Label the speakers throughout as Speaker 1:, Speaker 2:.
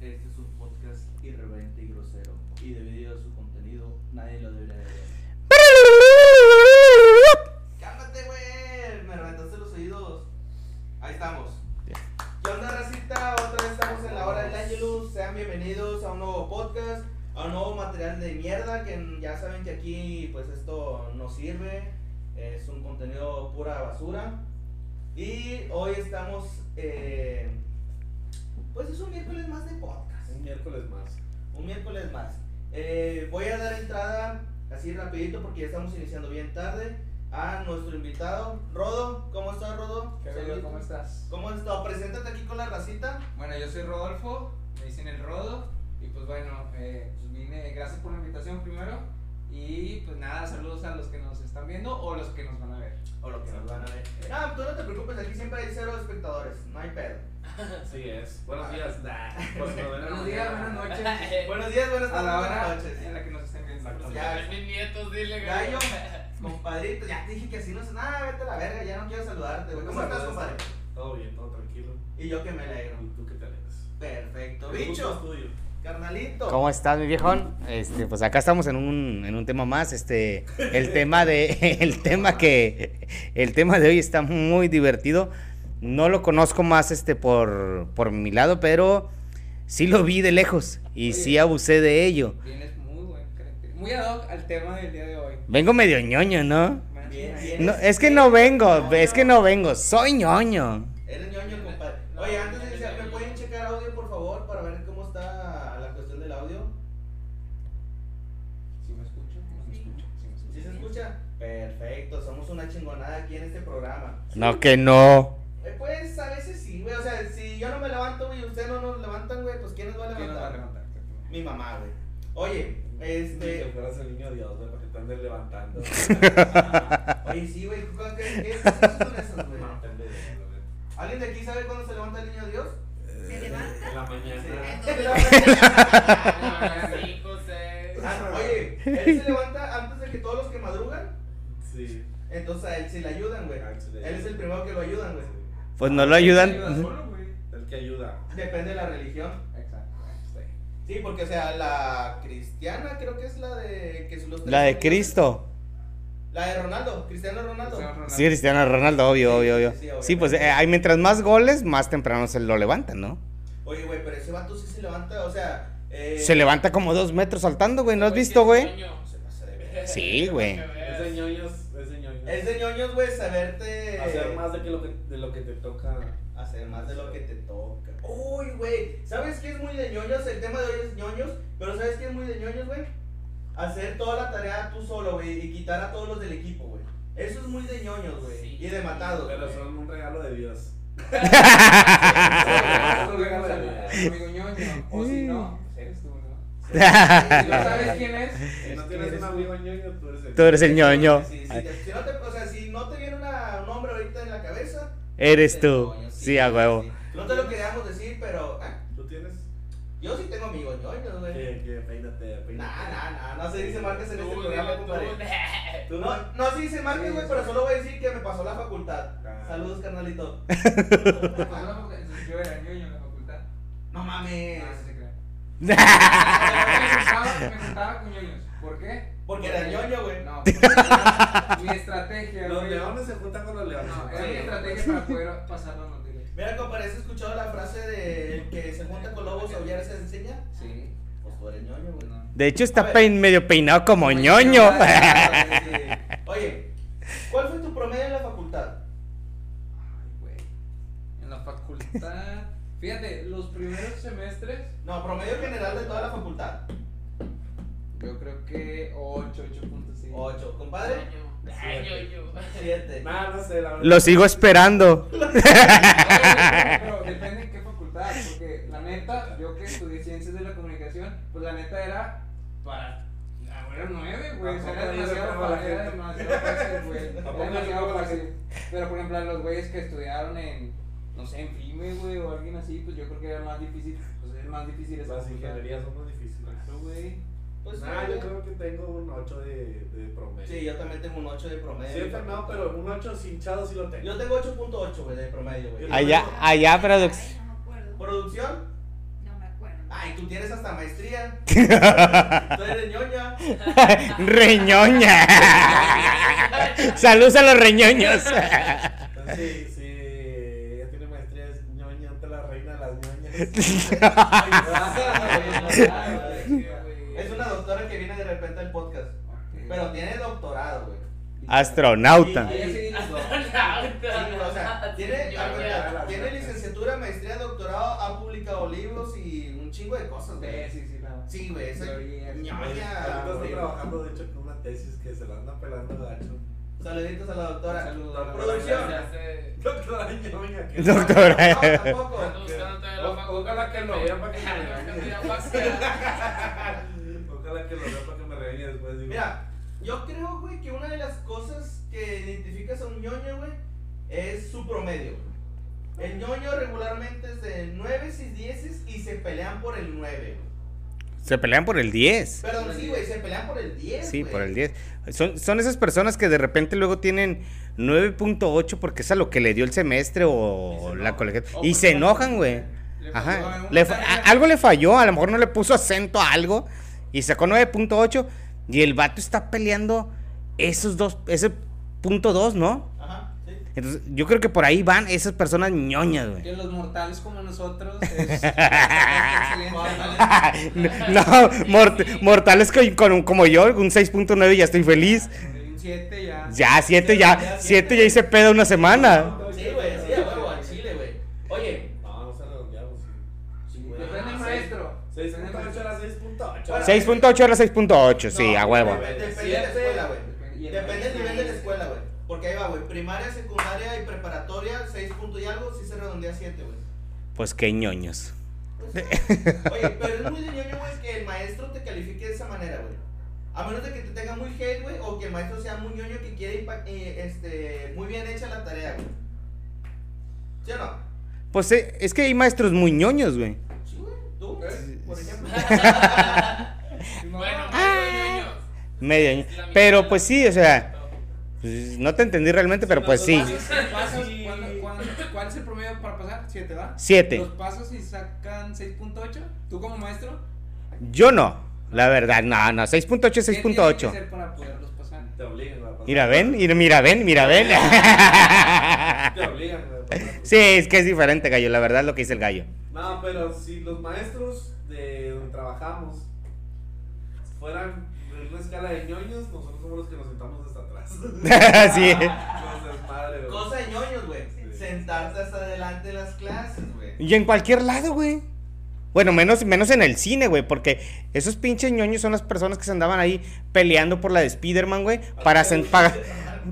Speaker 1: este es un podcast irreverente y grosero. Y debido a su contenido, nadie lo debería de ver. ¡Cálmate, güey! Me reventaste los oídos. Ahí estamos.
Speaker 2: Ya.
Speaker 1: ¿Qué onda, racita? Otra vez estamos en la hora del Angelus. Sean bienvenidos a un nuevo podcast, a un nuevo material de mierda. Que ya saben que aquí, pues esto no sirve. Es un contenido pura basura. Y hoy estamos. eh, pues es un miércoles más de podcast.
Speaker 3: Un miércoles más.
Speaker 1: Un miércoles más. Eh, voy a dar entrada así rapidito porque ya estamos iniciando bien tarde a nuestro invitado, Rodo. ¿Cómo estás, Rodo?
Speaker 4: ¿Qué
Speaker 1: Saludito.
Speaker 4: rollo? ¿Cómo estás?
Speaker 1: ¿Cómo has estado? Preséntate aquí con la racita.
Speaker 4: Bueno, yo soy Rodolfo, me dicen el Rodo, y pues bueno, eh, pues vine, gracias por la invitación primero, y pues nada, saludos a los que nos están viendo o los que nos van a ver.
Speaker 1: O lo que nos van a ver. No, tú no te preocupes, aquí siempre hay cero espectadores, no hay pedo.
Speaker 3: Así es. Buenos días. Nah, pues, no, buenos
Speaker 4: Buenos días, buenas noches,
Speaker 1: Buenos días, buenas
Speaker 4: a la
Speaker 1: tardes,
Speaker 4: hora
Speaker 1: buenas noches.
Speaker 4: en la que nos estén viendo.
Speaker 3: Exacto.
Speaker 1: Ya.
Speaker 5: Mis nietos, dile, güey.
Speaker 1: Gallo, compadrito, ya te dije que así no sé nada, vete a la verga, ya no quiero saludarte. güey. ¿Cómo estás, compadre?
Speaker 3: Todo bien, todo tranquilo.
Speaker 1: Y yo que me alegro.
Speaker 3: ¿Y tú qué te alegras?
Speaker 1: Perfecto,
Speaker 3: El gusto es
Speaker 1: bicho,
Speaker 3: tuyo.
Speaker 1: carnalito.
Speaker 2: ¿Cómo estás, mi viejón? Este, pues acá estamos en un, en un tema más, este, el tema de, el tema que, el tema de hoy está muy divertido. No lo conozco más, este, por, por mi lado, pero sí lo vi de lejos y sí abusé de ello.
Speaker 4: Vienes muy buen carácter, muy ad hoc al tema del día de hoy.
Speaker 2: Vengo medio ñoño, ¿no?
Speaker 4: Más
Speaker 1: Bien,
Speaker 4: o menos.
Speaker 1: bien.
Speaker 2: No, es que no vengo, es que no vengo, soy ñoño.
Speaker 1: Eres ñoño, compadre.
Speaker 5: No,
Speaker 1: Oye, antes de
Speaker 5: eres
Speaker 1: iniciar, ¿me
Speaker 5: ñoño.
Speaker 1: pueden checar audio, por favor, para ver cómo está la cuestión del audio?
Speaker 4: ¿Sí me escucho? ¿No me escucho? Sí me escucho.
Speaker 1: ¿Sí se escucha? Perfecto, somos una chingonada aquí en este programa.
Speaker 2: No que no.
Speaker 1: Eh, Pues a veces sí, güey. O sea, si yo no me levanto, güey, y ustedes no nos levantan, güey, pues ¿quién nos va a
Speaker 4: ¿Quién nos va a
Speaker 1: levantar?
Speaker 4: levantar?
Speaker 1: Mi mamá, güey. Oye,
Speaker 3: Ni que
Speaker 1: este.
Speaker 3: fueras el niño de Dios, güey, porque te andes levantando.
Speaker 1: Oye, sí, güey, ¿cu- ¿qué qué- qué son esas, güey?
Speaker 3: No, te andes levantando, güey.
Speaker 1: ¿Alguien de aquí sabe cuándo se levanta el niño Dios?
Speaker 6: ¿Se levanta?
Speaker 3: En la mañana.
Speaker 5: Ah, sí, José.
Speaker 1: Ah, Oye, él se levanta antes de que todos los que madrugan.
Speaker 3: Sí.
Speaker 1: Entonces a él sí le ayudan, güey.
Speaker 3: Ah, sí, le
Speaker 1: Él es el primero que lo ayudan, güey.
Speaker 2: Pues no lo ayudan.
Speaker 4: Solo, güey.
Speaker 3: El que ayuda.
Speaker 1: Depende de la religión.
Speaker 4: Exacto, sí.
Speaker 1: Sí, porque o sea, la cristiana creo que es la de que los tres
Speaker 2: La de
Speaker 1: son-
Speaker 2: Cristo.
Speaker 1: La de Ronaldo, Cristiano Ronaldo.
Speaker 2: Sí, Cristiano Ronaldo, obvio,
Speaker 1: Sí,
Speaker 2: obvio,
Speaker 1: sí,
Speaker 2: obvio.
Speaker 1: sí,
Speaker 2: Sí,
Speaker 1: obviamente.
Speaker 2: pues eh, ahí mientras más goles, más temprano se lo levantan, ¿no?
Speaker 1: Oye, güey, pero ese vato sí se levanta, o sea, eh,
Speaker 2: Se levanta como dos metros saltando, güey, ¿no has visto, güey?
Speaker 1: se pasa de ver.
Speaker 2: Sí, güey.
Speaker 3: Es de ñoños. Es de ñoños.
Speaker 1: Es de ñoños, güey, saberte
Speaker 3: Hacer más de, que lo que, de lo que te toca.
Speaker 1: hacer más de lo que te toca. Uy, güey, ¿sabes qué es muy de ñoños? El tema de hoy es ñoños, pero ¿sabes qué es muy de ñoños, güey? Hacer toda la tarea tú solo, güey, y quitar a todos los del equipo, güey. Eso es muy de ñoños, güey,
Speaker 5: Sí.
Speaker 1: y de matados.
Speaker 3: Pero
Speaker 1: güey.
Speaker 3: son un regalo de Dios.
Speaker 4: Nosotros vemos al- al amigo ñoño, o si no, pues eres tú, ¿no? Si no sabes quién es,
Speaker 3: Si no
Speaker 4: es-
Speaker 3: tienes
Speaker 4: eres
Speaker 3: un
Speaker 4: tú.
Speaker 3: amigo ñoño, tú eres el
Speaker 2: Tú eres el ñoño.
Speaker 1: Sí, sí, te- si, no te, o sea, si no te viene una- un nombre ahorita en la cabeza,
Speaker 2: Eres
Speaker 1: es
Speaker 2: tú.
Speaker 1: ñoño,
Speaker 2: Sí, a huevo.
Speaker 1: sí. No te lo queríamos decir, pero ah,
Speaker 3: ¿Tú tienes?
Speaker 1: yo sí tengo amigos ñoños, güey.
Speaker 3: Que, que peínate, peínate.
Speaker 1: Nah, nah, nah, no se dice marcas en este
Speaker 5: Tú,
Speaker 1: programa,
Speaker 5: dile
Speaker 1: compadre.
Speaker 5: tú.
Speaker 3: ¿Tú?
Speaker 1: No, no se dice marcas, güey, pero solo voy a decir que me pasó la facultad.
Speaker 3: Ah.
Speaker 1: Saludos, carnalito.
Speaker 4: Pues no, porque entonces yo era ñoño en la facultad.
Speaker 1: No mames.
Speaker 4: No, no se crean. Me juntaba- me juntaba con ñoños. ¿Por qué?
Speaker 1: Porque era ñoño, güey.
Speaker 4: No, porque mi estrategia,
Speaker 3: Los
Speaker 4: güey.
Speaker 3: leones se juntan con los leones.
Speaker 4: No, era mi estrategia para poder pasar los notiles.
Speaker 1: Mira, compadre, ¿has escuchado la frase de el que se junta con lobos a aullar se enseña?
Speaker 4: Sí.
Speaker 1: Pues tú eres ñoño, güey.
Speaker 4: No.
Speaker 2: De hecho,
Speaker 1: A
Speaker 2: está
Speaker 1: ver.
Speaker 2: pein- medio peinado como
Speaker 4: Como
Speaker 2: ñoño.
Speaker 4: ñoño, ¿verdad?
Speaker 1: Oye, ¿cuál fue tu promedio en la facultad?
Speaker 4: Ay, güey. En la facultad. Fíjate, los primeros semestres,
Speaker 1: No, promedio general de toda la facultad.
Speaker 4: yo creo que 8, 8.5.
Speaker 1: 8. Compadre,
Speaker 5: Ay, yo, yo.
Speaker 1: 7.
Speaker 3: Nah, no sé, la verdad.
Speaker 2: Lo sigo esperando.
Speaker 4: Pero depende de qué facultad, porque la neta, yo que estudié ciencias de la comunicación, pues la neta era para. Ah, bueno, nueve, güey. O sea, era
Speaker 3: Tampoco yo
Speaker 4: demasiado
Speaker 3: recuerdo a la
Speaker 4: fácil, era
Speaker 3: gente.
Speaker 4: demasiado fácil, güey.
Speaker 3: Tampoco
Speaker 4: Era
Speaker 3: yo
Speaker 4: demasiado
Speaker 3: recuerdo a la
Speaker 4: fácil.
Speaker 3: gente.
Speaker 4: Pero por ejemplo, a los güeyes que estudiaron en, no sé, en FIME, güey, o alguien así, pues yo creo que era más difícil. Pues es más difícil esa
Speaker 3: Las
Speaker 4: facultad.
Speaker 3: ingenierías son más difíciles.
Speaker 4: Pero, güey.
Speaker 1: Pues
Speaker 3: Nah, yo
Speaker 1: sí,
Speaker 3: creo que tengo un 8 de, de promedio.
Speaker 1: Sí, yo también tengo un 8 de promedio.
Speaker 3: Siempre no, pero un 8 cinchado sí lo tengo.
Speaker 1: Yo tengo
Speaker 2: Ah,
Speaker 1: 8.8, güey, de promedio, güey.
Speaker 3: Ay.
Speaker 2: Allá, allá, produc-
Speaker 6: Ay, no me acuerdo.
Speaker 1: ¿Producción?
Speaker 6: No me acuerdo.
Speaker 1: Ay, tú tienes hasta maestría. tú eres ñoña.
Speaker 2: Reñoña. Saludos a los reñoños.
Speaker 6: Sí, sí. Ella tiene maestría, es ñoña, ante la reina de las ñoñas.
Speaker 4: Ah,
Speaker 1: Es una doctora que viene de repente al podcast. Pero tiene doctorado, güey.
Speaker 2: Astronauta.
Speaker 4: Y- y- y- y-
Speaker 1: Sí, o sea, tiene,
Speaker 5: Yo, yo.
Speaker 1: tiene licenciatura, maestría, doctorado, ha publicado libros y un chingo de cosas, güey.
Speaker 4: Sí, sí, sí, no.
Speaker 1: Sí, güey, esa
Speaker 4: Teorías.
Speaker 1: ñoña.
Speaker 6: Ahorita estoy
Speaker 1: güey.
Speaker 6: trabajando, de hecho, con una tesis que se la anda pelando gacho.
Speaker 1: Saluditos a la doctora.
Speaker 4: Saludos.
Speaker 1: Producción.
Speaker 6: Doctora ñoña. que-
Speaker 1: No,
Speaker 2: Doctora.
Speaker 1: tampoco.
Speaker 3: Ojalá que lo vea para que me regañe.
Speaker 6: Ojalá que lo vea para que me regañe después. digo.
Speaker 1: Mira, yo creo, güey, que una de las cosas que identificas a un ñoño, güey, es su promedio. güey. El ñoño regularmente es de 9 y 10 y se pelean por el 9, güey.
Speaker 2: Se pelean por el 10.
Speaker 1: Perdón, sí, güey, se pelean por el 10.
Speaker 2: Sí,
Speaker 1: güey.
Speaker 2: por el 10. Son, son esas personas que de repente luego tienen 9.8 porque es a lo que le dio el semestre o la colegiatura. Y se enojan, güey.
Speaker 4: Le faltó
Speaker 2: Ajá.
Speaker 4: una
Speaker 2: Le fa- ah,
Speaker 4: tarea.
Speaker 2: a- algo le falló, a lo mejor no le puso acento a algo y sacó 9.8 y el vato está peleando esos dos, ese punto 2, ¿no?
Speaker 1: Ajá, sí.
Speaker 2: Entonces, yo creo que por ahí van esas personas ñoñas, güey.
Speaker 4: Que los mortales como nosotros es- excelente.
Speaker 2: no, mort- mortales que- con- como yo, un 6.9 ya estoy feliz.
Speaker 4: Un 7 ya.
Speaker 2: Ya, 7 ya,
Speaker 1: Ya,
Speaker 2: 7
Speaker 1: siete.
Speaker 2: ya hice pedo una semana.
Speaker 1: Sí, güey, sí, a huevo, al chile, güey. Oye,
Speaker 6: No, no se redondeamos. Sí, güey.
Speaker 4: Depende del maestro.
Speaker 6: 6.8 era 6.8.
Speaker 1: Bueno,
Speaker 2: 6.8 era 6.8, sí,
Speaker 1: No,
Speaker 2: a huevo.
Speaker 1: güey, Depende de la escuela, güey.
Speaker 4: Y el
Speaker 1: Depende del
Speaker 4: maestro.
Speaker 1: nivel de la escuela, güey. Porque ahí va, güey. Primaria, secundaria y preparatoria, 6 puntos y algo, sí se redondea a 7, güey.
Speaker 2: Pues qué ñoños.
Speaker 1: Oye, pero es muy de ñoño, güey, que el maestro te califique de esa manera, güey. A menos de que te tenga muy hate, güey, o que el maestro sea muy ñoño que quiere impa- eh, este, muy bien hecha la tarea, güey. ¿Sí o no?
Speaker 2: Pues eh, es que hay maestros muy ñoños, güey.
Speaker 1: Sí, güey. Tú, Pues, por ejemplo.
Speaker 5: Bueno,
Speaker 2: Ah. Medio ño- Pero pues sí, o sea, pues, no te entendí realmente, pero pues sí.
Speaker 4: Pasos, pasos, ¿cuándo- cuándo- ¿Cuál es el promedio para pasar? 7, ¿va?
Speaker 2: 7.
Speaker 4: Los pasos y sacan 6.8. ¿Tú como maestro?
Speaker 2: Yo no, la verdad, no, no, 6.8 es
Speaker 4: ¿qué tiene que
Speaker 2: 6.8.
Speaker 4: hacer para poderlos pasar?
Speaker 6: Te obligan, güey, a pasar.
Speaker 2: Mira, ven, mira, mira, ven, mira, ven.
Speaker 6: Te obligan, güey, a pasar.
Speaker 2: Sí, es que es diferente, gallo, la verdad lo que dice el gallo.
Speaker 6: No, pero si los maestros de donde trabajamos fueran en una escala de ñoños, nosotros somos los que nos sentamos hasta atrás.
Speaker 2: sí.
Speaker 6: Entonces, madre, güey.
Speaker 1: Cosa de ñoños, güey.
Speaker 6: Sí.
Speaker 1: Sentarte hasta adelante de las clases, güey.
Speaker 2: Y en cualquier lado, güey. Bueno, menos, menos en el cine, güey, porque esos pinches ñoños son las personas que se andaban ahí peleando por la de Spider-Man, güey, para, sen- para,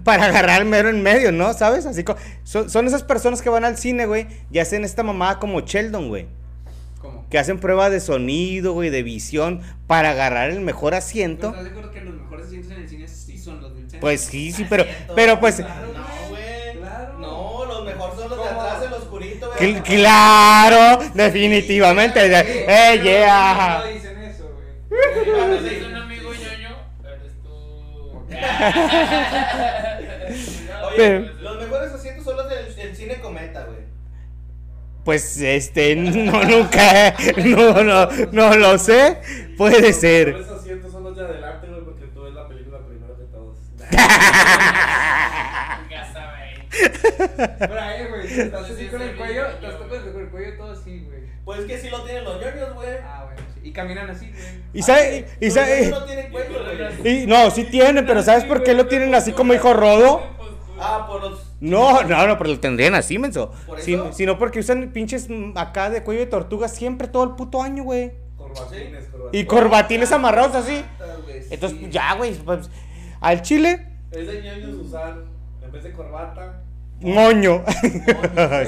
Speaker 2: para agarrar el mero en medio, ¿no? ¿Sabes? Así co- son, son esas personas que van al cine, güey, y hacen esta mamada como Sheldon, güey,
Speaker 4: ¿Cómo?
Speaker 2: que hacen pruebas de sonido, güey, de visión, para agarrar el mejor
Speaker 4: Pero
Speaker 2: asiento.
Speaker 4: ¿Estás de acuerdo que los mejores asientos en el cine sí son los del centro?
Speaker 2: Pues sí, sí, pero, pero pues...
Speaker 1: No, güey.
Speaker 4: Claro.
Speaker 1: No, los mejores son los de
Speaker 4: ¿Cómo?
Speaker 1: atrás, el oscurito,
Speaker 2: cl-
Speaker 1: güey.
Speaker 2: Claro, definitivamente.
Speaker 4: Sí,
Speaker 2: ¡Eh,
Speaker 4: pero
Speaker 2: yeah!
Speaker 4: No dicen eso, güey.
Speaker 5: Cuando se hizo un amigo ñoño, eres tú. pues,
Speaker 1: Oye, los mejores asientos son los del, del cine cometa, güey.
Speaker 2: Pues este, no, nunca, no, no, no lo sé, puede ser.
Speaker 6: Los asientos son los de adelante, güey, porque tú ves la película primero que todos.
Speaker 5: Ya saben.
Speaker 4: Pero ahí, güey, si estás así
Speaker 5: Sí,
Speaker 4: con el
Speaker 5: sí,
Speaker 4: cuello,
Speaker 5: sí,
Speaker 4: estás
Speaker 5: sí,
Speaker 4: con el- con el cuello todo así, güey.
Speaker 1: Pues es que sí lo tienen los ñoños, güey. Ah,
Speaker 4: Ah, bueno, sí. Y caminan así, güey.
Speaker 2: Y sabe, y
Speaker 1: Los
Speaker 2: sabe,
Speaker 1: ñoños no tienen cuello, güey.
Speaker 2: y no, sí tienen, pero ¿sabes por qué lo tienen así como hijo rodo?
Speaker 1: Ah, por los.
Speaker 2: No, no, no, pero lo tendrían así, menso.
Speaker 1: ¿Por
Speaker 2: Si-
Speaker 1: eso?
Speaker 2: sino porque usan pinches mm, acá de cuello de tortuga siempre todo el puto año, güey.
Speaker 6: Corbatines, corbatines.
Speaker 2: Y corbatines amarrados así.
Speaker 1: Ah, güey, sí.
Speaker 2: Entonces, ya, güey, pues, al chile,
Speaker 6: Es de ñoños usar, en vez de corbata,
Speaker 2: moño.
Speaker 4: Pero,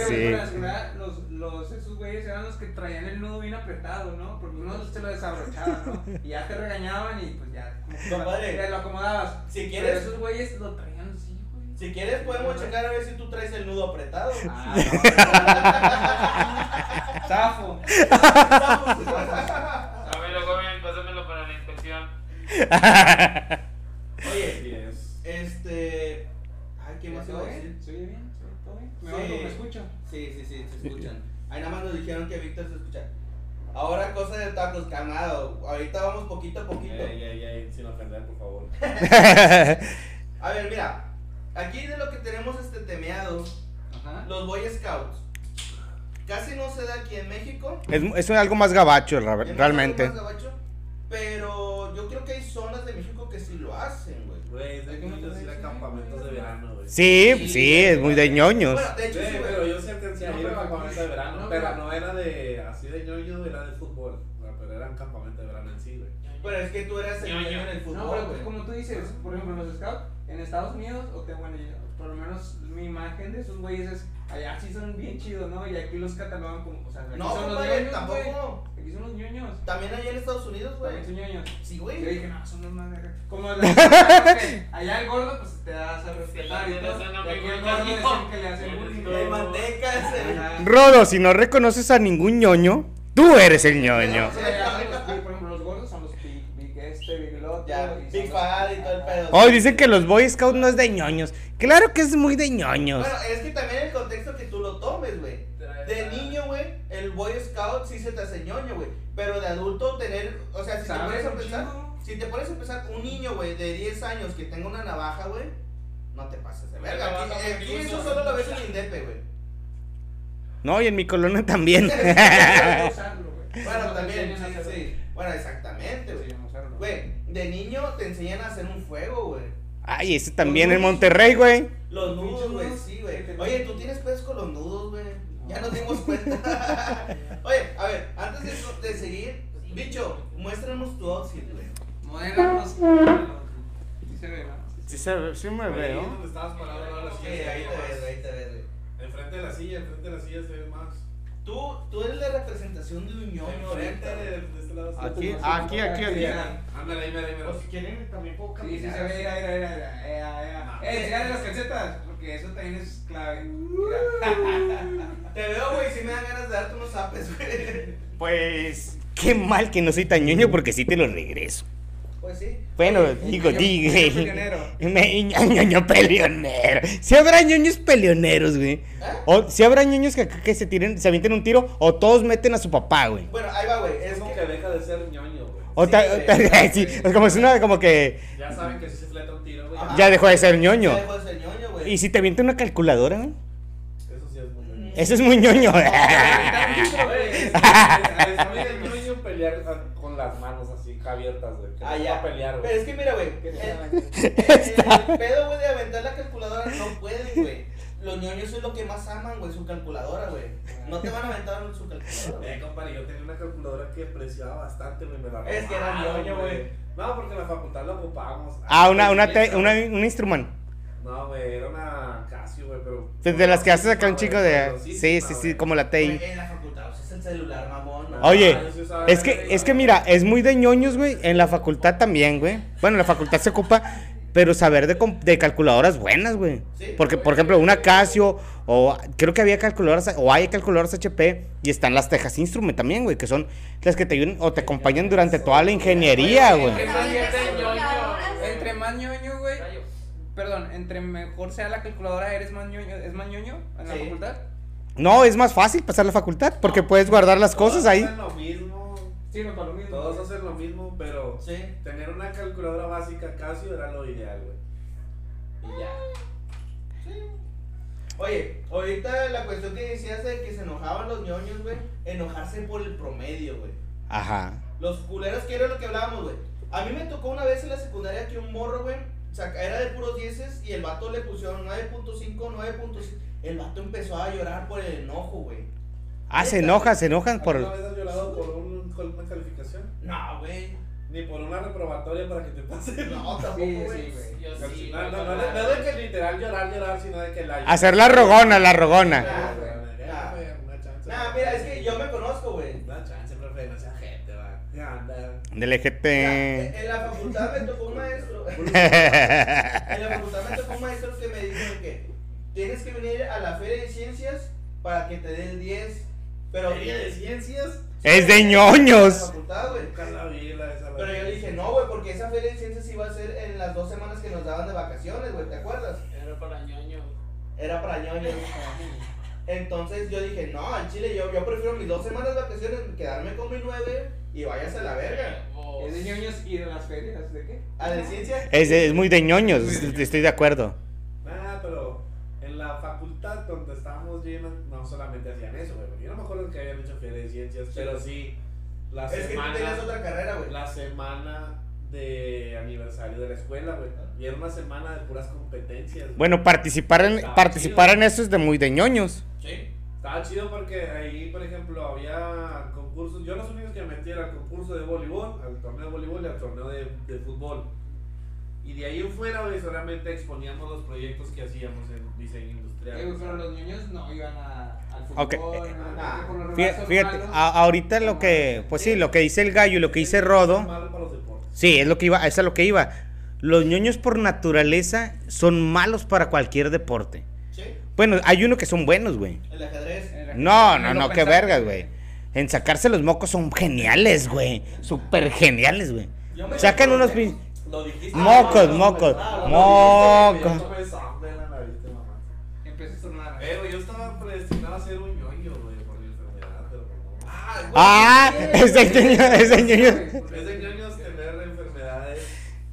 Speaker 2: sí.
Speaker 4: pero la seguridad, los, los, esos güeyes eran los que traían el nudo bien apretado, ¿no? Porque uno se lo desabrochaba, ¿no? Y ya te regañaban y pues ya. como que
Speaker 1: Compadre.
Speaker 4: Te lo acomodabas.
Speaker 1: Si
Speaker 4: Pero
Speaker 1: quieres,
Speaker 4: esos güeyes lo traían así, güey.
Speaker 1: si quieres podemos checar a ver si tú traes el nudo apretado.
Speaker 4: Ah, no. Zafo.
Speaker 1: Ah.
Speaker 5: A ver, lo joven, pásamelo para la inspección.
Speaker 1: Oye,
Speaker 6: así es.
Speaker 1: este. Ay, ¿qué más
Speaker 4: ¿Se
Speaker 1: iba a
Speaker 4: oye
Speaker 1: decir?
Speaker 4: bien? ¿Se oye bien? ¿Se oye todo bien? ¿Me
Speaker 1: Sí.
Speaker 4: oigo? ¿Me escucho?
Speaker 1: Sí, sí, sí, se escuchan. Ahí nada más nos dijeron que a Víctor se escucha. Ahora cosa de tacos, camado. Ahorita vamos poquito a poquito.
Speaker 6: Ey, ey, ey, sin ofender, por favor.
Speaker 1: A ver, mira. Aquí de lo que tenemos este temeado,
Speaker 4: Ajá.
Speaker 1: los Boy Scouts. Casi no se da aquí en México.
Speaker 2: Es, es un- algo más gabacho, ra-
Speaker 1: en México es
Speaker 2: realmente.
Speaker 1: más gabacho, Pero yo creo que hay zonas de México que sí lo hacen, güey.
Speaker 6: Güey, es de que muchos ir a campamentos de verano, güey.
Speaker 2: Sí, sí, es muy de ñoños.
Speaker 1: Bueno, de hecho,
Speaker 6: Güey,
Speaker 1: sí, güey.
Speaker 6: pero yo sí alcancé a
Speaker 4: No,
Speaker 6: ir a
Speaker 4: pero-
Speaker 6: campamento de verano,
Speaker 4: no,
Speaker 6: pero
Speaker 4: pero-
Speaker 6: no era de así de ñoño, era de fútbol. O sea, pero era un campamento de verano en sí, güey.
Speaker 1: Pero es que tú eras el
Speaker 5: Ñoño.
Speaker 1: dueño en el fútbol,
Speaker 4: No, pero pues
Speaker 1: güey.
Speaker 4: como tú dices, por ejemplo, los scouts en Estados Unidos, o te, bueno, yo- por lo menos mi imagen de esos güeyes es, allá sí son bien chidos, ¿no? Y aquí los catalogan como, o sea, aquí
Speaker 1: No,
Speaker 4: son los
Speaker 1: compadre,
Speaker 4: ñoños, güey.
Speaker 1: tampoco.
Speaker 4: Aquí son los ñoños.
Speaker 1: También allá en Estados Unidos, güey.
Speaker 4: También son ñoños.
Speaker 1: Sí,
Speaker 4: Yo
Speaker 1: güey.
Speaker 4: dije, no, son los más de acá. Como la- allá el gordo, pues te das a respetar y
Speaker 5: te
Speaker 4: todo.
Speaker 5: das a
Speaker 4: Y
Speaker 5: un
Speaker 4: aquí
Speaker 5: amigo
Speaker 4: el gordo
Speaker 5: ñoño.
Speaker 4: decían que le hacen bullying.
Speaker 1: Hay mantecas. eh.
Speaker 4: Ajá.
Speaker 2: Rodo, si no reconoces a ningún ñoño, tú eres el ñoño.
Speaker 4: O sea, allá los- pues, Por ejemplo, los gordos son los big, big este, big lote.
Speaker 1: Ya,
Speaker 4: y son
Speaker 1: Big
Speaker 4: los-
Speaker 1: Fat y todo el pedo.
Speaker 2: Hoy dicen que los Boy Scouts no es de ñoños. Claro que es muy de ñoños.
Speaker 1: Bueno, es que también el contexto que tú lo tomes, güey. De niño, güey, el Boy Scout sí se te hace ñoño, güey. Pero de adulto tener, o sea, si te
Speaker 4: Sabe
Speaker 1: pones a
Speaker 4: un
Speaker 1: pensar,
Speaker 4: chingo.
Speaker 1: si te pones a pensar, un niño, güey, de 10 años que tenga una navaja, güey, no te pases de
Speaker 5: Una
Speaker 1: verga. Aquí,
Speaker 5: navaja
Speaker 1: eh,
Speaker 5: muy
Speaker 1: aquí eso
Speaker 5: incluso.
Speaker 1: solo lo ves en Indepe, güey.
Speaker 2: No, y en mi colonia también.
Speaker 4: Saben usarlo, güey.
Speaker 1: Bueno,
Speaker 4: Te
Speaker 1: también,
Speaker 4: enseñan a
Speaker 1: sí,
Speaker 4: hacerlo.
Speaker 1: sí. Bueno,
Speaker 4: Te
Speaker 1: exactamente, güey.
Speaker 4: enseñan a usarlo.
Speaker 1: Güey, de niño te enseñan a hacer un fuego, güey.
Speaker 2: Ay, ese también en Monterrey, güey.
Speaker 1: Los
Speaker 4: Pinches
Speaker 1: nudos, güey,
Speaker 4: nudos.
Speaker 1: sí, güey. Oye, tú tienes pedos con los nudos, güey. Ya nos dimos cuenta. Oye, a ver, antes de, de seguir, bicho, muéstranos tu outfit, güey.
Speaker 4: Modéranos. Sí se ve, ¿no?
Speaker 2: Sí, sí me
Speaker 6: Ahí es donde estabas parado ahora
Speaker 1: Sí,
Speaker 6: sí.
Speaker 1: ahí te ves,
Speaker 6: más.
Speaker 1: ahí te ves, güey.
Speaker 6: Enfrente de la silla, enfrente de la silla se ve más.
Speaker 1: Tú, tú eres la representación de un ñoño ahorita,
Speaker 6: Enfrente de,
Speaker 1: güey.
Speaker 6: de este lado.
Speaker 2: Aquí, aquí, aquí, aquí.
Speaker 6: Ándale, ahí, mira, ahí, mira.
Speaker 3: si quieren, también puedo
Speaker 4: Sí, sí se ve, mira, mira, mira, mira, ea, ea.
Speaker 1: Ah.
Speaker 6: No.
Speaker 4: Eh, enseñale las calcetas, porque eso también es clave. Mira.
Speaker 1: Te veo, güey, si me dan ganas de darte unos zapes, güey.
Speaker 2: Pues, qué mal que no soy tan ñoño porque sí te lo regreso.
Speaker 1: Pues sí. ¿Eh?
Speaker 2: Bueno,
Speaker 4: Oye,
Speaker 2: digo,
Speaker 4: ñoño-
Speaker 2: digo.
Speaker 4: ñoño peleonero.
Speaker 2: Me, ñoño peleonero. Si habrá ñoños peleoneros, güey. O si habrá ñoños que, que se tiren, se avienten un tiro, o todos meten a su papá, güey.
Speaker 1: Bueno, ahí va, güey. Es
Speaker 6: Es como
Speaker 1: que,
Speaker 6: que deja de ser ñoño, güey.
Speaker 2: O
Speaker 1: Sí,
Speaker 2: ta-
Speaker 1: güey,
Speaker 2: ta-
Speaker 1: claro,
Speaker 2: sí,
Speaker 1: güey.
Speaker 2: es como si una, como que
Speaker 6: Ya saben que si se fleta un tiro, güey.
Speaker 1: Ajá.
Speaker 2: ya dejó de ser ñoño.
Speaker 1: Ya dejó de ser ñoño, güey.
Speaker 2: Y si te avienta una calculadora, güey.
Speaker 6: Eso sí es muy ñoño.
Speaker 2: Eso es muy ñoño.
Speaker 6: Güey, es- es- es muy de ñoño pelear a- con las manos así abiertas, güey. Que
Speaker 1: Ah,
Speaker 6: no
Speaker 1: ya.
Speaker 6: va a pelear,
Speaker 1: Pero
Speaker 6: güey.
Speaker 1: es que mira, güey.
Speaker 6: Que
Speaker 1: el-
Speaker 6: se llama-
Speaker 1: El pedo, güey, de aventar la calculadora no pueden, güey. Los ñoños es lo que más aman, güey, su calculadora, güey. No te van a aventar su calculadora. güey.
Speaker 6: Eh, compadre, yo tenía una calculadora que apreciaba bastante, güey. Me la
Speaker 1: Es que era
Speaker 6: robaron,
Speaker 1: ñoño, güey.
Speaker 6: No, porque en la facultad la ocupábamos.
Speaker 2: Ah, una, una, te-
Speaker 6: te
Speaker 2: una, un instrumento.
Speaker 6: No, güey, era una Casio, güey, pero.
Speaker 2: De las que haces acá un
Speaker 6: Güey,
Speaker 2: chico de. Sí,
Speaker 6: poderosísima,
Speaker 2: sí, sí,
Speaker 6: güey.
Speaker 2: como la TI.
Speaker 1: Güey, En la facultad, o sea, es el celular, mamón. no.
Speaker 2: Oye,
Speaker 6: Ah, yo sí usaba
Speaker 2: Es
Speaker 6: esa,
Speaker 2: que,
Speaker 6: güey.
Speaker 2: es que mira, es muy de ñoños, güey. En la facultad también, güey. Bueno, en la facultad se ocupa, pero saber de, com- de calculadoras buenas, güey.
Speaker 1: Sí.
Speaker 2: Porque, por ejemplo, una Casio, o creo que había calculadoras, o hay calculadoras HP, y están las Texas Instrument también, güey, que son las que te ayudan o te acompañan durante toda la ingeniería,
Speaker 5: Oye,
Speaker 2: güey.
Speaker 5: entre más gente ñoño,
Speaker 4: Entre más ñoño, güey.
Speaker 5: Rayo.
Speaker 4: Perdón, entre mejor sea la calculadora, eres más ñoño, es más ñoño en la
Speaker 1: Sí.
Speaker 4: facultad.
Speaker 2: No, es más fácil pasar la facultad, porque puedes guardar las cosas
Speaker 6: Todos
Speaker 2: ahí.
Speaker 6: hacen lo mismo,
Speaker 4: Sí, no, para lo mismo.
Speaker 6: todos hacen lo mismo, pero
Speaker 1: Sí.
Speaker 6: tener una calculadora básica Casio era lo ideal, güey. Y ya.
Speaker 1: Oye, ahorita la cuestión que decías de que se enojaban los ñoños, güey, enojarse por el promedio, güey.
Speaker 2: Ajá.
Speaker 1: Los culeros, que era lo que hablábamos, güey. A mí me tocó una vez en la secundaria que un morro, güey, saca- era de puros dieces y el vato le pusieron 9.5, 9.5. El vato empezó a llorar por el enojo, güey.
Speaker 2: Ah, se enojan, se enojan por.
Speaker 6: ¿Alguna vez has violado por un- por una calificación?
Speaker 1: No, güey.
Speaker 6: Ni por una reprobatoria para que te pase.
Speaker 1: No, tampoco,
Speaker 4: Sí,
Speaker 1: güey.
Speaker 4: sí, güey.
Speaker 5: Yo
Speaker 6: No,
Speaker 5: sí,
Speaker 6: no, no,
Speaker 5: güey,
Speaker 6: no,
Speaker 5: claro.
Speaker 6: no de que literal llorar, llorar, sino de que la.
Speaker 2: Hacer la rogona, la rogona.
Speaker 6: Ah, güey, güey, una chance.
Speaker 1: Nah, mira, es que yo me conozco, güey.
Speaker 6: Una chance, profe, no sea gente, va. Ya, anda.
Speaker 2: Del E
Speaker 1: Mira,
Speaker 2: EGT.
Speaker 1: en la facultad me tocó un maestro. En la facultad me tocó un maestro que me dijo que tienes que venir a la feria de ciencias para que te dé el 10. Pero
Speaker 6: Feria de ciencias.
Speaker 2: Es de
Speaker 1: En la
Speaker 2: ñoños.
Speaker 1: facultad, güey.
Speaker 6: Nunca la vi, la esa. la
Speaker 1: Pero
Speaker 6: vi.
Speaker 1: yo le dije, no, güey, porque esa feria de ciencias iba a ser en las dos semanas que nos daban de vacaciones, güey, ¿te acuerdas?
Speaker 5: Era para ñoño.
Speaker 1: Era para ñoños. Entonces yo dije, no, al chile yo, yo prefiero mis dos semanas de vacaciones, quedarme con mi nueve y váyase a la verga.
Speaker 5: Huevos.
Speaker 4: Es de ñoños y de las ferias, ¿de qué?
Speaker 1: A la ciencia.
Speaker 2: Es, es muy de ñoños, estoy de acuerdo.
Speaker 6: Nah, pero en la facultad donde estábamos llenas, no solamente hacían eso, güey. porque Yo no me acuerdo que habían hecho feria de ciencias, pero sí, la
Speaker 1: Es que tú
Speaker 6: semana,
Speaker 1: tenías otra carrera, güey.
Speaker 6: la semana de aniversario de la escuela, güey. Y era una semana de puras competencias. güey.
Speaker 2: Bueno, participar en,
Speaker 6: Ah,
Speaker 2: participar
Speaker 6: chido.
Speaker 2: en eso es de muy de ñoños.
Speaker 5: Sí.
Speaker 6: Estaba chido porque ahí, por ejemplo, había concursos. Yo los únicos que me metí era al concurso de voleibol, al torneo de voleibol y al torneo de, de fútbol. Y de ahí en fuera, güey, solamente exponíamos los proyectos que hacíamos en diseño industrial.
Speaker 4: Eh, güey, pero los niños no iban a, al fútbol,
Speaker 2: Ok, eh,
Speaker 4: no,
Speaker 1: Ah.
Speaker 4: porque por lo regular
Speaker 2: Fíjate,
Speaker 4: son
Speaker 2: fíjate, ah,
Speaker 4: malos.
Speaker 2: a- ahorita lo que, pues sí, lo que dice el gallo y lo que dice Rodo.
Speaker 6: Malo para los deportes.
Speaker 2: Sí, es lo que iba, es a lo que iba. Los ñoños por naturaleza son malos para cualquier deporte.
Speaker 1: Sí,
Speaker 2: Bueno, hay uno que son buenos, güey.
Speaker 1: el ajedrez.
Speaker 4: Era-
Speaker 2: No, no, no, qué
Speaker 4: pensaste.
Speaker 2: vergas, güey. En sacarse los mocos son geniales, güey. Súper geniales, güey.
Speaker 1: Yo me-
Speaker 2: Sacan unos pin-
Speaker 6: Lo dijiste.
Speaker 2: Mocos,
Speaker 6: Ah,
Speaker 2: mocos,
Speaker 6: ah,
Speaker 2: mocos.
Speaker 6: lo dijiste, güey, yo tomé sangre en la nariz, te mamaste.
Speaker 4: Empecé a sonar.
Speaker 6: Eh, güey, yo estaba predestinado a ser un ñoño, güey, por mi enfermedad, pero no.
Speaker 2: Ah, ese
Speaker 4: Sí,
Speaker 2: ñoño,
Speaker 4: güey,
Speaker 2: ese
Speaker 4: sí,
Speaker 2: ñoño.
Speaker 4: güey, porque-
Speaker 6: Es de ñoños tener enfermedades.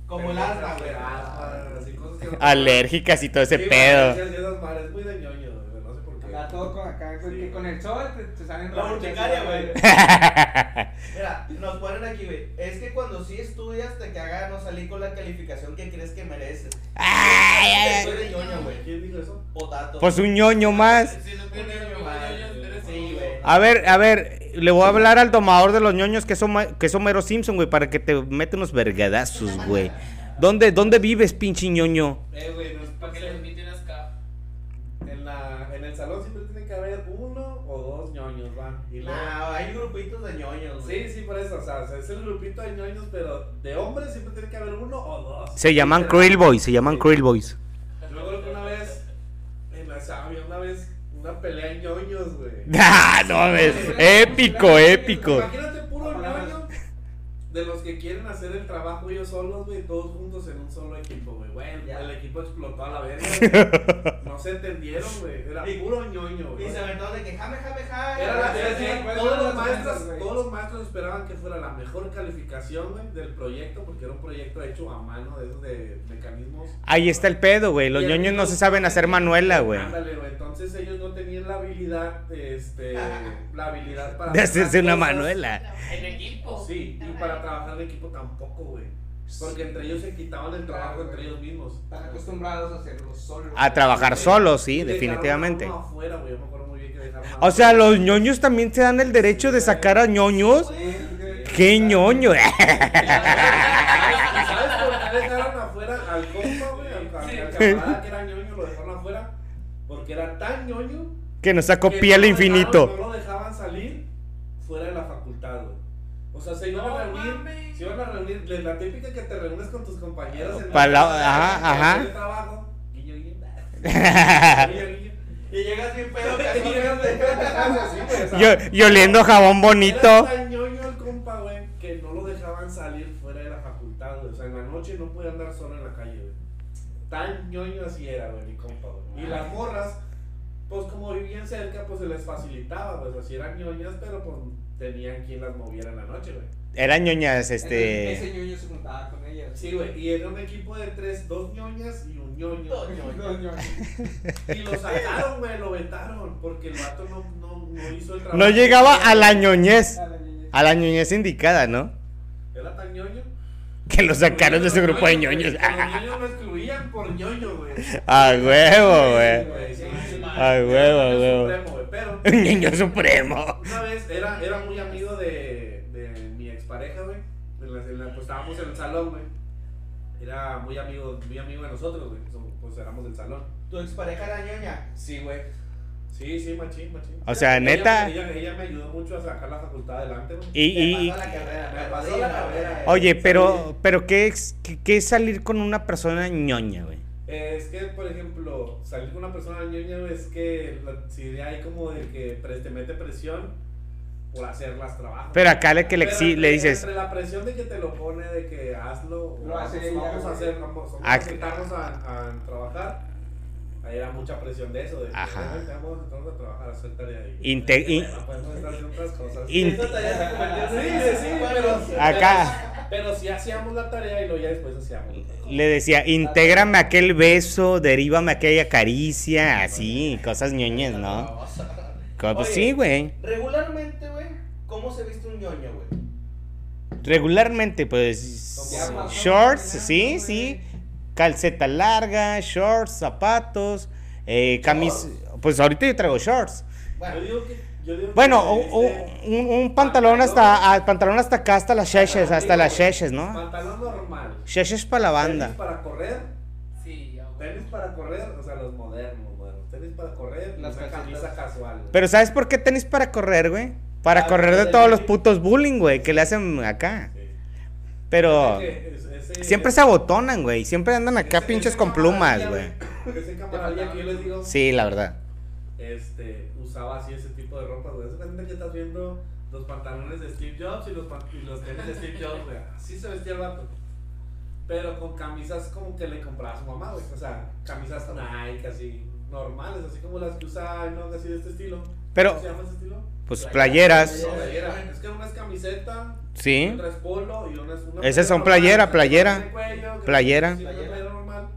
Speaker 1: Como el asma, güey.
Speaker 6: Ah, Así cosas que no-
Speaker 2: Alérgicas y todo ese
Speaker 6: Sí,
Speaker 2: pedo.
Speaker 6: Es, es mal, es muy de ñoño, güey, no sé por qué.
Speaker 4: Acá todo con acá, güey,
Speaker 6: Sí.
Speaker 4: que con el sol te, te salen
Speaker 1: La
Speaker 4: ronchas,
Speaker 1: urticaria,
Speaker 4: güey.
Speaker 1: güey. Mira, nos ponen aquí, güey. Es que cuando sí estudias te caga no salir con la calificación que crees que mereces.
Speaker 2: Ay, ay,
Speaker 1: Soy
Speaker 2: ay.
Speaker 1: de ñoño, güey.
Speaker 6: ¿Quién dijo eso?
Speaker 1: Potato.
Speaker 2: Pues un ñoño más.
Speaker 5: Si no tienes
Speaker 1: Un año
Speaker 5: amigos
Speaker 1: más,
Speaker 5: ñoños,
Speaker 1: güey.
Speaker 5: eres
Speaker 1: Sí,
Speaker 5: un-
Speaker 1: güey.
Speaker 2: A ver, a ver, le voy a hablar al domador de los ñoños que es, Homa- que es Homero Simpson, güey, para que te mete unos vergadazos, güey. ¿Dónde, ¿Dónde vives, pinche ñoño?
Speaker 6: Eh, güey, no es
Speaker 5: Para que le inviten a Ska.
Speaker 6: En, la, en el salón siempre tiene que haber uno o dos ñoños, va. Y luego-
Speaker 1: No, hay grupitos de ñoños, güey.
Speaker 6: Sí, sí, por eso, o sea, es el grupito de ñoños, pero de hombres siempre tiene que haber uno o dos.
Speaker 2: Se llaman Krill Boys, se llaman Krill Boys.
Speaker 6: Yo me acuerdo que una vez, en la sabia, una vez, una pelea de ñoños, güey.
Speaker 2: Ah, no mames, épico, épico.
Speaker 6: Imagínate puro ñoño de los que quieren hacer el trabajo ellos solos, güey, todos juntos en un solo equipo, güey. Bueno,
Speaker 1: Ya.
Speaker 6: el equipo explotó a la verga. güey. No se entendieron, güey. Era
Speaker 1: Y-
Speaker 6: puro ñoño, güey.
Speaker 1: Y se aventaron de que jame, jame, jame.
Speaker 6: Era la- pues,
Speaker 4: sí, sí.
Speaker 6: todos, los
Speaker 4: Todos los maestros,
Speaker 6: maestros,
Speaker 4: güey.
Speaker 6: todos los maestros esperaban que fuera la mejor calificación güey, del proyecto, porque era un proyecto hecho a mano de esos de mecanismos.
Speaker 2: Ahí está el pedo, güey. Los
Speaker 6: Y el
Speaker 2: ñoños no
Speaker 6: niño-
Speaker 2: se saben hacer manuela, güey.
Speaker 6: Ándale, güey. Entonces ellos no tenían la habilidad, este, la habilidad para
Speaker 2: De hacerse una ¿eh?
Speaker 6: cosas.
Speaker 2: manuela.
Speaker 5: En equipo.
Speaker 6: Sí, y para trabajar en equipo tampoco, güey. Porque entre ellos se quitaban el trabajo entre ellos mismos.
Speaker 4: Están acostumbrados a hacerlo solos.
Speaker 2: A trabajar solos, sí,
Speaker 6: Y dejaron
Speaker 2: definitivamente.
Speaker 6: a uno afuera, güey. Yo me acuerdo muy bien que dejaron a
Speaker 2: O
Speaker 6: uno
Speaker 2: sea,
Speaker 6: afuera.
Speaker 2: los ñoños también se dan el derecho de sacar a ñoños.
Speaker 4: Sí, güey.
Speaker 2: ¡Qué ñoño!
Speaker 6: ¿Sabes sabes por qué dejaron afuera al compa, güey? Al, al- al camarada que era ñoño, lo dejaron afuera. Porque era tan ñoño.
Speaker 2: Que nos sacó
Speaker 6: que
Speaker 2: pie al
Speaker 6: no lo dejaron-
Speaker 2: infinito.
Speaker 6: No lo dejaban salir fuera de la facultad, güey. O sea, se iban
Speaker 5: No
Speaker 6: a reunir.
Speaker 5: mames.
Speaker 6: Se iban a reunir. le- La típica que te reúnes con tus compañeros en
Speaker 2: Pa' la-
Speaker 6: casa,
Speaker 2: ajá,
Speaker 6: en
Speaker 2: ajá.
Speaker 6: el trabajo. Guiño, guiño. Guiño, guiño.
Speaker 1: Y llegas bien pedo,
Speaker 6: Y llegas de- así, güey, o sea,
Speaker 2: Yo, y oliendo jabón
Speaker 6: Era
Speaker 2: bonito.
Speaker 6: tan ñoño el compa, güey, que no lo dejaban salir fuera de la facultad, güey. O sea, en la noche no podía andar solo en la calle, güey. Tan ñoño así era, güey, mi compa, güey. Y las morras, pues como vivían cerca, pues se les facilitaba, güey. O sea, sí eran ñoñas, pero pues tenían quien las moviera en la noche, güey.
Speaker 2: Eran ñoñas,
Speaker 4: Entonces,
Speaker 2: este.
Speaker 4: Ese ñoño se juntaba con ellos.
Speaker 6: Sí, güey. Y era un equipo de tres, dos ñoñas y un ñoño.
Speaker 1: Dos ñoños.
Speaker 4: Los ñoños.
Speaker 6: Y lo sacaron, güey, lo vetaron. Porque el vato no, no, no hizo el trabajo.
Speaker 2: No llegaba a la ñoñez.
Speaker 4: A la ñoñez.
Speaker 2: A la ñoñez indicada, ¿no?
Speaker 6: Era tan ñoño.
Speaker 2: Que lo sacaron de ese grupo de ñoños.
Speaker 6: Los ñoños lo excluían por ñoño, güey.
Speaker 2: A huevo,
Speaker 6: Sí,
Speaker 2: güey.
Speaker 6: güey, sí, sí.
Speaker 2: A huevo, a huevo.
Speaker 6: Supremo, güey, Pero
Speaker 2: Un niño supremo.
Speaker 6: una vez era, era muy amigo de, de mi expareja, güey. En la- en la- pues estábamos en el salón, güey. Era muy amigo, muy amigo de nosotros, güey. Somos- Pues éramos del salón.
Speaker 1: Tu expareja era ñoña.
Speaker 6: Sí, güey. Sí, sí, machín, machín.
Speaker 2: O sea,
Speaker 6: Ella-
Speaker 2: neta.
Speaker 6: Ella, ella me ayudó mucho a sacar la facultad adelante, güey.
Speaker 2: Y, y- y-
Speaker 1: Me pasó la carrera,
Speaker 6: Me
Speaker 1: me
Speaker 6: pasó
Speaker 1: pasó
Speaker 6: la
Speaker 1: la
Speaker 6: carrera.
Speaker 1: carrera.
Speaker 2: oye, pero, pero ¿qué es, qué, qué es salir con una persona ñoña, güey?
Speaker 6: Eh, Es que, por ejemplo, salir con una persona ñoña güey, es que la- si hay como de que pre- te mete presión por hacer las trabajos.
Speaker 2: Pero acá le que le,
Speaker 6: Pero
Speaker 2: exi-
Speaker 6: entre-
Speaker 2: le dices,
Speaker 6: Entre la presión de que te lo pone, de que hazlo, o
Speaker 4: Lo hace
Speaker 6: vamos,
Speaker 4: ella,
Speaker 6: vamos a
Speaker 4: güey.
Speaker 6: hacer, vamos, vamos
Speaker 2: Ah,
Speaker 6: a sentarnos a, a trabajar. Ahí era mucha presión de eso, de que
Speaker 2: Ajá.
Speaker 6: "Ven, te vamos, te vamos a trabajar, a hacer tarea ahí.
Speaker 2: Inte- in-
Speaker 6: No podemos estar haciendo otras cosas.
Speaker 2: in-
Speaker 6: Esta tarea se convirtió en- Sí, sí, sí, pero...
Speaker 2: Acá.
Speaker 6: Pero si hacíamos la tarea y luego ya después hacíamos. otra cosa.
Speaker 2: Le decía, intégrame aquel beso, derívame aquella caricia, así, cosas ñoñas, Ah, ¿no? Co- Pues
Speaker 1: Oye.
Speaker 2: sí, güey.
Speaker 1: Regularmente, güey, ¿cómo se viste un ñoño, güey?
Speaker 2: Regularmente, pues.
Speaker 4: Ya pasó
Speaker 2: Shorts,
Speaker 4: caminando,
Speaker 2: sí,
Speaker 4: güey.
Speaker 2: sí. Calceta larga, shorts, zapatos, eh, camis. Pues ahorita yo traigo shorts.
Speaker 6: Yo
Speaker 1: Bueno,
Speaker 6: digo que. Yo digo
Speaker 2: Bueno,
Speaker 6: que
Speaker 2: un,
Speaker 6: este,
Speaker 2: un- un pantalón hasta ah, pantalón hasta acá, hasta las sheshes, hasta las sheshes, ¿no?
Speaker 6: Pantalón normal.
Speaker 2: Sheshes para la
Speaker 6: Tenis
Speaker 2: banda.
Speaker 6: para correr.
Speaker 5: Sí, ya, güey.
Speaker 6: Tenis para correr. O sea, los modernos, bueno. Tenis para correr. y
Speaker 4: Las
Speaker 6: una
Speaker 4: calcetas.
Speaker 6: camisa casual. güey.
Speaker 2: Pero ¿sabes por qué tenis para correr, güey? Para
Speaker 6: Ah,
Speaker 2: correr de
Speaker 6: del
Speaker 2: todos los
Speaker 6: bullying.
Speaker 2: putos bullying, güey, que le hacen acá.
Speaker 6: Sí.
Speaker 2: Pero
Speaker 6: Ese- ese-
Speaker 2: siempre se abotonan, güey. Siempre andan acá
Speaker 6: ese-
Speaker 2: pinches
Speaker 6: ese
Speaker 2: con plumas,
Speaker 6: camaradilla,
Speaker 2: güey.
Speaker 6: Ese camaradilla que yo les digo.
Speaker 2: Sí, la verdad.
Speaker 6: este, usaba así ese tipo de ropa, güey. Haz de cuenta que estás viendo los pantalones de Steve Jobs y los, pan- y los tenis de Steve Jobs, güey. Así se vestía el vato. Pero con camisas como que le compraba a su mamá, güey. O sea, camisas Nike, así, normales, así como las que usaba, ¿no? Así de este estilo. ¿Cómo
Speaker 2: Pero,
Speaker 6: se llama ese estilo?
Speaker 2: pues playeras,
Speaker 6: No, playera. Es que una es camiseta,
Speaker 2: sí.
Speaker 6: otra es polo y una es una.
Speaker 2: Esas son
Speaker 6: normal,
Speaker 2: playera,
Speaker 6: que tiene cuello, que
Speaker 2: playera.
Speaker 6: tiene una playera normal.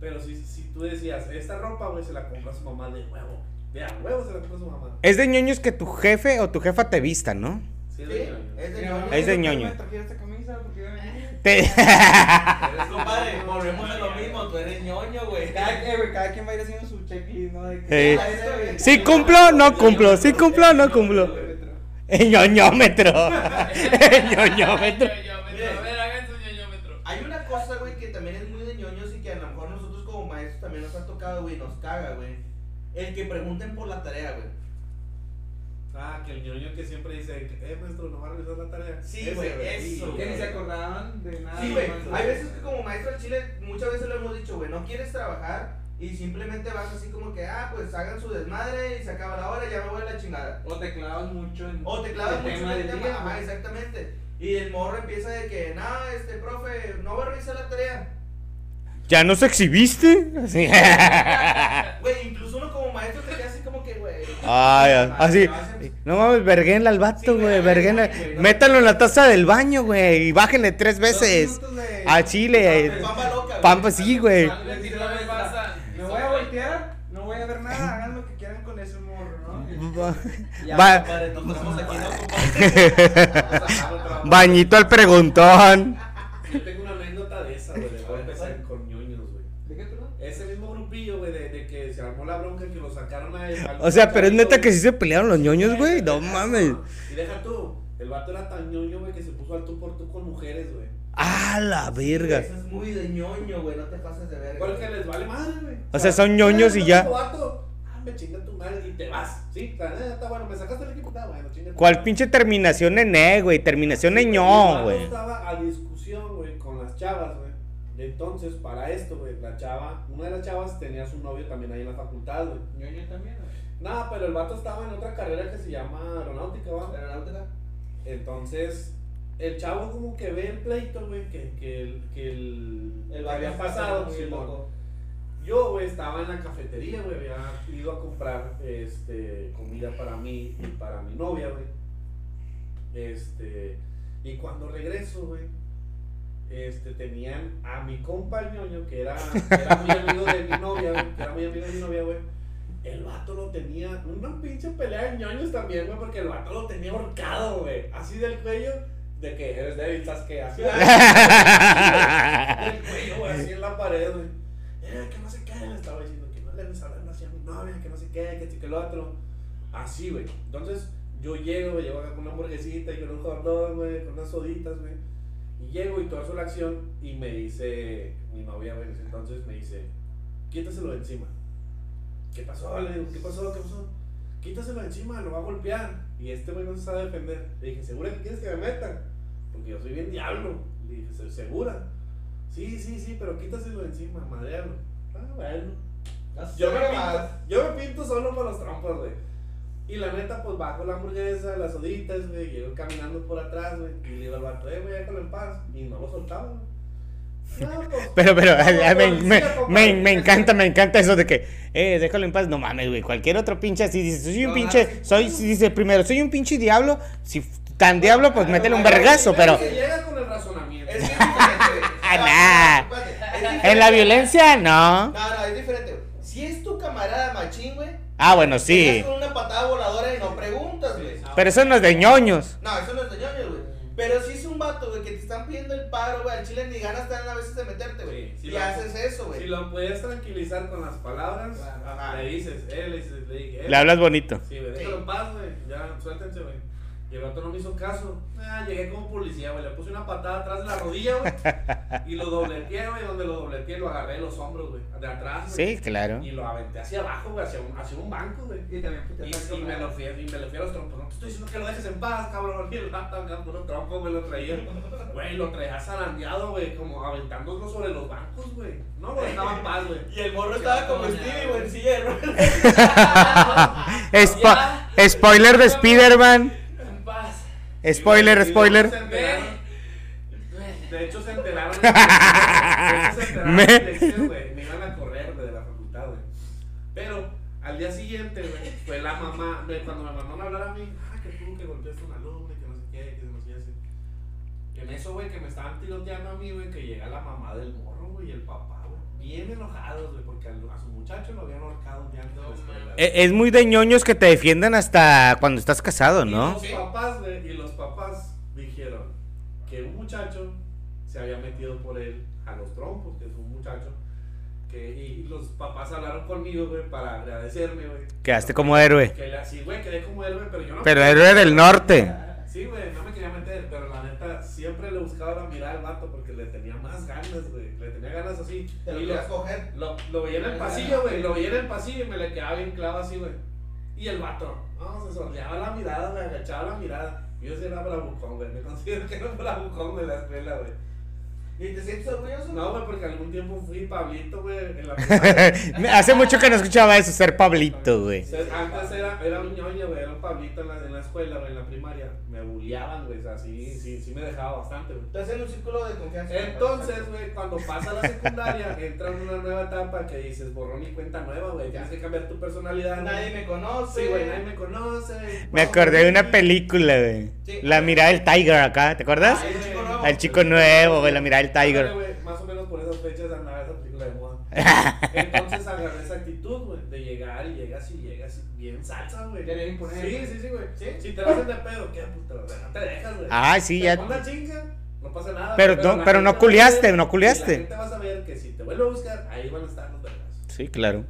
Speaker 6: Pero si, si tú decías, esta ropa, güey, se la compra su mamá de huevo. De a huevo se la compra su mamá.
Speaker 2: Es de ñoños que tu jefe o tu jefa te vista, ¿no?
Speaker 1: ¿sí?
Speaker 6: Sí, es de ñoño.
Speaker 1: Es de
Speaker 4: Mira,
Speaker 1: ñoño.
Speaker 4: mamá,
Speaker 2: Es de
Speaker 4: ¿por qué me
Speaker 2: ñoño.
Speaker 4: trajiste camisa? Porque yo venía-
Speaker 2: Te-
Speaker 1: Eres compadre, volvemos a lo mismo, tú eres ñoño, güey.
Speaker 4: Cada, eh, güey, cada quien va a ir haciendo su checklist, ¿no? De
Speaker 2: Eh,
Speaker 4: ah, ese, güey.
Speaker 2: Si cumplo, no cumplo. Si cumplo, no cumplo. El ñoñómetro. El ñoñómetro.
Speaker 5: Ñoñómetro. A ver, hagan su ñoñómetro.
Speaker 1: Hay una cosa, güey, que también es muy de ñoños y que a lo mejor nosotros como maestros también nos ha tocado, güey, nos caga, güey. El que pregunten por la tarea, güey.
Speaker 6: Ah, que el ñoño que siempre dice, eh, maestro, no va a revisar la tarea.
Speaker 1: Sí,
Speaker 6: Ese,
Speaker 1: güey, eso,
Speaker 6: sí,
Speaker 4: Que ni se acordaban de nada.
Speaker 1: Sí, güey.
Speaker 4: nomás.
Speaker 1: Hay veces que como maestro al chile, muchas veces lo hemos dicho, güey, no quieres trabajar y simplemente vas así como que, ah, pues hagan su desmadre y se acaba la hora, ya me voy a la chingada.
Speaker 4: O te clavas mucho en.
Speaker 1: O te clavas mucho en el
Speaker 4: del
Speaker 1: tema,
Speaker 4: día,
Speaker 1: ajá,
Speaker 4: güey.
Speaker 1: exactamente. Y el morro empieza de que, nada, este profe, no va a revisar la tarea.
Speaker 2: ¿Ya nos exhibiste? Sí.
Speaker 1: Güey, incluso uno como maestro te queda así como que, güey.
Speaker 2: Ay, así. No mames, verguenla al vato, güey. Verguenla. Métalo en la taza del baño, güey. Y bájenle tres
Speaker 4: Dos
Speaker 2: veces.
Speaker 4: minutos de-
Speaker 2: A Chile. eh,
Speaker 1: Pampa loca, güey.
Speaker 2: Pampa, sí, güey.
Speaker 5: Algo así no me pasa.
Speaker 4: Me voy a voltear, no voy a ver nada, hagan lo que quieran con ese morro, ¿no?
Speaker 2: Ba-
Speaker 1: Compadre, nos ponemos aquí, ¿no, compadre?
Speaker 2: Bañito al preguntón.
Speaker 6: Yo tengo una anécdota de esa, güey. de voy a empezar con ñoños, güey.
Speaker 4: ¿De qué tú
Speaker 6: Ese mismo grupillo, güey, de, de que se armó la bronca, que lo sacaron a él.
Speaker 2: O sea, pero es neta que sí se pelearon los ñoños, güey. No mames.
Speaker 6: Y deja tú, el vato era tan ñoño, güey, que se puso al tú por tú con mujeres, güey.
Speaker 2: Ah, la verga.
Speaker 1: Eso es muy de ñoño, güey, no te pases de verga.
Speaker 6: Porque les vale madre, güey.
Speaker 2: O sea, son ñoños y ya.
Speaker 6: "Ah, vato, ah, me chinga tu madre y te vas. Sí, la neta, está bueno, me sacaste el equipo, está bueno, chinga. tu
Speaker 2: ¿Cuál
Speaker 6: madre".
Speaker 2: pinche terminación en E, güey? Terminación en
Speaker 6: El
Speaker 2: ño,
Speaker 6: vato
Speaker 2: güey.
Speaker 6: Estaba a discusión, güey, con las chavas, güey. Entonces, para esto, güey, la chava, una de las chavas tenía su novio también ahí en la facultad, güey.
Speaker 4: Ñoño también, güey.
Speaker 6: Nada, pero el vato estaba en otra carrera que se llama aeronáutica, ¿va?
Speaker 1: Aeronáutica.
Speaker 6: Entonces, el chavo como que ve el pleito, güey, que, que el, que el,
Speaker 1: El
Speaker 6: que había
Speaker 1: barrio
Speaker 6: pasado,
Speaker 1: muy
Speaker 6: Simón.
Speaker 1: loco.
Speaker 6: Yo, güey, estaba en la cafetería, güey, había ido a comprar, este, comida para mí y para mi novia, güey. Este, y cuando regreso, güey, este, tenían a mi compañero, que era, que era muy amigo de mi novia, güey, que era muy amigo de mi novia, güey. El vato lo tenía, una pinche pelea de ñoños también, güey, porque el vato lo tenía ahorcado, güey, así del cuello, de que eres débil, estás que así. del cuello, güey, así en la pared, güey. Eh, que no sé qué, le estaba diciendo que no le debes hablar así a mi novia, que no sé qué, que esto y que lo otro. Así, güey. Entonces, yo llego, güey, llego acá con una hamburguesita y con un hot dog, güey, con unas soditas, güey. Y llego y toda su la acción y me dice mi novia, güey, en ese entonces me dice, quítaselo de encima. ¿Qué pasó? Le digo, ¿qué pasó? ¿Qué pasó? Quítaselo de encima, lo va a golpear. Y este güey no se sabe defender. Le dije, ¿segura que quieres que me metan? Porque yo soy bien diablo. Le dije, "Se- ¿segura? Sí, sí, sí, pero quítaselo de encima, madrealo. Ah, bueno. Yo me, pinto, yo me pinto solo para los trompos, güey. Y la neta, pues bajo la hamburguesa, las soditas, güey. Llego caminando por atrás, güey. Y le digo al vato, eh, güey, déjalo en paz. Y no lo soltaba, güey. No, pues,
Speaker 2: Pero, pero,
Speaker 6: no,
Speaker 2: me, me-
Speaker 6: policía,
Speaker 2: me-
Speaker 6: compadre.
Speaker 2: me encanta, me encanta eso de que, eh, déjalo en paz. No mames, güey. Cualquier otro pinche así dice, soy un
Speaker 4: No,
Speaker 2: pinche,
Speaker 4: así,
Speaker 2: soy,
Speaker 4: no.
Speaker 2: si dice primero, soy un pinche diablo. Si f- tan diablo, pues
Speaker 4: claro,
Speaker 2: métele un
Speaker 4: claro,
Speaker 2: vergazo, pero.
Speaker 6: Se llega con el razonamiento.
Speaker 1: Es que es diferente.
Speaker 2: Ah,
Speaker 1: No, espérate, es diferente.
Speaker 2: En la violencia, no.
Speaker 1: No, no, es diferente. güey. Si es tu camarada machín, güey.
Speaker 2: Ah, bueno,
Speaker 1: te
Speaker 2: sí.
Speaker 1: das con una patada voladora y no preguntas, güey.
Speaker 2: Pero eso no es de ñoños.
Speaker 1: No, eso no es de ñoño, güey. Pero si es un vato, güey, que te están pidiendo el paro, güey, al chile ni ganas te dan a veces de meterte, güey.
Speaker 6: Sí, sí
Speaker 1: y
Speaker 6: lo hago.
Speaker 1: haces eso,
Speaker 6: Si
Speaker 1: güey.
Speaker 6: lo puedes tranquilizar con las palabras,
Speaker 4: Claro.
Speaker 6: ajá, le dices, eh, le dices, le dije, eh,
Speaker 2: Le hablas bonito.
Speaker 6: Sí, güey, déjalo en paz, güey. Ya, suéltense, güey. Y el vato no me hizo caso. Ah, llegué como policía, güey. Le puse una patada atrás de la rodilla, güey. y lo dobleteé, güey. Donde lo dobleteé, lo agarré de los hombros, güey. De atrás, güey.
Speaker 2: Sí, claro.
Speaker 6: Y lo aventé hacia abajo, güey. Hacia un, hacia un banco, güey.
Speaker 4: Y también pues,
Speaker 6: Y,
Speaker 4: puteas al
Speaker 6: y me lo
Speaker 4: camarada.
Speaker 6: fui, y me lo fui a los trompos. No te estoy diciendo que lo dejes en paz, cabrón. Y el vato acá, puro trompo, güey, lo traía. Güey, lo traía zarandeado, güey. Como aventándolo sobre los bancos, güey. No lo dejaba en paz, güey.
Speaker 1: Y el morro estaba como Stevie, güey, en silla de ruedas.
Speaker 2: Espo- spoiler de Spider-Man.
Speaker 5: En paz.
Speaker 2: Spoiler,
Speaker 6: Y luego- y luego
Speaker 2: spoiler.
Speaker 6: se enteraron- De hecho, se enteraron. de hecho, se enteraron
Speaker 2: Me-
Speaker 6: de la elección, güey. Me iban a correr güey, de la facultad, güey. Pero al día siguiente, güey, fue la mamá. güey, cuando me mandaron a hablar a mí, ah, que tú que golpeaste a un alumno y que no sé qué, que no sé qué. así. Y En eso, güey, que me estaban tiroteando a mí, güey, que llega la mamá del morro, güey, y el papá, güey. Bien enojados, güey, porque al- a su muchacho lo habían ahorcado un día antes de la escuela.
Speaker 2: E- Es muy de ñoños que te defiendan hasta cuando estás casado,
Speaker 6: Y
Speaker 2: ¿no?
Speaker 6: los papás, güey, y los papás dijeron que un muchacho se había metido por él a los trompos, que es un muchacho. Que, y los papás hablaron conmigo, güey, para agradecerme, güey.
Speaker 2: Quedaste como héroe.
Speaker 6: Que le- sí, güey, quedé como héroe, pero yo no.
Speaker 2: Pero héroe del norte.
Speaker 6: Sí, güey, no me quería meter, pero la neta siempre le buscaba la mirada al vato porque le tenía más ganas, güey. Le tenía ganas así.
Speaker 1: Te lo
Speaker 6: Y los-
Speaker 1: quieras coger.
Speaker 6: lo, lo veía en el pasillo, güey. Lo veía en el pasillo y me le quedaba bien clavo así, güey. Y el vato, no, se sordeaba la mirada, me agachaba la mirada. Yo sí era bravucón, güey. Me considero que era un bravucón de la escuela, güey.
Speaker 1: ¿Y te sientes orgulloso?
Speaker 6: No, güey, porque algún tiempo fui Pablito, güey, en la primaria.
Speaker 2: Hace mucho que no escuchaba eso, ser Pablito, güey.
Speaker 6: Entonces, Antes era, era un ñoño, güey, era un Pablito en la, en la escuela, güey, en la primaria. Me bulleaban, güey, o sea, sí, sí, sí me dejaba bastante, güey.
Speaker 1: Estás en un círculo de confianza.
Speaker 6: Entonces, güey, cuando pasa la secundaria, entra en una nueva etapa que dices, borrón y cuenta nueva, güey, tienes que cambiar tu personalidad.
Speaker 1: Nadie
Speaker 6: güey.
Speaker 1: me conoce,
Speaker 6: Sí, güey, nadie me conoce.
Speaker 2: Me acordé de una película, güey.
Speaker 1: Sí.
Speaker 2: La mirada del Tiger acá, ¿te acuerdas?
Speaker 1: Ay, el chico nuevo.
Speaker 2: El chico nuevo, güey, la mirada del
Speaker 6: Ándale,
Speaker 2: Tiger.
Speaker 6: güey, Más o menos por esas fechas andaba esa película de moda. Entonces agarré esa actitud, güey, de llegar y llegas y llegas y bien salsa, güey.
Speaker 4: Querer imponer,
Speaker 6: Sí,
Speaker 4: güey.
Speaker 6: sí, sí, güey. Si te lo hacen de pedo, ¿qué puta? güey, No te dejas, güey.
Speaker 2: Ah, sí,
Speaker 6: Te
Speaker 2: ya.
Speaker 6: pon la chinga, no pasa nada.
Speaker 2: Pero
Speaker 6: güey,
Speaker 2: no,
Speaker 6: la
Speaker 2: pero no
Speaker 6: gente va a
Speaker 2: culiaste,
Speaker 6: ver-
Speaker 2: no
Speaker 6: y La
Speaker 2: culiaste.
Speaker 6: gente va a saber que si te vuelve a buscar, ahí van a estar los vergas.
Speaker 2: Sí, claro.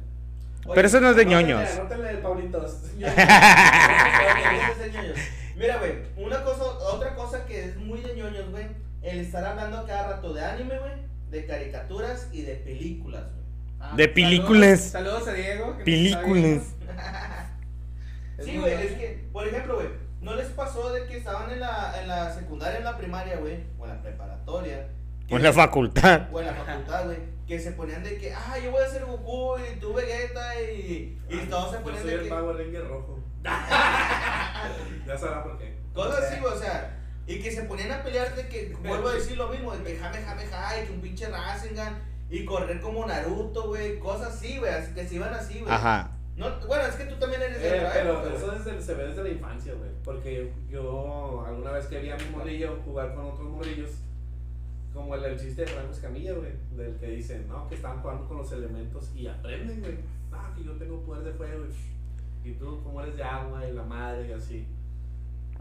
Speaker 1: Oye,
Speaker 2: Pero eso no es de
Speaker 6: Anótale,
Speaker 2: ñoños.
Speaker 6: Anótale, Pablitos.
Speaker 1: Eso es de ñoños. Mira, güey, una cosa, otra cosa que es muy de ñoños, güey, el estar hablando cada rato de anime, güey, de caricaturas y de películas, güey.
Speaker 4: Ah,
Speaker 2: De
Speaker 4: saludos-
Speaker 2: películas.
Speaker 4: Saludos a Diego. que nos está
Speaker 2: Películas.
Speaker 4: viendo.
Speaker 1: Sí,
Speaker 4: muy
Speaker 1: güey,
Speaker 4: bueno.
Speaker 1: es que, por ejemplo, güey, ¿no les pasó de que estaban en la, en la secundaria, en la primaria, güey, o en la preparatoria? que-
Speaker 2: O en la facultad.
Speaker 1: o en la facultad, güey, que se ponían de que, ah, yo voy a ser Goku y tú Vegeta y, y todos se
Speaker 6: Ah, Yo
Speaker 1: ponían
Speaker 6: soy
Speaker 1: de
Speaker 6: el
Speaker 1: que...
Speaker 6: Power Ranger rojo. ya sabrá por qué.
Speaker 1: Cosas así, güey, o sea, y que se ponían a pelear de que, vuelvo a decir lo mismo, de que jame, jame, jame, que un pinche Rasengan, y correr como Naruto, güey, cosas así, güey, así que se iban así, güey.
Speaker 2: Ajá.
Speaker 1: No, bueno, es que tú también eres de
Speaker 6: Eh,
Speaker 1: otra
Speaker 6: pero
Speaker 1: época,
Speaker 6: eso
Speaker 1: güey.
Speaker 6: desde- se ve desde la infancia, güey. Porque yo alguna vez que vi a mi morrillo jugar con otros morrillos, como el, el chiste de Franco Escamilla, güey, del que dicen, no, que están jugando con los elementos y aprenden, güey. Ah, que yo tengo poder de fuego y- y tú como eres de agua y la madre y así.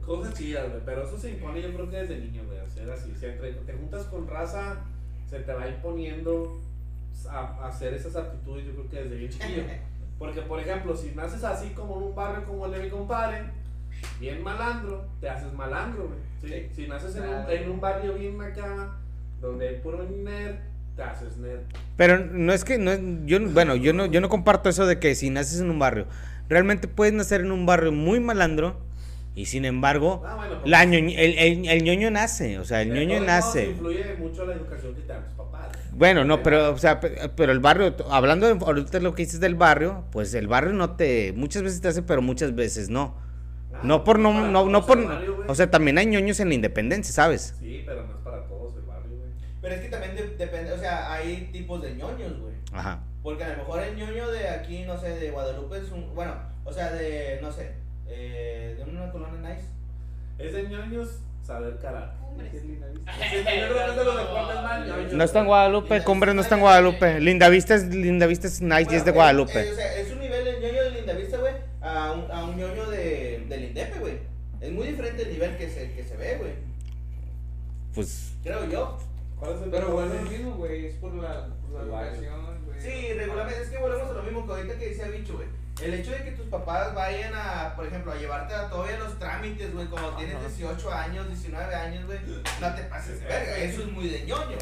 Speaker 6: Cosas chidas, güey. Pero eso se impone yo creo que desde niño, güey, hacer así. Si entre- te juntas con raza, se te va imponiendo a, a hacer esas actitudes, yo creo que desde bien chiquillo. Porque, por ejemplo, si naces así como en un barrio como el de mi compadre, bien malandro, te haces malandro, güey. ¿sí? Si naces en, un,
Speaker 4: Claro.
Speaker 6: en un barrio bien acá, donde hay puro nerd, te haces nerd.
Speaker 2: Pero no es que no es- yo no- bueno, yo no yo no comparto eso de que si naces en un barrio, realmente puedes nacer en un barrio muy malandro y sin embargo
Speaker 6: Ah, bueno, porque
Speaker 2: la ñoñ- el, el- el ñoño nace, o sea, el
Speaker 6: de
Speaker 2: ñoño
Speaker 6: todos modos
Speaker 2: nace.
Speaker 6: Influye mucho la educación que te dan tus papás. güey.
Speaker 2: Bueno, no, pero, o sea, pe- pero el barrio, t- hablando de- ahorita de lo que dices del barrio, pues el barrio no te, muchas veces te hace, pero muchas veces no.
Speaker 6: Ah,
Speaker 2: No por, no,
Speaker 6: para
Speaker 2: no, no
Speaker 6: todos
Speaker 2: por,
Speaker 6: el barrio, güey.
Speaker 2: o sea, también hay ñoños en la independencia, ¿sabes?
Speaker 6: Sí, pero no es para todos el barrio, güey.
Speaker 1: Pero es que también de- depende, o sea, hay tipos de ñoños, güey.
Speaker 2: Ajá.
Speaker 1: Porque a lo mejor el ñoño de aquí, no sé, de Guadalupe es un. Bueno, o sea, de, no sé, eh, de una colonia nice.
Speaker 6: Es de ñoños saber carácter.
Speaker 5: Cumbres.
Speaker 6: Es linda vista. Sí, señor, es de los deportes más ñoños.
Speaker 2: No está en Guadalupe, Cumbres no está en Guadalupe. Lindavista es, Lindavista es nice y
Speaker 1: Bueno,
Speaker 2: es de
Speaker 1: eh, eh,
Speaker 2: Guadalupe.
Speaker 1: o sea, es un nivel el ñoño de Lindavista, güey, a un, a un ñoño de, del Indepe, güey. Es muy diferente el nivel que se, que se ve, güey.
Speaker 2: Pues
Speaker 1: Creo yo.
Speaker 6: ¿Cuál es el
Speaker 4: Pero
Speaker 6: deporte?
Speaker 4: bueno, es lo mismo, güey, es por la, por la
Speaker 6: El barrio.
Speaker 4: educación, güey.
Speaker 1: Sí, regularmente, es que volvemos a lo mismo que ahorita que decía Bicho, güey. El hecho de que tus papás vayan a, por ejemplo, a llevarte a todavía los trámites, güey, cuando tienes 18 años, 19 años, güey, no te pases de verga. Eso es muy de ñoño.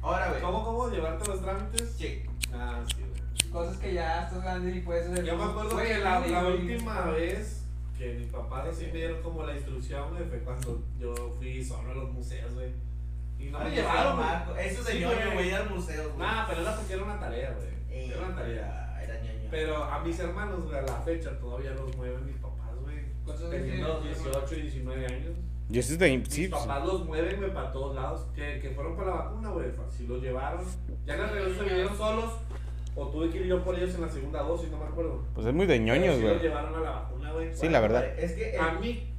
Speaker 1: Ahora, güey.
Speaker 6: ¿Cómo, cómo llevarte los trámites?
Speaker 1: Sí.
Speaker 6: Ah, sí, güey.
Speaker 4: Cosas que ya estás grande y puedes hacer.
Speaker 6: Yo me acuerdo
Speaker 4: Güey,
Speaker 6: que la,
Speaker 4: güey,
Speaker 6: la
Speaker 4: güey.
Speaker 6: última vez que mis papás así me dieron como la instrucción, güey, fue cuando yo fui solo a los museos, güey. Y
Speaker 1: Ah,
Speaker 6: no me llevaron,
Speaker 1: Marco.
Speaker 6: güey.
Speaker 1: Eso es de
Speaker 6: Sí,
Speaker 1: ñoño,
Speaker 6: güey.
Speaker 1: güey, ir al museo, güey.
Speaker 6: Nah, pero era porque era una tarea, güey.
Speaker 1: Eh,
Speaker 6: Era una tarea.
Speaker 1: Era ñoño.
Speaker 6: Pero a mis hermanos, güey, a la fecha todavía los mueven mis papás, güey.
Speaker 4: Cosas
Speaker 6: Teniendo
Speaker 4: que-
Speaker 6: 18 y 19 años.
Speaker 2: yo soy de. Sí,
Speaker 6: Mis
Speaker 2: pues,
Speaker 6: papás los mueven, güey, para todos lados. Que, que fueron para la vacuna, güey. Si los llevaron. Ya en el regreso se vieron solos. O tuve que ir yo por ellos en la segunda dosis, no me acuerdo.
Speaker 2: pues es muy de
Speaker 6: Pero
Speaker 2: ñoños,
Speaker 6: sí los
Speaker 2: güey.
Speaker 6: llevaron a la vacuna, güey.
Speaker 2: Sí, la verdad.
Speaker 1: Es que. eh,
Speaker 6: A mí,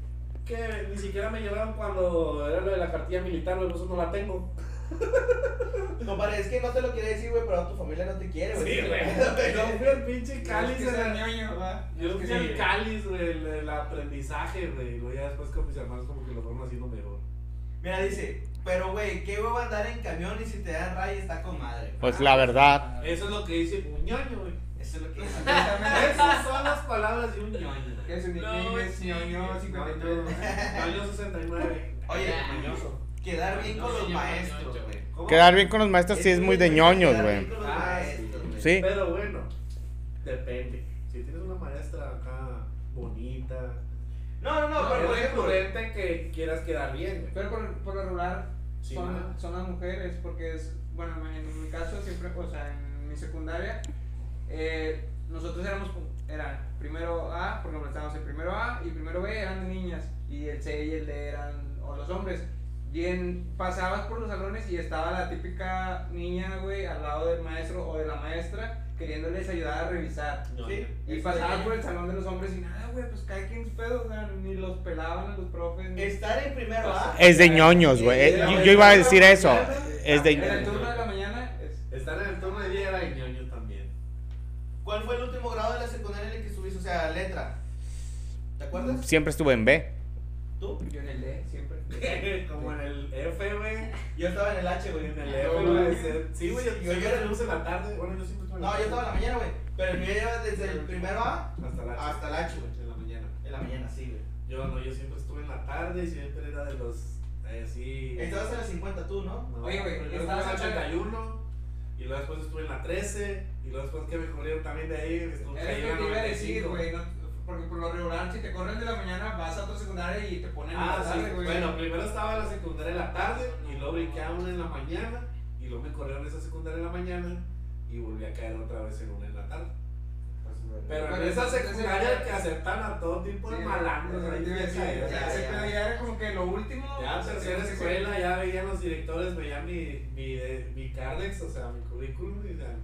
Speaker 6: que ni siquiera me llevaron cuando era lo de la cartilla militar, güey, por eso no la tengo.
Speaker 1: Compadre, es que no te lo quiere decir, güey, pero tu familia no te quiere, güey.
Speaker 6: Yo fui el pinche cáliz
Speaker 4: Cáliz
Speaker 6: de
Speaker 4: de
Speaker 6: la...
Speaker 4: ñoño, va.
Speaker 6: Yo
Speaker 4: que
Speaker 6: fui
Speaker 4: sí.
Speaker 6: el cáliz, güey, el, el aprendizaje, güey. y luego ya después con mis hermanos como que lo fueron haciendo mejor.
Speaker 1: Mira, dice, pero güey, qué huevo andar en camión y si te dan raya está con madre.
Speaker 2: Pues la verdad.
Speaker 4: Ah,
Speaker 6: Eso es lo que dice un ñoño, güey.
Speaker 1: Eso es lo que
Speaker 6: Esas son las palabras de un ñoño. güey.
Speaker 4: Que su nickname
Speaker 5: No,
Speaker 4: es
Speaker 5: sí,
Speaker 4: ñoño
Speaker 5: es
Speaker 6: Ñoño
Speaker 4: 53.
Speaker 6: ñoño 69.
Speaker 1: Oye,
Speaker 6: ñoñoso.
Speaker 1: quedar bien
Speaker 5: No,
Speaker 1: con
Speaker 5: sí,
Speaker 1: los
Speaker 5: yo,
Speaker 1: maestros,
Speaker 5: yo,
Speaker 1: güey.
Speaker 6: ¿Cómo?
Speaker 2: Quedar bien con los maestros sí es muy de ñoños,
Speaker 1: quedar bien
Speaker 2: güey.
Speaker 1: con los
Speaker 6: Ah,
Speaker 1: maestros, güey.
Speaker 2: Sí.
Speaker 6: Pero bueno, depende. Si tienes una maestra acá bonita,
Speaker 1: No, no, no, pero por ejemplo,
Speaker 6: prudente que quieras quedar bien, güey.
Speaker 4: Pero por, por lo regular
Speaker 6: Sí,
Speaker 4: son,
Speaker 6: ¿no?
Speaker 4: son las mujeres porque es, bueno, en mi caso siempre, o sea, en mi secundaria, eh, nosotros éramos, como- eran primero A, porque estábamos en primero A y primero B eran de niñas y el C y el D eran o los hombres. Bien, pasabas por los salones y estaba la típica niña, güey, al lado del maestro o de la maestra queriéndoles ayudar a revisar.
Speaker 1: Sí.
Speaker 4: Y
Speaker 1: Este,
Speaker 4: pasaba por el salón de los hombres y nada, güey, pues cada quien su pedo, o sea, ni los pelaban a los profes. ni-
Speaker 1: estar en primero A.
Speaker 2: Es de ñoños, güey. Eh, Yo, yo iba a decir eso. Es
Speaker 4: En el
Speaker 2: de.
Speaker 4: turno de la mañana es
Speaker 6: Estar en el turno de día era de ñoño también.
Speaker 1: ¿Cuál fue el último grado de la secundaria en el que estuviste? O sea, letra. ¿Te acuerdas?
Speaker 2: Siempre estuve en B.
Speaker 1: ¿Tú?
Speaker 4: yo en el D siempre.
Speaker 6: Como en el F, güey.
Speaker 1: Yo estaba en el E. H, güey.
Speaker 6: En el
Speaker 4: No,
Speaker 6: F, güey.
Speaker 4: güey.
Speaker 6: se- Sí, güey, yo, yo, era luz en la tarde. Bueno, yo siempre estuve en
Speaker 1: No, yo estaba en la
Speaker 6: tarde.
Speaker 1: mañana, güey. Pero el mío lleva desde el primero A
Speaker 6: Hasta la
Speaker 1: hasta el H, güey.
Speaker 6: en la mañana.
Speaker 1: En la mañana, sí, güey.
Speaker 6: Yo no, yo siempre estuve en la tarde y siempre era de los. eh, Así.
Speaker 1: Estabas en la 50 tú, ¿no?
Speaker 6: No,
Speaker 4: Oye, güey,
Speaker 6: pero yo
Speaker 4: estabas
Speaker 6: estuve en
Speaker 4: en
Speaker 6: la
Speaker 4: la-
Speaker 6: 81 y luego después estuve en la 13 y luego después que me corrieron también de ahí, estuve
Speaker 4: Es
Speaker 6: en
Speaker 4: lo
Speaker 6: la
Speaker 4: que te iba a decir,
Speaker 6: 95.
Speaker 4: güey, no- porque por lo regular si te corren de la mañana vas a otra secundaria y te ponen a
Speaker 6: Ah,
Speaker 4: la tarde,
Speaker 6: sí.
Speaker 4: güey.
Speaker 6: Bueno, primero estaba en la secundaria en la tarde y luego brinqué a una en la mañana y luego me corrieron esa secundaria en la mañana y volví a caer otra vez en una en la tarde. Pero en
Speaker 4: Pero
Speaker 6: esa
Speaker 4: entonces-
Speaker 6: secundaria que aceptan a todo tipo de
Speaker 4: Sí,
Speaker 6: malandros.
Speaker 4: güey,
Speaker 6: ahí
Speaker 4: te iba a decir,
Speaker 6: ya,
Speaker 4: o sea,
Speaker 1: ya,
Speaker 4: ese
Speaker 1: ya.
Speaker 4: pedo ya era como que lo último.
Speaker 6: Ya
Speaker 4: o sea,
Speaker 6: tercera
Speaker 4: sí, sí, sí.
Speaker 6: escuela, ya veían los directores, veían mi, mi, de- mi cardex, o sea, mi currículum y decían,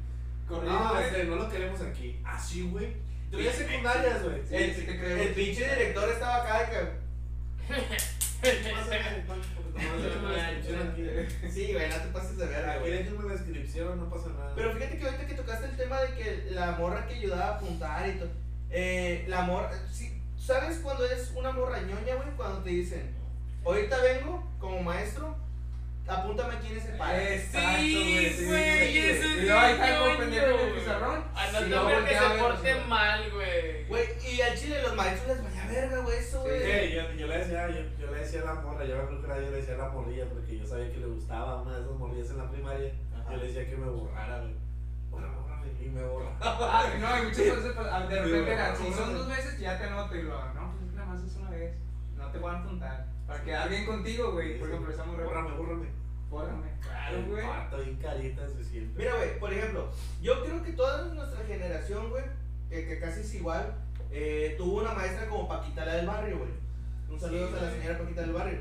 Speaker 4: Corrido,
Speaker 6: no,
Speaker 4: güey.
Speaker 6: este, no lo queremos aquí. Así, güey. Tuve secundarias, güey. Eh,
Speaker 4: Sí,
Speaker 1: El,
Speaker 4: sí te creo.
Speaker 1: el pinche director estaba acá de que.
Speaker 6: Pásame, porque nomás déjenme la descripción aquí.
Speaker 1: Sí, güey, no te pases de verga,
Speaker 6: Aquí
Speaker 1: güey.
Speaker 6: déjenme la descripción, no pasa nada.
Speaker 1: Pero fíjate que ahorita que tocaste el tema de que la morra que ayudaba a apuntar y todo. Eh, la morra. sí, ¿Sabes cuando es una morra ñoña, güey? Cuando te dicen, ahorita vengo como maestro, apúntame aquí en ese país.
Speaker 4: Exacto, güey, sí,
Speaker 5: Sí, güey,
Speaker 4: sí, Ah, güey.
Speaker 5: eso es
Speaker 4: Y luego ahí
Speaker 5: bien
Speaker 4: está como
Speaker 5: ñoño,
Speaker 4: pendejo en el
Speaker 5: güey.
Speaker 4: pizarrón.
Speaker 5: A no
Speaker 4: y luego
Speaker 5: tener que
Speaker 4: voltea a
Speaker 5: se
Speaker 4: ver,
Speaker 5: porte
Speaker 4: güey.
Speaker 5: mal, güey.
Speaker 1: Güey, y al chile los maestros les vaya verga, güey, eso, güey.
Speaker 6: Eh, yo, yo le decía, yo, yo le decía a la morra, yo me acuerdo que era yo le decía a la morrilla porque yo sabía que le gustaba una de esas morrillas en la primaria.
Speaker 1: Ajá.
Speaker 6: Yo le decía que me borrara, güey. Borra, borra, güey, y me borra.
Speaker 4: Ah, no, y muchas veces pues, ah, de
Speaker 6: Sí,
Speaker 4: repente,
Speaker 6: güey,
Speaker 4: era,
Speaker 6: no,
Speaker 4: si
Speaker 6: no,
Speaker 4: son
Speaker 6: no.
Speaker 4: dos veces, ya te anoto y lo hago. No, pues nada más es una vez. No te voy a apuntar. Para quedar bien contigo, güey. Por ejemplo, estamos re.
Speaker 6: Bórrame, bórrame.
Speaker 4: Fórame. Claro,
Speaker 6: El
Speaker 4: güey.
Speaker 6: pato bien carita se siente.
Speaker 1: Mira, güey, por ejemplo, yo creo que toda nuestra generación, güey, que, que casi es igual, eh, tuvo una maestra como Paquita la del barrio, güey. Un saludo
Speaker 6: Sí,
Speaker 1: a la
Speaker 6: güey.
Speaker 1: señora Paquita del barrio.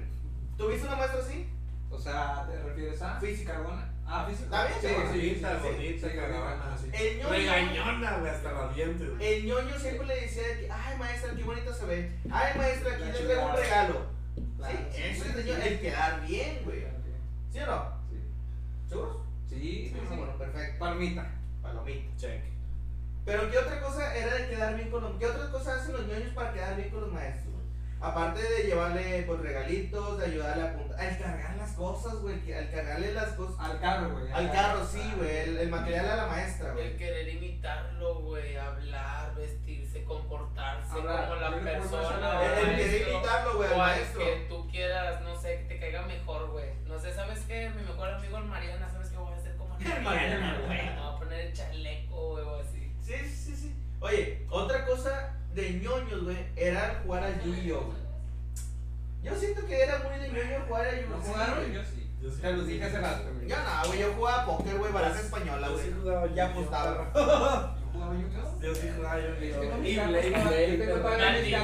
Speaker 1: ¿Tuviste una maestra así?
Speaker 4: O sea, ¿te refieres a?
Speaker 1: Física.
Speaker 4: Carbona. Ah, física.
Speaker 1: Está bien,
Speaker 4: sí,
Speaker 1: chabón.
Speaker 4: sí, sí,
Speaker 6: Bonita,
Speaker 4: sí,
Speaker 6: bonita,
Speaker 4: sí,
Speaker 6: cagabana,
Speaker 4: sí. Eh,
Speaker 1: El ñoño.
Speaker 6: Regañona, güey, hasta los dientes. güey.
Speaker 1: El ñoño siempre le decía de que, ay maestra, qué bonita se ve. Ay maestra, aquí
Speaker 4: La
Speaker 1: le traigo un
Speaker 4: chulada.
Speaker 1: regalo.
Speaker 4: Claro,
Speaker 1: sí,
Speaker 4: sí,
Speaker 1: eso
Speaker 4: sí,
Speaker 1: es el
Speaker 4: sí.
Speaker 1: ñoño, el quedar bien, güey.
Speaker 4: Sí,
Speaker 1: ¿Sí o no? ¿Seguros?
Speaker 4: sí, sí.
Speaker 1: Ah, Bueno, perfecto.
Speaker 4: Palmita.
Speaker 1: Palomita.
Speaker 6: Check.
Speaker 1: Pero ¿qué otra cosa era de quedar bien con los... ¿Qué otra cosa hacen los ñoños para quedar bien con los maestros? güey? Aparte de llevarle pues regalitos, de ayudarle a apuntar, al cargar las cosas, güey, que- al cargarle las cosas.
Speaker 4: Al carro, güey. Ah.
Speaker 1: Al carro, sí, güey, el, el material a la maestra,
Speaker 5: El
Speaker 1: güey.
Speaker 5: querer imitarlo, güey, hablar, vestirse, comportarse
Speaker 4: Hablar.
Speaker 5: como
Speaker 4: Yo
Speaker 5: la
Speaker 4: creo que por eso
Speaker 5: persona.
Speaker 4: hablar.
Speaker 1: El,
Speaker 5: o
Speaker 1: el
Speaker 5: al
Speaker 1: querer
Speaker 5: maestro,
Speaker 1: imitarlo, güey, al
Speaker 5: O al
Speaker 1: Pues, maestro.
Speaker 5: que tú quieras, no sé, que te caiga mejor, güey. No sé, ¿sabes qué? Mi mejor amigo, el Mariana, ¿sabes qué? Voy a hacer como el Mariana, güey. Me voy a poner el chaleco, güey, o así.
Speaker 1: Sí, sí, sí. Oye, otra cosa de ñoños, güey, era jugar al Yu-Gi-Oh, güey. Yo siento que era muy de ñoño jugar al
Speaker 4: ¿No
Speaker 1: Yu-Gi-Oh.
Speaker 4: jugaron? Yo sí.
Speaker 6: Yo sí
Speaker 4: Te los
Speaker 6: jugué.
Speaker 4: dije hace rato, güey.
Speaker 1: Yo no, güey, yo jugaba póker, güey, baraja española,
Speaker 6: Yo sí
Speaker 1: güey.
Speaker 6: jugaba
Speaker 1: Ya
Speaker 6: Yu-Gi-Oh,
Speaker 1: apostaba.
Speaker 6: perro.
Speaker 4: ¿Yo jugaba Yu-Gi-Oh?
Speaker 6: Yo sí jugaba Yu-Gi-Oh.
Speaker 4: Es que no me
Speaker 6: Y
Speaker 4: llama,
Speaker 6: Blade,
Speaker 4: es que
Speaker 6: Blade,
Speaker 4: tengo
Speaker 6: perro.
Speaker 4: para
Speaker 5: Maldito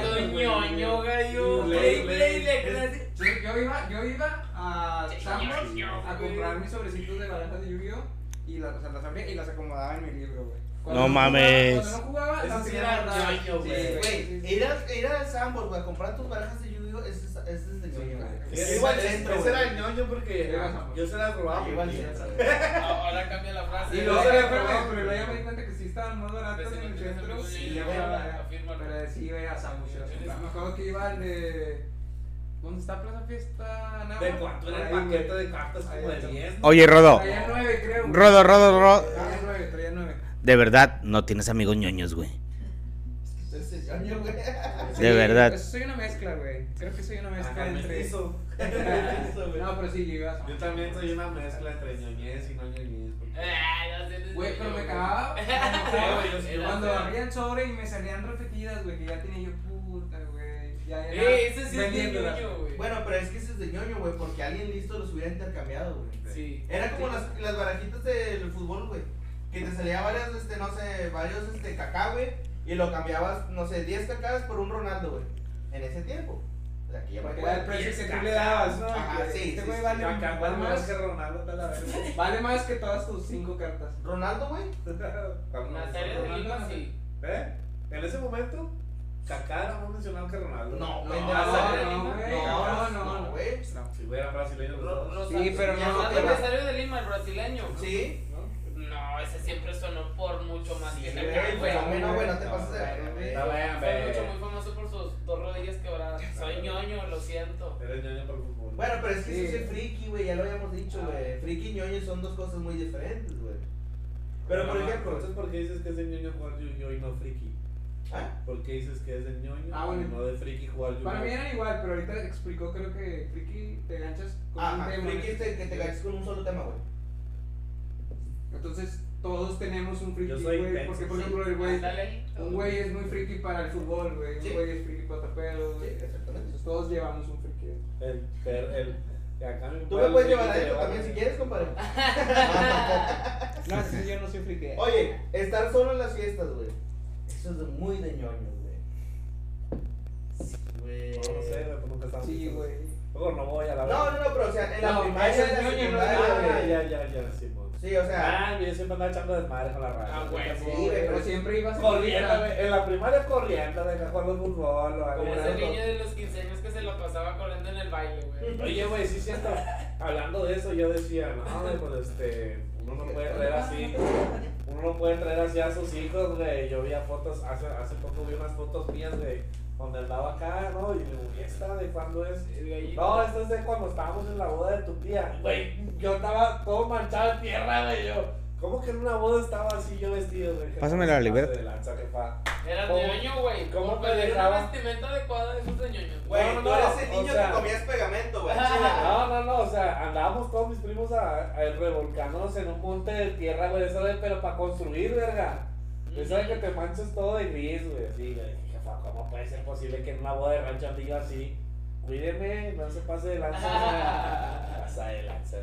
Speaker 5: ñoño, gallo.
Speaker 6: Play,
Speaker 5: Play,
Speaker 6: play.
Speaker 5: play, le clase.
Speaker 4: Yo, yo iba, yo iba a Sam's a comprar mis sobrecitos de barajas de Yu-Gi-Oh! y las, o sea, las abría y las acomodaba en mi libro, güey. Cuando
Speaker 2: No
Speaker 4: jugaba-
Speaker 2: mames.
Speaker 4: Cuando no jugaba,
Speaker 6: Eso
Speaker 4: las
Speaker 6: sí
Speaker 4: tenía
Speaker 6: era
Speaker 4: guardadas.
Speaker 6: ñoño,
Speaker 4: Sí,
Speaker 6: güey.
Speaker 4: sí,
Speaker 1: Güey,
Speaker 4: sí.
Speaker 1: ir a- ir al Sambor, güey, a comprar tus barajas de Yu-Gi-Oh, ese es, ese es de
Speaker 4: Sí,
Speaker 1: ñoño,
Speaker 4: güey.
Speaker 1: güey.
Speaker 6: Ese-
Speaker 1: Yo iba al
Speaker 6: ese-
Speaker 1: centro,
Speaker 6: Ese era
Speaker 1: güey.
Speaker 6: el ñoño porque yo se las robaba.
Speaker 1: Yo iba al
Speaker 6: güey.
Speaker 1: centro, güey.
Speaker 5: Ahora cambia la frase.
Speaker 4: Y
Speaker 5: güey.
Speaker 4: luego
Speaker 6: Sí,
Speaker 4: se le
Speaker 6: güey.
Speaker 4: pero luego ya me di cuenta que sí estaban más
Speaker 5: Pero
Speaker 4: baratos
Speaker 5: si
Speaker 4: en
Speaker 5: no
Speaker 4: el
Speaker 5: tienes
Speaker 4: centro.
Speaker 5: amigos,
Speaker 4: Sí,
Speaker 5: sí,
Speaker 4: ya
Speaker 5: afírmalo.
Speaker 4: voy Pero sí iba a Sam's. yo las compraba. Me acuerdo que iba al de. ¿Dónde está Plaza Fiesta? Nada.
Speaker 6: ¿De cuánto era el paquete de cartas? Como de 10. ¿no?
Speaker 2: Oye, Rodo.
Speaker 4: Traía nueve, creo. güey.
Speaker 2: Rodo, Rodo, Rodo.
Speaker 4: Traía nueve, traía nueve.
Speaker 2: De verdad, no tienes amigos ñoños, güey.
Speaker 1: Ese es ñoño, güey.
Speaker 2: De verdad.
Speaker 4: pues, soy una mezcla, güey. Creo que soy una mezcla
Speaker 6: Ajá,
Speaker 4: entre.
Speaker 6: mestizo.
Speaker 1: Eso, güey.
Speaker 4: no, pero sí, yo iba a
Speaker 6: Yo también soy una mezcla entre ñoñez y no ñoñez. porque-
Speaker 5: Ah, no sé, no sé,
Speaker 4: Güey, pero me
Speaker 5: güey.
Speaker 4: cagaba.
Speaker 6: güey, yo sí.
Speaker 5: Era
Speaker 4: Cuando
Speaker 5: feo.
Speaker 4: abría el sobre y me salían repetidas, güey, que ya tenía yo puta, güey. Ya era.
Speaker 5: Eh, ese sí es bien
Speaker 4: vendiéndola.
Speaker 5: ñoño, güey.
Speaker 1: Bueno, pero es que ese es de ñoño, güey, porque alguien listo los hubiera intercambiado, güey.
Speaker 5: sí.
Speaker 1: Era como las, las barajitas del fútbol, güey. Que te salía varias, este, no sé, varios este, cacá, güey. Y lo cambiabas, no sé, 10 cacas por un Ronaldo, güey. En ese tiempo. O sea, que ya me
Speaker 4: Porque
Speaker 1: acuerdo.
Speaker 4: era el precio que tú le dabas, ¿no?
Speaker 1: Ajá,
Speaker 4: Que
Speaker 1: sí,
Speaker 4: este
Speaker 1: sí,
Speaker 4: güey
Speaker 1: sí.
Speaker 4: vale,
Speaker 6: Acá,
Speaker 4: vale
Speaker 6: vale más
Speaker 4: más,
Speaker 6: que Ronaldo, está la verga.
Speaker 4: vale más que todas tus cinco cartas.
Speaker 1: Ronaldo, güey.
Speaker 5: Una
Speaker 6: Ronaldo,
Speaker 5: serie de
Speaker 6: Ronaldo,
Speaker 5: libros, sí.
Speaker 6: ¿Eh? En ese momento, Kaká era más mencionado que Ronaldo.
Speaker 1: No,
Speaker 5: güey,
Speaker 1: güey.
Speaker 5: no,
Speaker 4: no,
Speaker 1: No,
Speaker 4: güey.
Speaker 1: no,
Speaker 4: No,
Speaker 1: no,
Speaker 4: no.
Speaker 1: no, güey.
Speaker 6: Si fuera brasileño,
Speaker 5: Ro-
Speaker 6: Ronaldo.
Speaker 5: Rosa-
Speaker 4: Sí, pero no,
Speaker 5: ¿Ya
Speaker 4: pero-
Speaker 5: aniversario de Lima, el brasileño.
Speaker 1: Sí.
Speaker 5: No, ese siempre sonó por mucho más que
Speaker 1: güey,
Speaker 5: Kaká, güey.
Speaker 1: no,
Speaker 5: Fue
Speaker 1: no, güey, no te pases de verga, güey.
Speaker 6: No vean, ve.
Speaker 5: mucho muy famoso por sus dos rodillas quebradas. Soy ñoño, lo siento.
Speaker 6: Eres ñoño por fútbol.
Speaker 1: Bueno, pero es que
Speaker 4: Sí.
Speaker 1: eso es friki, güey, ya lo habíamos dicho,
Speaker 5: Ah.
Speaker 1: güey. Friki y ñoño son dos cosas muy diferentes, güey. Pero, por
Speaker 6: Mamá,
Speaker 1: ejemplo,
Speaker 6: entonces, ¿por qué dices que es de ñoño jugar Yu-Gi-Oh y no friki?
Speaker 1: ¿Ah?
Speaker 6: ¿Por qué dices que es de ñoño
Speaker 4: Ah, bueno.
Speaker 6: y no de friki jugar Yu-Gi-Oh?
Speaker 4: Para mí eran igual, pero ahorita explicó creo que Friki te ganchas ¿ah? con
Speaker 1: Ajá,
Speaker 4: un tema.
Speaker 1: friki es el que te caches con un solo tema, güey.
Speaker 4: Entonces todos tenemos un
Speaker 6: Yo
Speaker 4: friki,
Speaker 6: soy
Speaker 4: güey.
Speaker 6: intenso.
Speaker 4: Porque por ejemplo el güey.
Speaker 5: Ándale.
Speaker 4: Un güey es muy friki para el fútbol, güey. Un
Speaker 1: Sí.
Speaker 4: güey es friki para taperos,
Speaker 1: Sí,
Speaker 4: güey.
Speaker 1: exactamente.
Speaker 4: Entonces todos llevamos un friki.
Speaker 6: El, per- el, que acá mi
Speaker 1: Tú
Speaker 6: compadre
Speaker 1: me puedes
Speaker 6: friki
Speaker 1: llevar a
Speaker 6: te
Speaker 1: esto
Speaker 6: lleva-
Speaker 1: también si quieres, compadre.
Speaker 4: No, sí, yo no soy friki.
Speaker 1: Oye, estar solo en las fiestas, güey. Eso es de muy de ñoños, güey. Güey.
Speaker 6: No, no sé, güey, pues nunca estamos
Speaker 4: Sí,
Speaker 6: juntos.
Speaker 4: güey.
Speaker 6: Luego no voy a la
Speaker 1: No, no, no, pero o sea, en la
Speaker 4: No,
Speaker 1: primaria,
Speaker 4: ese es
Speaker 1: en la
Speaker 4: ñoño, no
Speaker 1: secundaria,
Speaker 4: es
Speaker 6: Ah,
Speaker 1: güey.
Speaker 6: ya, ya, ya, sí, pues.
Speaker 1: Sí, o sea,
Speaker 6: Ah, yo siempre andaba echando desmadre con la raya.
Speaker 5: Ah, güey.
Speaker 1: sí,
Speaker 4: Sí, güey,
Speaker 1: güey,
Speaker 4: pero siempre ibas
Speaker 6: Corriendo,
Speaker 4: solita.
Speaker 6: güey. En la primaria corriendo, de que jugando fútbol o algo.
Speaker 5: Como ese
Speaker 6: algo.
Speaker 5: niño de los 15 años que se lo pasaba corriendo en el baile, güey.
Speaker 6: Oye, güey, sí siento. Hablando de eso, yo decía, no, güey, pues este. Uno no puede traer así. Uno no puede traer así a sus hijos, güey. Yo vi fotos, hace, hace poco vi unas fotos mías de donde andaba acá, ¿no? Y le digo, ¿y esta de cuándo es?
Speaker 5: El gallito.
Speaker 6: No, esto es de cuando estábamos en la boda de tu tía. Güey, yo estaba todo manchado en tierra, güey. Yo, ¿cómo que en una boda estaba así yo vestido, güey?
Speaker 2: Pásame la
Speaker 6: Pase
Speaker 2: libreta.
Speaker 6: de lanza, jefa.
Speaker 5: Era
Speaker 6: ¿Cómo-
Speaker 5: ñoño, güey.
Speaker 6: cómo
Speaker 5: Como
Speaker 6: te
Speaker 5: pedir una
Speaker 6: dejaba?
Speaker 5: vestimenta adecuada de esos de ñoño.
Speaker 1: güey,
Speaker 6: no,
Speaker 1: tú
Speaker 6: no,
Speaker 1: eres el
Speaker 6: o
Speaker 1: niño
Speaker 6: sea-
Speaker 1: que comías pegamento, güey.
Speaker 6: Pues, No, no, no, o sea, andábamos todos mis primos a, a revolcándonos en un monte de tierra, güey, eso de, pero para construir, verga.
Speaker 5: Mm.
Speaker 6: Eso de que te manches todo de gris, güey, así, güey. Dije, "Fa, ¿cómo puede ser posible que en una boda de rancho ande yo así? Cuídeme, no se pase de lanza, güey". Pasa de lanza.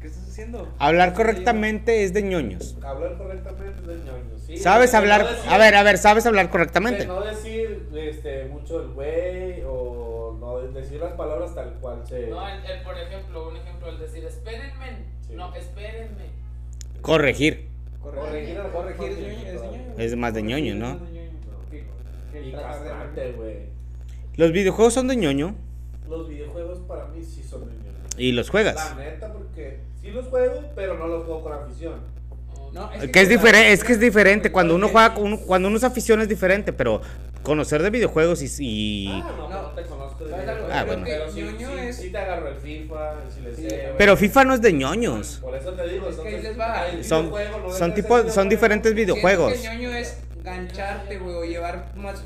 Speaker 4: ¿Qué estás haciendo?
Speaker 2: Hablar correctamente es de ñoños.
Speaker 6: Hablar correctamente es de ñoño, sí.
Speaker 2: ¿Sabes
Speaker 6: De no
Speaker 2: hablar?
Speaker 6: decir-
Speaker 2: A ver, a ver, ¿sabes hablar
Speaker 6: De
Speaker 2: correctamente?
Speaker 6: no decir este, mucho el güey o no de- decir las palabras tal cual se.
Speaker 5: No, el, el, por ejemplo, un ejemplo, el decir, espérenme.
Speaker 6: Sí.
Speaker 5: No, espérenme.
Speaker 2: Corregir.
Speaker 6: Corregir,
Speaker 4: Corregir, corregir es ñoño, es ñoño.
Speaker 2: Es más de ñoño, ¿no?
Speaker 4: Es de ñoño. Que- que
Speaker 6: Y
Speaker 4: tratar de-
Speaker 6: castrante, güey.
Speaker 2: Los videojuegos son de ñoño
Speaker 6: Los videojuegos para mí sí son de ñoño.
Speaker 2: y los
Speaker 6: La
Speaker 2: juegas.
Speaker 6: neta, porque sí los juego, pero no los juego con afición.
Speaker 5: O-
Speaker 4: No,
Speaker 2: Que es diferente, es que es diferente. Cuando uno juega, con- cuando uno es afición es diferente, pero conocer de videojuegos y, y-
Speaker 6: Ah, no,
Speaker 4: No.
Speaker 6: no te conozco. de
Speaker 4: ¿Sabes algo?
Speaker 6: videojuegos,
Speaker 2: Ah, bueno.
Speaker 6: Pero sí,
Speaker 4: Ñoño
Speaker 6: sí-
Speaker 4: es-
Speaker 6: sí te agarro el FIFA, si le
Speaker 4: Sí,
Speaker 6: sé, güey.
Speaker 2: Pero FIFA no es de ñoños.
Speaker 6: Por eso te digo,
Speaker 4: Es que ahí
Speaker 6: entonces,
Speaker 4: les va.
Speaker 6: hay
Speaker 2: Son-
Speaker 6: videojuego, no deja
Speaker 2: Son
Speaker 6: de
Speaker 2: tipo,
Speaker 6: ser
Speaker 2: son
Speaker 6: videojuego.
Speaker 2: diferentes videojuegos.
Speaker 4: Siento que ñoño es gancharte, güey, o llevar más,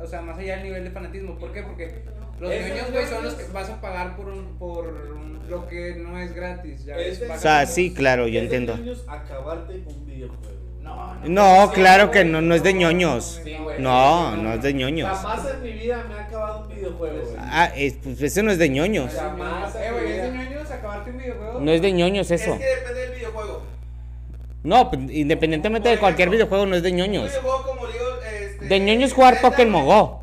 Speaker 4: o sea, más allá del nivel de fanatismo. ¿Por qué? Porque los
Speaker 6: Esos
Speaker 4: ñoños, güey, son
Speaker 6: ñoños-
Speaker 4: los que vas a pagar por un, por un- lo que no es gratis. Ya ves,
Speaker 6: Esos
Speaker 2: O
Speaker 4: pagas-
Speaker 2: sea, sí, claro, yo
Speaker 6: Es de
Speaker 2: entiendo.
Speaker 6: ñoños acabarte un videojuego.
Speaker 4: No, no,
Speaker 2: No, claro que
Speaker 4: güey,
Speaker 2: no, no es de ñoños.
Speaker 6: Sí, güey.
Speaker 2: No, no es de ñoños.
Speaker 6: Jamás en mi vida me ha acabado un videojuego, güey.
Speaker 2: Ah, es- pues eso no es de ñoños.
Speaker 6: Jamás.
Speaker 4: Eh, güey, es de ñoños acabarte un videojuego.
Speaker 2: No es de ñoños
Speaker 1: Es
Speaker 2: eso.
Speaker 1: que depende del videojuego.
Speaker 2: No, pues, independientemente de cualquier videojuego, no es de
Speaker 1: Un
Speaker 2: ñoños.
Speaker 1: videojuego como digo, este,
Speaker 2: De ñoños jugar
Speaker 1: Zelda,
Speaker 2: Pokémon Go.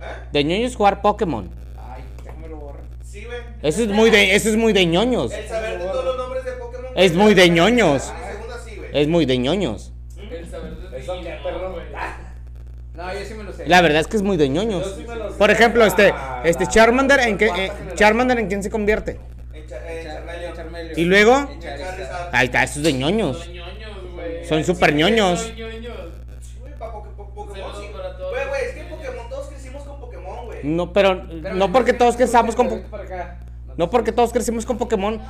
Speaker 1: ¿Eh?
Speaker 2: De ñoños jugar Pokémon.
Speaker 4: Ay, déjame lo borrar.
Speaker 1: Sí, güey.
Speaker 2: Eso es muy de, eso es muy de ñoños.
Speaker 1: El saber de todos los nombres de Pokémon.
Speaker 2: Es muy de ñoños.
Speaker 1: En segunda sí, güey.
Speaker 2: Es muy de ñoños.
Speaker 6: ¿Mm?
Speaker 5: El saber de
Speaker 6: Eso
Speaker 5: ti,
Speaker 6: que,
Speaker 5: no,
Speaker 6: perro.
Speaker 5: güey.
Speaker 4: No, yo sí me lo sé.
Speaker 2: La verdad es que es muy de ñoños.
Speaker 6: Yo sí me lo sé.
Speaker 2: Por ejemplo, este,
Speaker 6: Ah,
Speaker 2: este
Speaker 6: la-
Speaker 2: Charmander,
Speaker 6: la
Speaker 2: ¿en qué,
Speaker 6: cuarta
Speaker 2: eh,
Speaker 6: generación.
Speaker 2: Charmander en quién se convierte?
Speaker 1: En Cha- en Charmeleon.
Speaker 2: ¿Y luego?
Speaker 1: En Charizard.
Speaker 2: Ahí está, eso es de ñoños.
Speaker 5: Son ñoños, güey.
Speaker 2: Son súper ñoños.
Speaker 5: Son ñoños.
Speaker 1: Sí, güey, pa' Poké- po- Pokémon,
Speaker 5: Saludos
Speaker 1: sí.
Speaker 5: para todos.
Speaker 1: Güey, güey, es que en Pokémon todos crecimos con Pokémon, güey.
Speaker 2: No, pero no porque todos crecimos con Po- no porque todos crecimos con Pokémon,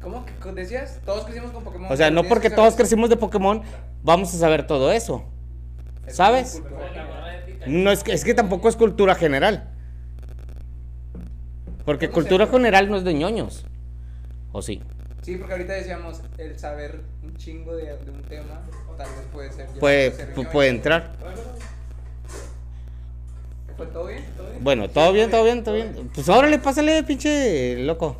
Speaker 4: ¿Cómo que decías? Todos crecimos con Pokémon.
Speaker 2: o sea, no
Speaker 4: Tienes
Speaker 2: porque
Speaker 4: que
Speaker 2: todos
Speaker 4: saber-
Speaker 2: crecimos de Pokémon vamos a saber todo eso. ¿Sabes?
Speaker 5: Con la gorra de Pikachu.
Speaker 2: No es que, es que tampoco es cultura general. Porque
Speaker 4: No sé.
Speaker 2: cultura general no es de ñoños. ¿O sí?
Speaker 4: Sí, porque ahorita decíamos el saber un chingo de, de un tema, tal vez puede ser. ya
Speaker 2: Puede,
Speaker 4: ser
Speaker 2: pu-
Speaker 4: ñoño.
Speaker 2: puede entrar.
Speaker 4: ¿Fue todo bien? ¿Todo bien?
Speaker 2: Bueno, todo bien, todo bien, todo bien. Pues órale, pásale, pinche loco.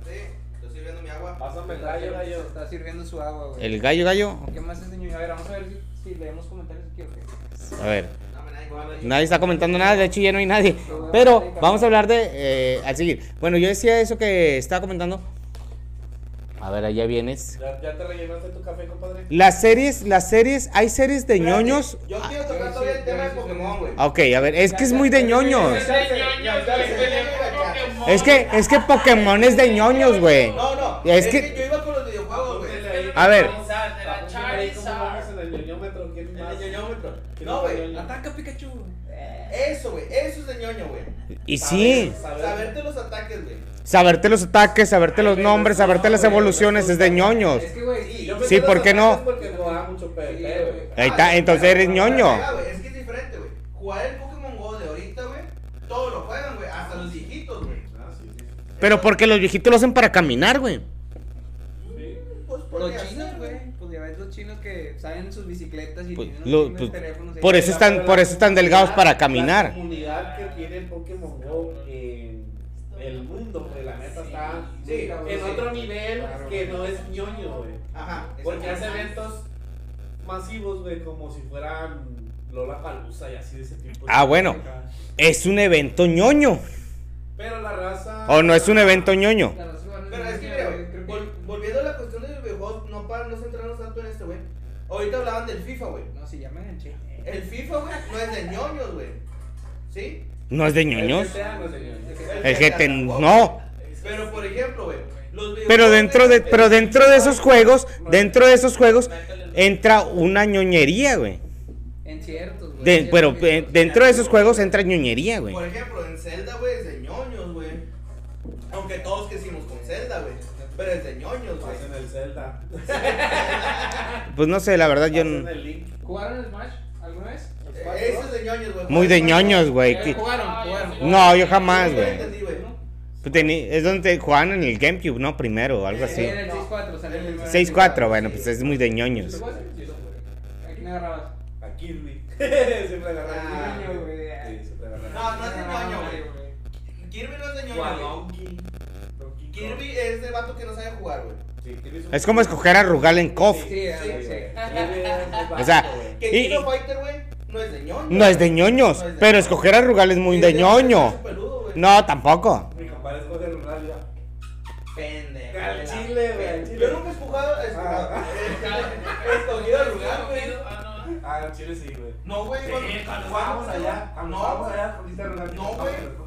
Speaker 1: Espérate, yo estoy viendo mi agua.
Speaker 6: Pásame
Speaker 4: Me
Speaker 6: el rayo,
Speaker 4: está,
Speaker 6: rayo.
Speaker 4: se está sirviendo su agua, güey.
Speaker 2: El gallo, gallo.
Speaker 4: ¿Qué más es de ñoño? A ver, vamos a ver si, si leemos comentarios aquí o qué.
Speaker 2: A ver,
Speaker 1: Dame nada, igual.
Speaker 2: nadie está comentando nada, de hecho ya no hay nadie. Pero vamos a hablar de... eh, al seguir. Bueno, yo decía eso que estaba comentando. A ver, allá vienes.
Speaker 6: ¿Ya, ya te rellenaste tu café, compadre?
Speaker 2: Las series, las series, hay series de
Speaker 1: Espérate,
Speaker 2: ñoños.
Speaker 1: Ah, Yo quiero tocar todavía el tema de Pokémon, güey.
Speaker 2: Ah, Ok, a ver, es que es muy de ñoños.
Speaker 5: Es de ñoños, güey. Pokémon.
Speaker 2: Es que, es que Pokémon es de ñoños, güey.
Speaker 1: No, no.
Speaker 2: Es
Speaker 1: Es,
Speaker 2: que-
Speaker 1: que... yo iba con los videojuegos, güey.
Speaker 6: Apúntele
Speaker 1: El
Speaker 6: ahí.
Speaker 2: A ver.
Speaker 5: Charizard, era
Speaker 6: Apúntele ahí cómo vamos
Speaker 5: Charizard.
Speaker 6: en el ñoñómetro, ¿quién más?
Speaker 1: ñoñómetro.
Speaker 6: ¿Quién
Speaker 1: No,
Speaker 6: más
Speaker 1: güey.
Speaker 6: ñoño?
Speaker 4: Ataca Pikachu.
Speaker 1: Eso, güey. Eso es de ñoño, güey.
Speaker 2: Y sí,
Speaker 6: Saber- saber-
Speaker 1: Saberte los ataques, güey.
Speaker 2: saberte los ataques, saberte los
Speaker 6: Ay,
Speaker 2: nombres,
Speaker 6: no,
Speaker 2: saberte las
Speaker 6: güey,
Speaker 2: evoluciones es de ñoños.
Speaker 4: Es que, güey,
Speaker 1: Sí,
Speaker 4: sí.
Speaker 6: Yo me
Speaker 2: Sí,
Speaker 6: quedo
Speaker 2: ¿por qué no?
Speaker 6: atrás Porque no da mucho pedo,
Speaker 4: Sí,
Speaker 6: güey.
Speaker 4: güey.
Speaker 2: Ahí está,
Speaker 1: Ah,
Speaker 2: entonces
Speaker 1: pero-
Speaker 2: eres
Speaker 1: pero
Speaker 2: ñoño.
Speaker 1: mira, güey, Es que es diferente, güey. Jugar el Pokémon Go de ahorita, güey. Todos lo juegan, güey. Hasta los viejitos, güey.
Speaker 6: Ah, sí, sí.
Speaker 2: Pero porque los viejitos lo hacen para caminar, güey.
Speaker 1: Pues podría
Speaker 4: Los chinos,
Speaker 1: ser,
Speaker 4: güey. Pues ya ves los chinos que salen en sus bicicletas y
Speaker 2: Pues,
Speaker 4: tienen
Speaker 2: lo-
Speaker 4: unos chinos
Speaker 2: pues,
Speaker 4: teléfonos. ahí.
Speaker 2: por eso están- por eso están delgados para
Speaker 6: La
Speaker 2: caminar.
Speaker 6: comunidad que tiene el Pokémon Go en el mundo, güey, la neta está
Speaker 1: Sí,
Speaker 6: en otro nivel
Speaker 4: Claro,
Speaker 6: que
Speaker 4: güey.
Speaker 6: no es ñoño, güey.
Speaker 1: Ajá.
Speaker 6: Porque hace
Speaker 1: exactamente.
Speaker 6: eventos masivos, güey, como si fueran Lola Palusa y así de ese tipo.
Speaker 2: Ah, bueno. Es un evento ñoño.
Speaker 6: Pero la raza.
Speaker 2: O no es un evento ñoño.
Speaker 4: La razón, no
Speaker 1: Pero es que, mira,
Speaker 4: ñoño,
Speaker 1: güey,
Speaker 4: creo que-
Speaker 1: vol- volviendo a la cuestión de los videojuegos, no para no centrarnos tanto en este, güey. Ahorita hablaban del FIFA, güey.
Speaker 4: No, si ya me enganché.
Speaker 1: El FIFA, güey, no es de ñoños, güey. ¿Sí?
Speaker 2: No es de
Speaker 6: El
Speaker 2: ñoños.
Speaker 6: GTA no es de ñoños.
Speaker 2: El GT no.
Speaker 1: Pero, por ejemplo, güey, los
Speaker 2: Pero
Speaker 1: videojuegos
Speaker 2: dentro de, pero dentro de esos juegos, dentro de esos juegos,
Speaker 5: Métele el-
Speaker 2: entra una ñoñería, güey.
Speaker 4: En ciertos, güey.
Speaker 2: De-
Speaker 4: ciertos
Speaker 2: pero eh,
Speaker 4: videos.
Speaker 2: dentro de esos juegos entra ñoñería, güey.
Speaker 1: Por ejemplo, en Zelda, güey, es de ñoños, güey. Aunque todos crecimos con Zelda, güey. Pero es de ñoños, güey.
Speaker 6: Hacen el Zelda.
Speaker 2: Pues no sé, la verdad yo
Speaker 6: Hacen
Speaker 2: no-
Speaker 6: el Link.
Speaker 4: ¿Jugaron Smash alguna vez?
Speaker 1: Eh, Eso es de ñoños, güey.
Speaker 2: muy de ñoños, güey.
Speaker 4: Eh,
Speaker 2: que-
Speaker 4: Jugaron,
Speaker 5: Ah, ya
Speaker 4: jugaron.
Speaker 5: sé.
Speaker 2: No, yo jamás,
Speaker 1: Sí,
Speaker 2: güey.
Speaker 1: entendí, güey.
Speaker 2: Pues teni- Es donde te jugaban en el GameCube, ¿no? Primero, o algo
Speaker 4: Sí,
Speaker 2: así.
Speaker 4: en el 6-4, salió el primero.
Speaker 2: 6-4, bueno, pues es muy de ñoños.
Speaker 4: Aquí me agarrabas.
Speaker 6: A Kirby. Siempre agarran
Speaker 1: Ah,
Speaker 6: a Kirby, güey.
Speaker 4: güey.
Speaker 6: Sí, siempre agarran a
Speaker 4: Ah,
Speaker 1: No, no es de ñoño, güey. Kirby no es de ñoño, güey.
Speaker 6: Kirby.
Speaker 1: Kirby es vato que no sabe jugar, güey.
Speaker 6: Sí, tienes un-
Speaker 2: Es como escoger a Rugal en KOF.
Speaker 4: Sí,
Speaker 6: Sí,
Speaker 4: sí,
Speaker 6: güey.
Speaker 4: sí.
Speaker 2: O sea,
Speaker 1: Que el
Speaker 2: Y-
Speaker 1: Kino Fighter, güey, no es de ñoño.
Speaker 2: No es de ñoños,
Speaker 1: No es de-
Speaker 2: pero escoger a Rugal es muy
Speaker 1: Es
Speaker 2: de
Speaker 1: es
Speaker 2: ñoño.
Speaker 1: peludo, güey.
Speaker 2: No, tampoco.
Speaker 6: Mi compadre es de rural, ya.
Speaker 1: Pendejo.
Speaker 6: Al
Speaker 1: de la-
Speaker 6: chile, güey, al chile.
Speaker 1: Yo nunca he jugado. he jugado-
Speaker 6: Ah.
Speaker 1: He escogido el lugar, güey.
Speaker 5: Ah,
Speaker 6: Ah, al chile sí, güey.
Speaker 1: No, güey.
Speaker 3: Sí,
Speaker 1: cuando-
Speaker 6: Vamos allá,
Speaker 1: No,
Speaker 6: vamos vamos
Speaker 1: güey.
Speaker 6: allá, fuiste a Ah, rural.
Speaker 1: No, güey.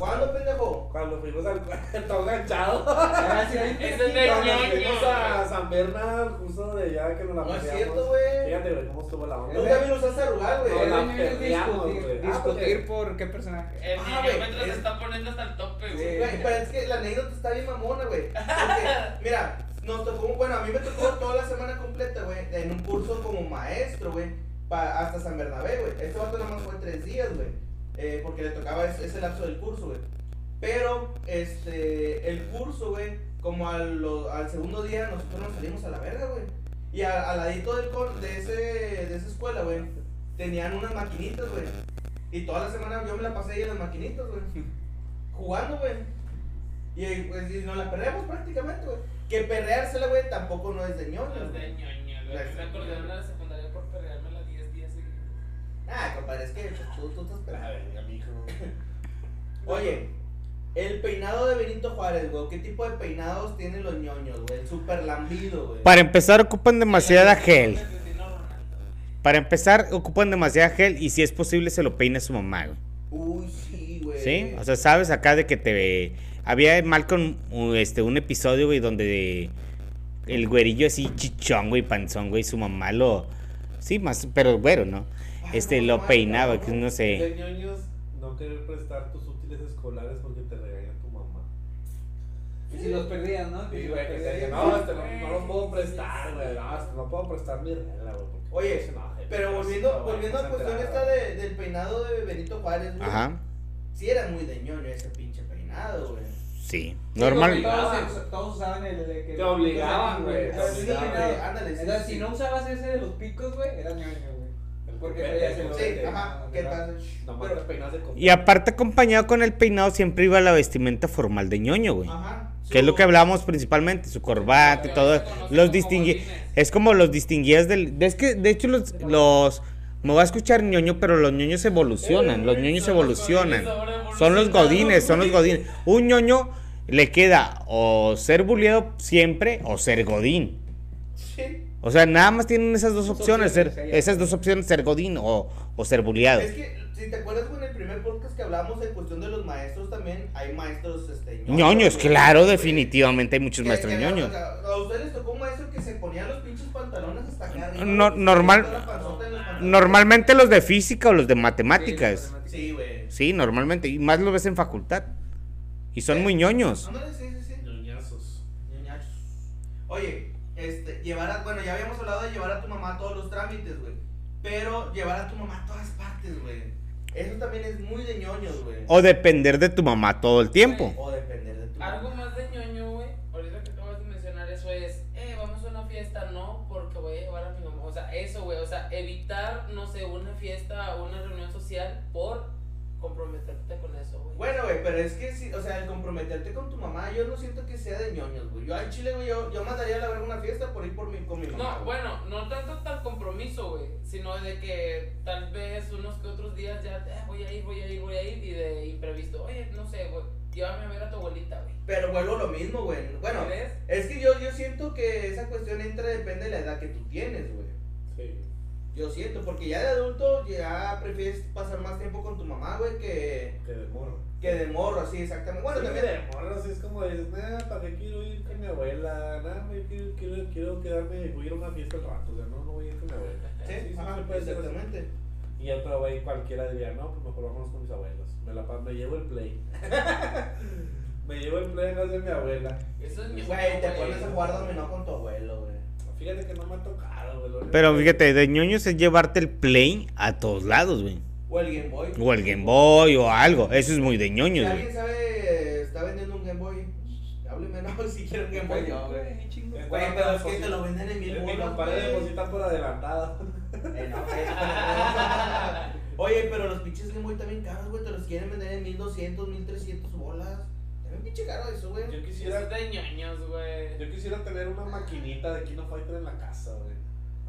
Speaker 1: ¿Cuándo, pendejo?
Speaker 6: Cuando fuimos al estaba enganchado.
Speaker 4: Ah, sí, ahí
Speaker 5: Es
Speaker 4: te-
Speaker 5: el de
Speaker 6: Cuando
Speaker 5: ñoño.
Speaker 6: fuimos a San Bernal, justo de allá que nos la
Speaker 1: No es
Speaker 6: paseamos.
Speaker 1: cierto, güey.
Speaker 6: Fíjate, güey, cómo estuvo la
Speaker 1: Tú
Speaker 6: onda.
Speaker 1: también usaste a lugar,
Speaker 4: El
Speaker 1: güey.
Speaker 6: Eh, No, la
Speaker 4: año es
Speaker 6: peleamos,
Speaker 4: discutir,
Speaker 6: güey. Ah,
Speaker 4: discutir
Speaker 6: ok.
Speaker 4: por qué personaje.
Speaker 5: El
Speaker 1: Ah,
Speaker 5: niño
Speaker 1: güey,
Speaker 5: metro se
Speaker 1: es-
Speaker 5: está poniendo hasta el tope, güey.
Speaker 1: Güey, pero es que la anécdota está bien mamona, güey. Porque, mira, nos tocó, bueno, a mí me tocó toda la semana completa, güey, en un curso como maestro, güey, pa- hasta San Bernabé, güey. Este vato nada más fue tres días, güey, eh, porque le tocaba es- ese lapso del curso, güey. Pero, este, el curso, güey, como al, lo- al segundo día nosotros nos salimos a la verga, güey. Y a- al ladito del cor- de, ese, de esa escuela, güey, tenían unas maquinitas, güey. Y toda la semana yo me la pasé ahí en las maquinitas, güey. Jugando, güey. Y, eh, pues, y nos la perreamos prácticamente, güey. Que perreársela, güey, tampoco no es de ñoños,
Speaker 5: Los de
Speaker 1: güey.
Speaker 5: ñoño, güey. Me acordé de la secundaria por pelearme las 10 días seguidos.
Speaker 1: Ah, compadre, es que pues, tú, tú estás
Speaker 6: A
Speaker 1: pelado.
Speaker 6: ver, mijo.
Speaker 1: Oye, el peinado de Benito Juárez, güey. ¿Qué tipo de peinados tienen los ñoños, güey? El super lambido, güey.
Speaker 2: Para empezar, ocupan demasiada gel.
Speaker 5: Cristiano Ronaldo.
Speaker 2: Para empezar, ocupan demasiada gel y si es posible se lo peina su mamá, güey.
Speaker 1: Uy, sí, güey.
Speaker 2: ¿Sí? O sea, sabes acá de que te... Había mal con este, un episodio, güey, donde el güerillo así chichón, güey, panzón, güey, su mamá lo... Sí, más, pero güero, ¿no?
Speaker 1: Ay,
Speaker 2: Este,
Speaker 1: no,
Speaker 2: lo
Speaker 1: mames,
Speaker 2: peinaba, que
Speaker 1: cabrón.
Speaker 2: no sé.
Speaker 6: De ñoños, no querer prestar tus útiles escolares porque te regaña tu mamá.
Speaker 4: Y si los perdías, ¿no?
Speaker 6: Sí,
Speaker 4: Si los
Speaker 6: güey, que te diga,
Speaker 4: perdías.
Speaker 6: no, este no, no lo puedo prestar, güey. No, este no puedo prestar mi regla, güey. porque pues,
Speaker 1: Oye,
Speaker 6: se enoja,
Speaker 1: Pero
Speaker 6: güey,
Speaker 1: volviendo,
Speaker 6: se enoja,
Speaker 1: volviendo a
Speaker 6: se
Speaker 1: la cuestión
Speaker 6: entera,
Speaker 1: esta de- del peinado de Benito Juárez, güey.
Speaker 2: Ajá,
Speaker 1: Sí era muy de ñoño ese pinche peinado, güey.
Speaker 2: sí.
Speaker 4: Sí, porque
Speaker 2: Normal.
Speaker 4: Todos, todos usaban el de que.
Speaker 6: Ah. Te obligaban, güey, te
Speaker 4: Era así,
Speaker 6: obligaban.
Speaker 4: era-
Speaker 1: Ándale, sí,
Speaker 4: era,
Speaker 1: sí,
Speaker 4: Si
Speaker 1: sí.
Speaker 4: no usabas ese de los picos, güey, era ñoño, güey.
Speaker 6: güey.
Speaker 4: Porque
Speaker 6: Vete,
Speaker 4: traías el
Speaker 6: no,
Speaker 4: otro.
Speaker 1: Sí,
Speaker 6: vete.
Speaker 1: ajá, ¿qué tal?
Speaker 6: No me
Speaker 1: Pero-
Speaker 6: peinas de
Speaker 2: Y aparte acompañado con el peinado siempre iba la vestimenta formal de ñoño, güey.
Speaker 1: Ajá.
Speaker 2: Que es lo que
Speaker 1: Ah, Su-
Speaker 2: hablábamos principalmente, su corbata y
Speaker 5: Pero
Speaker 2: Ah, todo.
Speaker 5: se conocen
Speaker 2: Los
Speaker 5: como
Speaker 2: distingui...
Speaker 5: godines.
Speaker 2: Es como los distinguías del... Es que, de hecho, los... los... Me va a escuchar ñoño, pero los ñoños evolucionan. Los ñoños
Speaker 5: Son los
Speaker 2: evolucionan.
Speaker 5: godines ahora
Speaker 2: Son los
Speaker 5: evolucionados,
Speaker 2: godines, son los
Speaker 5: güey.
Speaker 2: godines. Un ñoño le queda o ser bulleado siempre o ser godín.
Speaker 1: Sí.
Speaker 2: O sea, nada más tienen esas dos
Speaker 4: Dos
Speaker 2: opciones, ser-
Speaker 4: opciones, ahí
Speaker 2: esas dos opciones, ser godín o, o ser bulleado.
Speaker 1: Es que, si te acuerdas con el primer podcast que hablamos en cuestión de los maestros también, hay maestros este,
Speaker 2: ñoños,
Speaker 1: güey.
Speaker 2: claro,
Speaker 1: Sí,
Speaker 2: definitivamente hay muchos
Speaker 1: Que-
Speaker 2: maestros
Speaker 1: que-
Speaker 2: ñoños.
Speaker 1: o sea, A ustedes les tocó un maestro que se ponía los pinches pantalones hasta acá. arriba,
Speaker 2: No-
Speaker 1: güey,
Speaker 2: normal-
Speaker 1: toda la panzota en los pantalones.
Speaker 2: Normalmente los de física o los de matemáticas.
Speaker 1: Sí, güey.
Speaker 2: Sí, normalmente. Y más lo ves en facultad. Y son muy ñoños.
Speaker 1: Ándale, sí, sí, sí.
Speaker 6: Ñoñazos.
Speaker 1: Ñoñachos. Oye, este, llevar a, bueno, ya habíamos hablado de llevar a tu mamá a todos los trámites, güey. Pero llevar a tu mamá a todas partes, güey. Eso también es muy de ñoños, güey.
Speaker 2: O depender de tu mamá todo el tiempo.
Speaker 1: O depender de tu
Speaker 5: Algo
Speaker 1: mamá.
Speaker 5: más de ñoño, güey. Ahorita que acabas de mencionar eso es, eh, vamos a una fiesta, no, porque voy a llevar a mi mamá. O sea, eso, güey. O sea, evitar, no sé, una fiesta o una reunión social por comprometerte con eso, güey.
Speaker 1: Bueno, güey, pero es que, sí, o sea, el comprometerte con tu mamá, yo no siento que sea de ñoños, güey. Yo al chile, güey, yo, yo mandaría a la verga una fiesta por ir por mi, con mi mamá.
Speaker 5: No,
Speaker 1: güey.
Speaker 5: bueno, no tanto tal compromiso, güey, sino de que tal vez unos que otros días ya, eh, voy a ir, voy a ir, voy a ir, y de imprevisto, oye, no sé, güey, llévame a ver a tu abuelita, güey.
Speaker 1: Pero vuelvo a lo mismo, güey. Bueno,
Speaker 5: ¿Crees?
Speaker 1: es que yo, yo siento que esa cuestión entra, depende de la edad que tú tienes, güey.
Speaker 6: Sí.
Speaker 1: Yo siento, porque ya de adulto ya prefieres pasar más tiempo con tu mamá, güey, que,
Speaker 6: Que de morro.
Speaker 1: que de morro, así exactamente. Bueno,
Speaker 6: Sí,
Speaker 1: también
Speaker 6: de morro, así es como dices, nah, ¿para qué quiero ir con mi abuela? Nah, me quiero, quiero, quiero quedarme, voy a ir a una fiesta al rato, o sea, no, no voy a ir con mi abuela.
Speaker 1: Sí,
Speaker 6: sí,
Speaker 1: ajá,
Speaker 6: se puede ser así.
Speaker 1: exactamente.
Speaker 6: Y otro güey cualquiera diría, no, pues mejor vámonos con mis abuelos. Me, la, pa- me llevo el play. me llevo el play a casa de mi abuela.
Speaker 5: Eso es mi
Speaker 1: Güey, te pones a jugar dominó con tu abuelo, güey.
Speaker 6: Fíjate que no me ha tocado, güey. lo único
Speaker 2: Pero
Speaker 6: que-
Speaker 2: fíjate, de ñoños es llevarte el play a todos lados, güey.
Speaker 1: O el Game Boy.
Speaker 2: O el Game Boy o algo. Eso es muy de
Speaker 1: Si
Speaker 2: ñoños, güey.
Speaker 1: alguien sabe, está vendiendo un Game Boy, hábleme, no, pues, si quiero un Game Boy, yo, güey.
Speaker 6: Esta
Speaker 1: Güey, pero es que te lo venden en mil
Speaker 6: Es que
Speaker 1: bolas,
Speaker 6: nos parece
Speaker 1: güey.
Speaker 6: depositar por adelantado.
Speaker 1: Eh, no, güey. Oye, pero los pinches Game Boy también caros, güey, te los quieren vender en 1200, 1300 bolas. Está bien pinche caro eso, güey.
Speaker 6: Yo
Speaker 5: Eso
Speaker 6: quisiera,
Speaker 5: es de ñoños, güey.
Speaker 6: yo quisiera tener una maquinita de Kino Fighter en la casa, güey.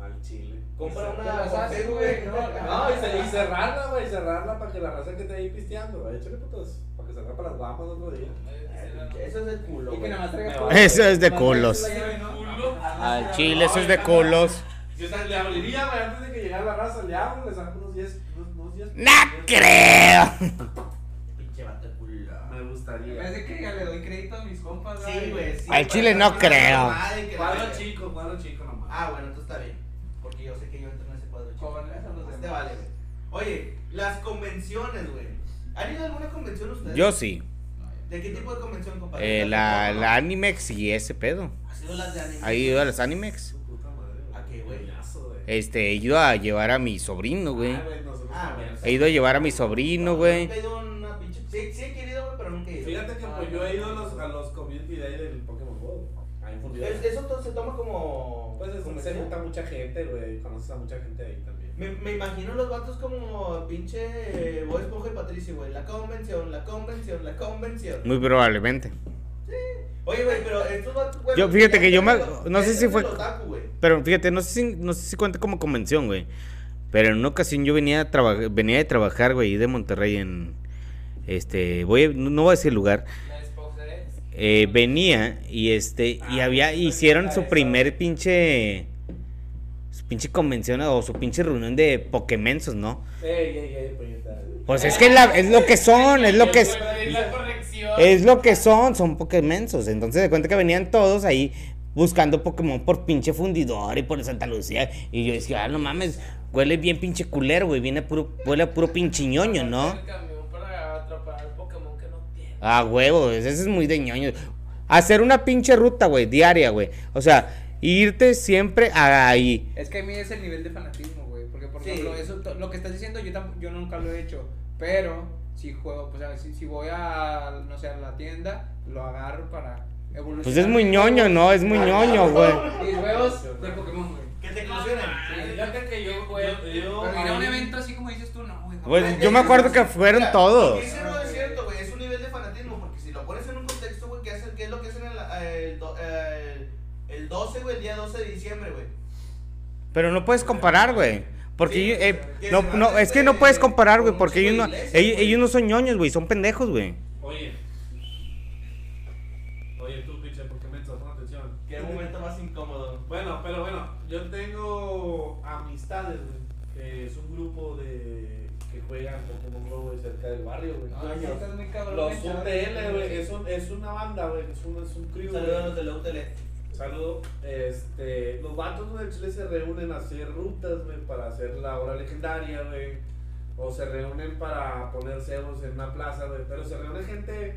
Speaker 6: Al chile.
Speaker 1: Compra
Speaker 6: Y cer-
Speaker 1: una
Speaker 4: las
Speaker 1: con
Speaker 4: haces,
Speaker 1: Facebook,
Speaker 4: güey,
Speaker 1: ¿no?
Speaker 4: ¿no?
Speaker 1: Ajá.
Speaker 6: No, y, cer- y cerrarla, güey. Cerrarla para que la raza que esté ahí pisteando, güey. Échale putos. Para que salga para las guapas otro día.
Speaker 1: Eso Ah, es el culo,
Speaker 4: Y que
Speaker 1: güey.
Speaker 4: nada más traigas
Speaker 6: Me
Speaker 4: todo.
Speaker 6: vale.
Speaker 2: Eso es de
Speaker 4: Nada más traigas
Speaker 2: culos.
Speaker 4: la llave, ¿no?
Speaker 2: Al chile, eso es de culos.
Speaker 6: Yo tal- le abriría, güey, antes de que llegara la raza, le abro, le saco unos 10, unos, unos 10.
Speaker 2: ¡No creo!
Speaker 1: Pinche vato culo.
Speaker 6: Me
Speaker 4: En
Speaker 6: gustaría.
Speaker 4: vez de que diga, le doy crédito a mis compas,
Speaker 1: Sí, güey. sí,
Speaker 2: Al
Speaker 1: güey,
Speaker 2: chile
Speaker 1: pero
Speaker 2: no
Speaker 1: que la
Speaker 2: creo.
Speaker 1: mamada y que la
Speaker 6: Cuadro
Speaker 1: verga.
Speaker 6: chico, cuadro chico nomás.
Speaker 1: Ah, bueno, entonces está bien. Porque yo sé que yo entro en ese cuadro chico.
Speaker 4: Con eso los
Speaker 1: Pues te
Speaker 4: demás.
Speaker 1: vale, güey. Oye, las convenciones, güey. ¿Han ido a alguna convención ustedes?
Speaker 2: Yo sí.
Speaker 1: ¿De qué tipo de convención, compadre?
Speaker 2: Eh, la, la Animex y ese pedo.
Speaker 1: ¿Has ido a las de anime?
Speaker 2: Ahí iba a las Animex.
Speaker 6: Su puta madre,
Speaker 1: ¿A qué, güey?
Speaker 6: Coñazo, Ah, güey.
Speaker 2: Este, he ido a llevar a mi sobrino, güey.
Speaker 6: Ah, güey, nosotros
Speaker 1: Ah,
Speaker 6: también.
Speaker 1: bueno.
Speaker 2: He ido a llevar a mi sobrino, güey.
Speaker 1: Nunca he ido a una pinche... Sí, sí he querido, güey, pero nunca he ido. Ah,
Speaker 6: Fíjate que pues yo he ido a los, a los community day del Pokémon Go. Ahí en Fundidora.
Speaker 1: Es- Eso to- se toma como...
Speaker 6: Pues es, se
Speaker 1: convención.
Speaker 6: junta mucha gente, güey. Conoces a mucha gente ahí también.
Speaker 1: Me, me imagino los vatos como pinche eh, Bob Esponja y Patricio, güey. La convención, la convención, la convención.
Speaker 2: Muy probablemente.
Speaker 1: Oye, güey, pero estos vatos, güey.
Speaker 2: Yo- fíjate que yo me- no sé si fue-
Speaker 1: Otaku, güey.
Speaker 2: Pero fíjate, no sé si, no sé si cuenta como convención, güey. Pero en una ocasión yo venía, a traba- venía de trabajar, güey, de Monterrey en... Este, voy a- no no voy a decir el lugar.
Speaker 5: La Xbox X.
Speaker 2: Eh, venía y este, y había, hicieron su primer pinche... Su pinche convención o su pinche reunión de Pokémensos, ¿no?
Speaker 6: Ey, ey, ey, puñeta.
Speaker 2: Pues es que la- es lo que son, es lo que es...
Speaker 5: Es la corrección.
Speaker 2: Es lo que son, son Pokémensos. Entonces, de cuenta que venían todos ahí buscando Pokémon por pinche fundidor y por Santa Lucía. Y yo decía, ah, no mames, huele bien pinche culero, güey. Viene a puro, huele a puro pinche ñoño, ¿no?
Speaker 5: El camión para atrapar al Pokémon que no tiene.
Speaker 2: Ah, huevo, ese es muy de ñoño. Hacer una pinche ruta, güey, diaria, güey. O sea, irte siempre a ahí.
Speaker 4: Es que a mí es el nivel de fanatismo, güey. Porque, por
Speaker 1: Sí.
Speaker 4: ejemplo, eso, to- lo que estás diciendo, yo, tam- yo nunca lo he hecho. Pero, si juego, pues, a ver, si, si voy a, no sé, a la tienda, lo agarro para evolucionar.
Speaker 2: Pues es muy ñoño, ¿no? Es muy ñoño, güey.
Speaker 4: Y juegos de Pokémon, güey.
Speaker 1: Que te confusionen.
Speaker 5: Fíjate que yo
Speaker 6: Yo-
Speaker 5: juego.
Speaker 6: yo-
Speaker 4: Pero ir a un
Speaker 6: ahí-
Speaker 4: evento así como dices tú, no, güey. no.
Speaker 2: Pues, yo me acuerdo que fueron
Speaker 1: Mira, Lo
Speaker 2: todos.
Speaker 1: que dice Rodo es cierto, güey. Es un nivel de fanatismo. Porque si lo pones en un contexto, güey, ¿qué, hacen- ¿qué es lo que hacen el, el, do- el, el 12, güey? El día 12 de diciembre, güey.
Speaker 2: Pero no puedes comparar, güey. Porque
Speaker 1: Sí,
Speaker 2: yo- eh,
Speaker 1: que
Speaker 2: no,
Speaker 1: se
Speaker 2: no,
Speaker 1: van
Speaker 2: es que no
Speaker 1: de-
Speaker 2: puedes comparar,
Speaker 1: con
Speaker 2: güey,
Speaker 1: un
Speaker 2: porque
Speaker 1: chico
Speaker 2: ellos
Speaker 1: de
Speaker 2: no,
Speaker 1: iglesia,
Speaker 2: ellos,
Speaker 1: güey.
Speaker 2: ellos no son ñoños, güey, son pendejos, güey.
Speaker 6: Oye. Oye, tú, pinche Pokémon, pon atención.
Speaker 1: Qué momento más incómodo.
Speaker 6: Bueno, pero bueno, yo tengo amistades, güey, que es un grupo de que juegan Pokémon Go güey, cerca del barrio, güey.
Speaker 4: No, sí, estás muy cabrón,
Speaker 6: Los
Speaker 4: güey, chaval.
Speaker 6: UTL, güey, es, un- es una banda, güey, es un, es un crew. güey.
Speaker 1: Saludos a los de la UTL.
Speaker 6: Saludo. Este, los vatos güey, del Chile se reúnen a hacer rutas, güey, para hacer la hora legendaria, güey. O se reúnen para poner cebos en una plaza, güey. Pero se reúne gente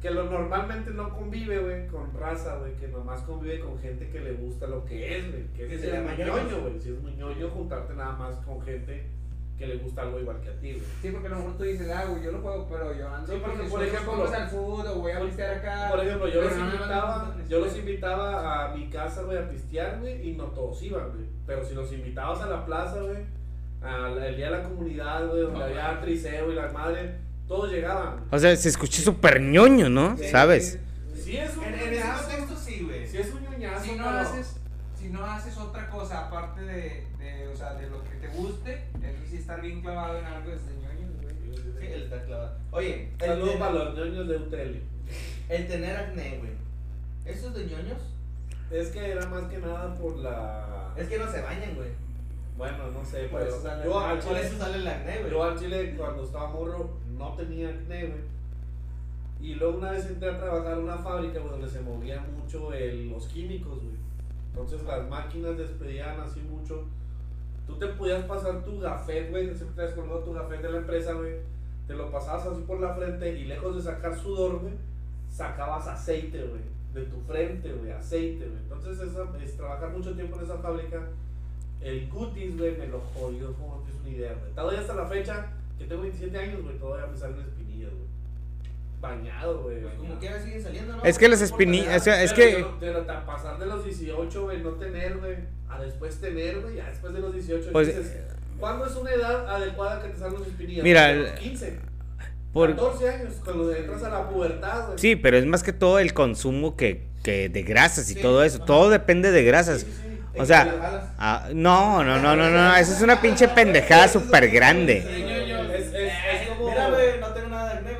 Speaker 6: que lo normalmente no convive, güey, con raza, güey. Que nomás convive con gente que le gusta lo que es, güey. Que,
Speaker 1: Que
Speaker 6: es
Speaker 1: se llama
Speaker 6: muy
Speaker 1: ñoños.
Speaker 6: ñoño, güey. Si es muy ñoño juntarte nada más con gente que le gusta algo igual que a ti, güey.
Speaker 4: Sí, porque a lo mejor tú dices, ah, güey, yo lo juego, pero yo ando.
Speaker 6: Sí, porque,
Speaker 4: con
Speaker 6: por
Speaker 4: mis
Speaker 6: ejemplo,
Speaker 4: compas al fútbol, o voy a pistear acá.
Speaker 6: Por ejemplo, yo
Speaker 4: Pero
Speaker 6: los,
Speaker 4: no me
Speaker 6: invitaba,
Speaker 4: mandan-
Speaker 6: yo los invitaba a mi casa, güey, a pistear, güey, y no todos iban, güey. Pero si los invitabas a la plaza, güey, al el día de la comunidad, güey, donde
Speaker 4: No,
Speaker 6: había triceo y las madres, todos llegaban.
Speaker 2: O sea, se escucha súper ñoño, ¿no?
Speaker 4: Sí,
Speaker 2: ¿Sabes?
Speaker 4: sí.
Speaker 6: Si es un
Speaker 1: En, en ese
Speaker 6: ñoñazo,
Speaker 1: contexto, sí, güey.
Speaker 6: si es un ñoñazo,
Speaker 4: si no
Speaker 6: pero-
Speaker 4: haces si no haces otra cosa aparte de, de, o sea, de lo que te guste eso sí estar bien clavado en algo desde ñoño güey
Speaker 1: Sí, él está clavado. Oye, el
Speaker 6: Saludos
Speaker 1: ten-
Speaker 6: para los ñoños de UTL.
Speaker 1: el tener acné, güey. ¿Eso es de ñoños?
Speaker 6: Es que era más que nada por la...
Speaker 1: Es que no se bañan, güey.
Speaker 6: Bueno, no sé,
Speaker 4: Por
Speaker 6: pero
Speaker 4: eso sale
Speaker 6: yo
Speaker 4: el-
Speaker 6: al
Speaker 1: Por
Speaker 6: chile-
Speaker 1: eso sale el acné, güey.
Speaker 6: Yo al chile cuando estaba morro no tenía acné, güey. Y luego una vez entré a trabajar en una fábrica güey, donde se movía mucho el- los químicos, güey. Entonces las máquinas despedían así mucho. Tú te podías pasar tu gafet, güey, siempre te has colgado tu gafet de la empresa, güey. Te lo pasabas así por la frente y lejos de sacar sudor, güey, sacabas aceite, güey. De tu frente, güey, aceite, güey. Entonces esa, es trabajar mucho tiempo en esa fábrica. El cutis, güey, me lo jodió, como no tienes una idea, güey. Todavía hasta la fecha, que tengo 27 años, güey, todavía me salen espinillas, güey. Bañado, güey.
Speaker 1: Pues como
Speaker 6: bañado.
Speaker 1: quiera siguen saliendo, ¿no?
Speaker 2: Es que las
Speaker 1: No importa la
Speaker 2: espinillas-
Speaker 1: edad.
Speaker 2: o sea, es
Speaker 6: Pero
Speaker 2: que-
Speaker 6: yo- Pero tan pasar de los 18, güey, no tener, güey, a después tener, güey, a después de los 18,
Speaker 2: Pues,
Speaker 6: dices, ¿cuándo es una edad adecuada que te salgan los espinillas?
Speaker 2: Mira,
Speaker 6: A los
Speaker 2: el-
Speaker 6: 15.
Speaker 2: Por-
Speaker 6: 14 años, cuando entras a la pubertad, güey.
Speaker 2: Sí, pero es más que todo el consumo que, que de grasas y
Speaker 1: Sí,
Speaker 2: todo eso.
Speaker 1: ajá.
Speaker 2: Todo depende de
Speaker 6: Sí,
Speaker 2: grasas.
Speaker 6: sí, sí.
Speaker 2: O
Speaker 1: Te
Speaker 2: sea,
Speaker 1: jalas.
Speaker 2: ah, no, no, no, no, no, eso es una pinche pendejada súper grande.
Speaker 6: Es, es, es como.
Speaker 1: Mira, güey, no tengo nada de acné,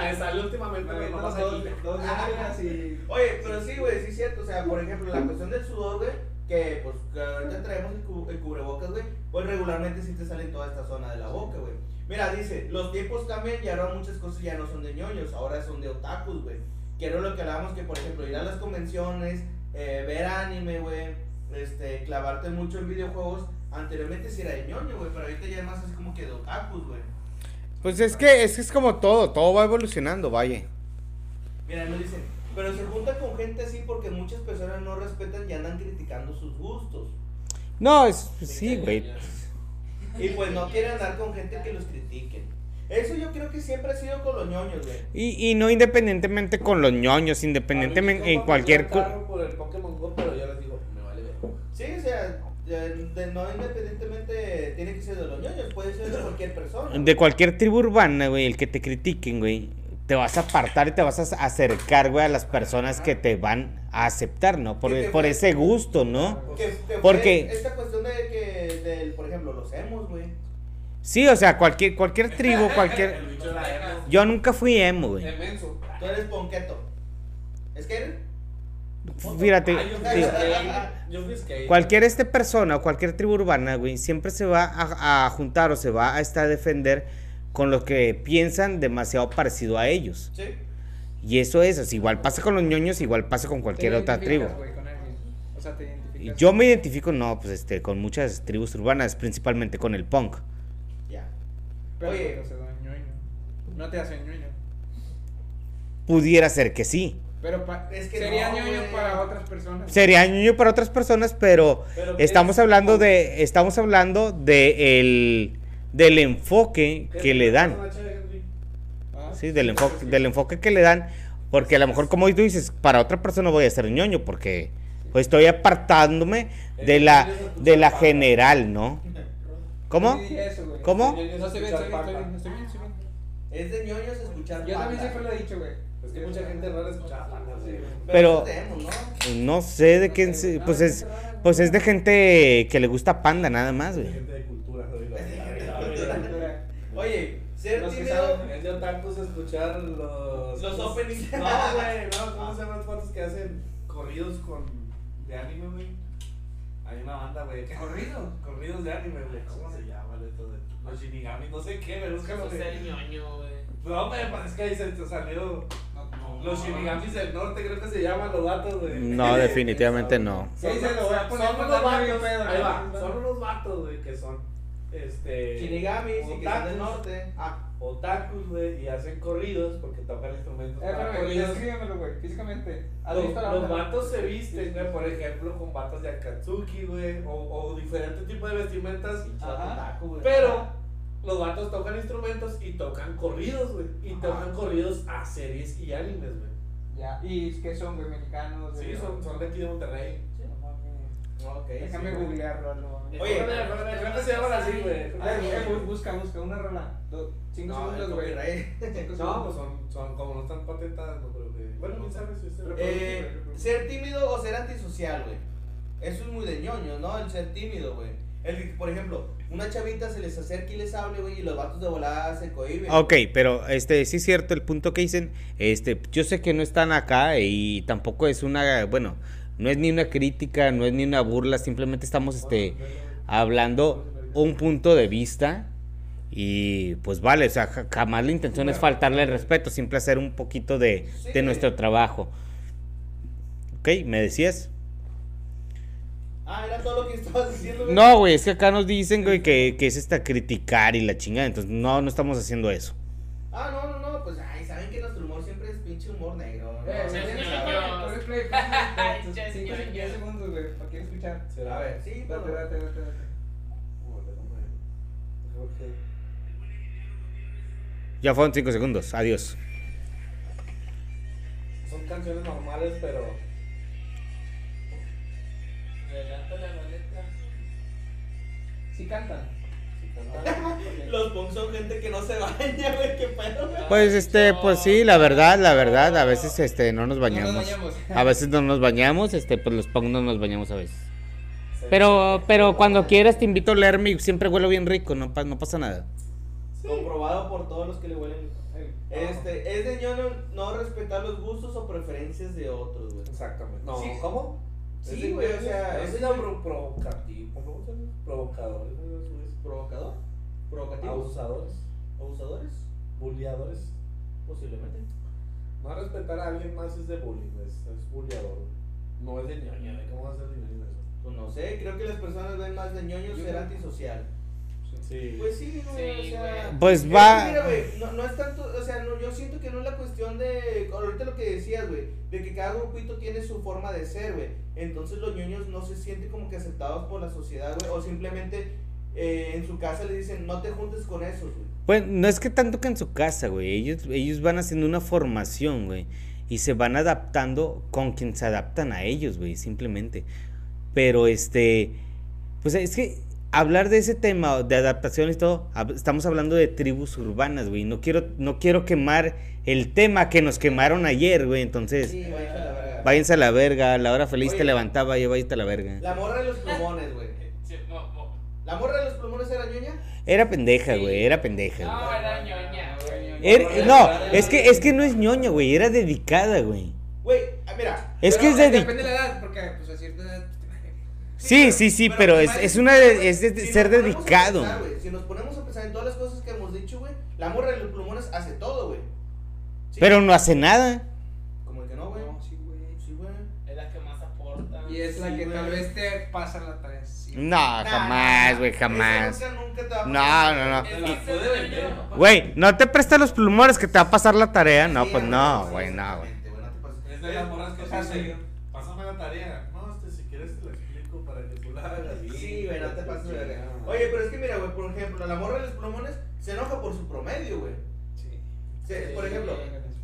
Speaker 1: güey.
Speaker 6: Me salió últimamente,
Speaker 4: Me
Speaker 6: güey,
Speaker 4: aviento
Speaker 6: nomás
Speaker 4: dos-
Speaker 6: aquí.
Speaker 4: dos diarias y-
Speaker 1: Oye, pero sí, güey, sí es cierto. O sea, por ejemplo, la cuestión del sudor, güey, que pues que ahorita traemos el, cu- el cubrebocas, güey, pues regularmente sí te sale en toda esta zona de la boca, güey. Mira, dice, los tiempos cambian y ahora muchas cosas ya no son de ñoños, ahora son de otakus, güey. Que era lo que hablábamos, que por ejemplo, ir a las convenciones, eh, ver anime, güey, este, clavarte mucho en videojuegos. Anteriormente sí era de ñoño, güey, pero ahorita ya es más así como que de otakus, güey.
Speaker 2: Pues es que es, que es como todo, todo va evolucionando, vaya.
Speaker 1: Mira, nos dicen, pero se junta con gente así porque muchas personas no respetan y andan criticando sus gustos.
Speaker 2: No, es, pues sí, güey.
Speaker 1: Y pues no quieren andar con gente que los critique. Eso yo creo que siempre ha sido con los ñoños, güey.
Speaker 2: Y, y no independientemente con los ñoños,
Speaker 6: A
Speaker 2: independientemente
Speaker 6: mí mis
Speaker 2: en
Speaker 6: compas
Speaker 2: cualquier...
Speaker 6: me
Speaker 2: cu-
Speaker 6: lanzaron por el Pokémon Go, pero yo les digo, me vale ver.
Speaker 1: Sí, o sea, de, de- no independientemente tiene que ser de los ñoños, puede ser de cualquier persona.
Speaker 2: De cualquier tribu urbana, güey, el que te critiquen, güey, te vas a apartar y te vas a acercar, güey, a las personas que te van a aceptar, ¿no?
Speaker 1: Que
Speaker 2: Por,
Speaker 1: te
Speaker 2: por
Speaker 1: fue-
Speaker 2: ese gusto, ¿no?
Speaker 1: Que- que fue
Speaker 2: Porque-
Speaker 1: Esta cuestión de que, del, por ejemplo, los hemos, güey.
Speaker 2: Sí, o sea, cualquier, cualquier tribu,
Speaker 6: El
Speaker 2: cualquier...
Speaker 6: bicho era emo.
Speaker 2: Yo nunca fui emo, güey.
Speaker 6: Inmenso.
Speaker 1: Tú eres ponqueto. ¿Es que eres?
Speaker 2: Fíjate,
Speaker 6: Ah, yo fui
Speaker 2: digo,
Speaker 6: skate, Yo fui skate.
Speaker 2: cualquier este persona o cualquier tribu urbana, güey, siempre se va a, a juntar o se va a estar a defender con lo que piensan demasiado parecido a ellos.
Speaker 1: Sí.
Speaker 2: Y eso es, así, igual pasa con los ñoños, igual pasa con cualquier
Speaker 4: Te
Speaker 2: otra tribu.
Speaker 4: identificas, güey, con alguien. O sea, te identificas.
Speaker 2: Yo me identifico, no, pues este, con muchas tribus urbanas, principalmente con el punk.
Speaker 1: Ya.
Speaker 4: Pero
Speaker 1: Oye.
Speaker 4: no te hace ñoño. No te hace ñoño.
Speaker 2: Pudiera ser que sí.
Speaker 4: Pero pa-
Speaker 1: Es que
Speaker 4: sería
Speaker 1: no,
Speaker 4: ñoño
Speaker 1: güey.
Speaker 4: para otras personas.
Speaker 2: Sería ñoño para otras personas, pero
Speaker 6: Pero
Speaker 2: estamos
Speaker 6: es-
Speaker 2: hablando de, estamos hablando de el, del enfoque
Speaker 6: ¿Qué
Speaker 2: que
Speaker 6: es
Speaker 2: le
Speaker 6: lo
Speaker 2: dan.
Speaker 6: pasa, Henry?
Speaker 4: Ah,
Speaker 2: Sí, del enfoque,
Speaker 4: sí.
Speaker 2: del enfoque que le dan, porque a lo mejor como tú dices, para otra persona voy a ser ñoño, porque pues, estoy apartándome
Speaker 4: Eh,
Speaker 2: de la, de la general, ¿no? ¿Cómo?
Speaker 4: Sí, eso, güey.
Speaker 2: ¿Cómo?
Speaker 4: Eh, No, estoy bien, estoy bien, estoy bien, estoy bien, estoy bien.
Speaker 1: Es de ñoños escuchar
Speaker 4: Yo
Speaker 1: banda.
Speaker 4: también siempre lo he dicho, güey.
Speaker 6: Es que mucha gente rara escuchaba pandas, güey.
Speaker 2: Pero-
Speaker 1: Pero, eso es de emo, ¿no?
Speaker 2: No sé de quién, se- pues es, pues es de gente que le gusta panda nada más, güey.
Speaker 6: Gente de cultura, güey.
Speaker 1: Oye, ser
Speaker 6: Los que
Speaker 1: tímido.
Speaker 6: saben, es de otakus escuchar los.
Speaker 1: Los openings.
Speaker 6: No, güey, no,
Speaker 4: Ah.
Speaker 6: ¿cómo se llaman los cuantos que hacen corridos con. de anime, güey? Hay una banda, güey. Corridos, corridos de anime, güey. ¿Cómo se llama el esto de los shinigami? No sé qué, me búscalo,
Speaker 5: Eso es el
Speaker 6: güey.
Speaker 5: ñoño, güey.
Speaker 6: No, me parece que ahí se te salió.
Speaker 4: No,
Speaker 6: Los shinigamis del norte, creo que se llaman los vatos, güey.
Speaker 2: No, definitivamente no.
Speaker 6: Son,
Speaker 4: Sí, se lo voy a poner
Speaker 6: son
Speaker 4: para
Speaker 6: unos
Speaker 4: darle
Speaker 6: vatos,
Speaker 4: pedo,
Speaker 6: ahí
Speaker 4: ¿no?
Speaker 6: va, son unos vatos, güey, que son, este...
Speaker 1: Shinigami, y que son
Speaker 6: otakus.
Speaker 1: del norte. Ah,
Speaker 6: otakus, güey, y hacen corridos porque tocan instrumentos
Speaker 4: Eh,
Speaker 6: para
Speaker 4: pero, güey,
Speaker 6: corridos.
Speaker 4: descríbemelo, güey, físicamente. ¿Has
Speaker 6: Los,
Speaker 4: visto la
Speaker 6: los
Speaker 4: banda?
Speaker 6: vatos se visten, güey, por ejemplo, con batas de Akatsuki, güey, o, o diferente tipo de vestimentas.
Speaker 4: Ajá.
Speaker 1: otaku, güey.
Speaker 6: Pero los vatos tocan instrumentos y tocan corridos, güey, y tocan corridos a series y animes, güey.
Speaker 4: Ya, ¿y qué son, güey? Mexicanos.
Speaker 6: Sí,
Speaker 4: güey?
Speaker 6: son, son de aquí de Monterrey.
Speaker 4: No mames.
Speaker 1: Ok,
Speaker 4: Déjame
Speaker 1: sí, güey.
Speaker 4: googlearlo, no. mames.
Speaker 1: Oye,
Speaker 6: creo que se llaman así, güey.
Speaker 4: Ay, eh, bu- busca, busca una rola. Do- cinco
Speaker 1: No, el
Speaker 4: segundos, güey.
Speaker 1: copyright.
Speaker 4: Cinco
Speaker 6: No,
Speaker 4: segundos.
Speaker 6: pues son, son como no están patentadas, no creo que. Bueno, quién sabe si es el-
Speaker 1: Eh, ser tímido o ser antisocial, güey. Eso es muy de ñoño, ¿no? El ser tímido, güey. El que, por ejemplo, una chavita se les acerca y les hable, güey, y los vatos de volada se cohiben.
Speaker 2: Ok, pero este sí es cierto el punto que dicen. Este, yo sé que no están acá y tampoco es una, bueno, no es ni una crítica, no es ni una burla, simplemente estamos este hablando un punto de vista y pues vale, o sea, ja- jamás la intención es faltarle el respeto, simple hacer un poquito de,
Speaker 1: Sí.
Speaker 2: de nuestro trabajo. Ok, ¿me decías?
Speaker 1: Ah, era todo lo que estabas diciendo, güey.
Speaker 2: No, güey, es que acá nos dicen, güey, que, que es esta criticar y la chingada, entonces no, no estamos haciendo eso.
Speaker 1: Ah, no, no, no, pues, ay, saben que nuestro humor siempre es pinche humor negro. pues, ¿no?
Speaker 4: Eh,
Speaker 1: Sí,
Speaker 4: güey,
Speaker 5: sí,
Speaker 4: tienes
Speaker 5: sí,
Speaker 4: que
Speaker 1: a
Speaker 5: sí.
Speaker 1: ver,
Speaker 4: poner- poner play, play, play, cinco se- diez
Speaker 5: Ay, ya, ya.
Speaker 4: segundos, güey, para que escuchar.
Speaker 6: Será,
Speaker 1: A ver, sí,
Speaker 4: Date,
Speaker 1: pero...
Speaker 4: date, date, date.
Speaker 2: Ya fueron cinco segundos, adiós.
Speaker 6: Son canciones normales, pero.
Speaker 5: Adelanta la maleta.
Speaker 4: Sí cantan.
Speaker 6: Sí,
Speaker 1: Los punks son gente que no se baña, güey, qué pedo, güey.
Speaker 2: Pues este, pues sí, la verdad, la verdad, a veces este no nos
Speaker 1: No nos
Speaker 2: bañamos.
Speaker 1: bañamos.
Speaker 2: A veces no nos bañamos, este, pues los pongo no nos bañamos a veces. Pero, pero cuando quieras te invito a leerme y siempre huelo bien rico, no, pa- no pasa nada.
Speaker 1: Comprobado por todos los que le huelen. Este, es de yo no, no respetar los gustos o preferencias de otros, güey.
Speaker 6: Exactamente. No,
Speaker 1: Sí.
Speaker 6: ¿cómo?
Speaker 1: Sí,
Speaker 6: Ese
Speaker 1: güey, o sea,
Speaker 6: Es
Speaker 1: es-
Speaker 6: una pro- provocativo. ¿Cómo se llama? Provocadores. ¿no? Eso es.
Speaker 1: ¿Provocador? ¿Provocativos?
Speaker 6: Abusadores.
Speaker 1: ¿Abusadores?
Speaker 6: Bulleadores.
Speaker 1: Posiblemente.
Speaker 6: No respetar a alguien más es de bullying, güey, es, es bulleador. güey. No es de ñoña, güey, ¿cómo va a ser de ñoña eso?
Speaker 1: Pues no sé, creo que las personas ven más de ñoño
Speaker 6: Yo
Speaker 1: ser
Speaker 6: creo-
Speaker 1: antisocial.
Speaker 6: Sí.
Speaker 1: Pues sí, güey,
Speaker 5: Sí,
Speaker 1: o sea.
Speaker 5: güey.
Speaker 2: Pues
Speaker 1: es que
Speaker 2: va-
Speaker 1: Mira, güey, no, no es tanto, o sea, no, yo siento que no es la cuestión de. Ahorita lo que decías, güey, de que cada grupito tiene su forma de ser, güey. Entonces los ñoños no se sienten como que aceptados por la sociedad, güey, o simplemente eh, en su casa le dicen, no te juntes con esos, güey.
Speaker 2: Pues no es que tanto que en su casa, güey. Ellos, ellos van haciendo una formación, güey. Y se van adaptando con quien se adaptan a ellos, güey, simplemente. Pero este, pues es que hablar de ese tema de adaptaciones y todo, hab- estamos hablando de tribus urbanas, güey. No quiero, no quiero quemar el tema que nos quemaron ayer, güey. Entonces,
Speaker 1: Sí, güey, la verga.
Speaker 2: váyanse a la verga. A la hora feliz te
Speaker 1: Oye.
Speaker 2: levantaba, ya váyanse a la verga.
Speaker 1: La morra de los plumones, güey.
Speaker 5: Sí, mo- mo-
Speaker 1: ¿La morra de los plumones era ñoña?
Speaker 2: Era pendeja,
Speaker 5: Sí. Ah,
Speaker 2: güey. Era pendeja. güey.
Speaker 5: No, era ñoña, güey.
Speaker 2: Era- Er, no, es que, es que no es ñoña, güey. Era dedicada, güey.
Speaker 1: Güey, ah, mira,
Speaker 2: Es que es
Speaker 4: de
Speaker 1: eh,
Speaker 2: dedicada.
Speaker 4: Depende de la edad, porque pues a cierta edad.
Speaker 2: Sí, sí, sí, pero es, es una de- es de- de
Speaker 1: Si
Speaker 2: ser
Speaker 1: nos ponemos a
Speaker 2: dedicado.
Speaker 1: pensar, güey, si nos ponemos a pensar en todas las cosas que hemos dicho, güey, la morra de los plumones hace todo, güey. Sí.
Speaker 2: Pero no hace nada.
Speaker 1: Como que no, güey.
Speaker 4: No, sí, güey.
Speaker 1: Sí, güey.
Speaker 5: Es la que más aporta.
Speaker 4: Y es la
Speaker 1: Sí,
Speaker 4: que
Speaker 1: güey.
Speaker 4: tal vez te pasa la tarea. Sí.
Speaker 2: No,
Speaker 1: Nah,
Speaker 2: Ah, jamás,
Speaker 1: nah,
Speaker 2: güey,
Speaker 1: nah.
Speaker 2: jamás.
Speaker 1: Esa Nunca, nunca te va a
Speaker 2: No,
Speaker 1: pasar.
Speaker 2: no, no.
Speaker 5: Es
Speaker 3: La
Speaker 5: que ser
Speaker 3: puede vender,
Speaker 5: ñoño-
Speaker 3: papá.
Speaker 2: Güey, no te prestas los plumores que te va a pasar la tarea. No,
Speaker 1: Sí,
Speaker 2: pues
Speaker 1: no,
Speaker 2: no,
Speaker 1: sí,
Speaker 2: güey, no, güey.
Speaker 1: exactamente, güey, no te pases.
Speaker 3: Es de las morras que se hacen.
Speaker 6: Pásame la tarea. No, este, si quieres te la explico para que tú la hagas bien.
Speaker 1: Sí, güey, no te pases de verga. Oye, pero es que mira, güey, por ejemplo, la morra de los plumones se enoja por su promedio, güey.
Speaker 4: Sí.
Speaker 1: Se- por ejemplo,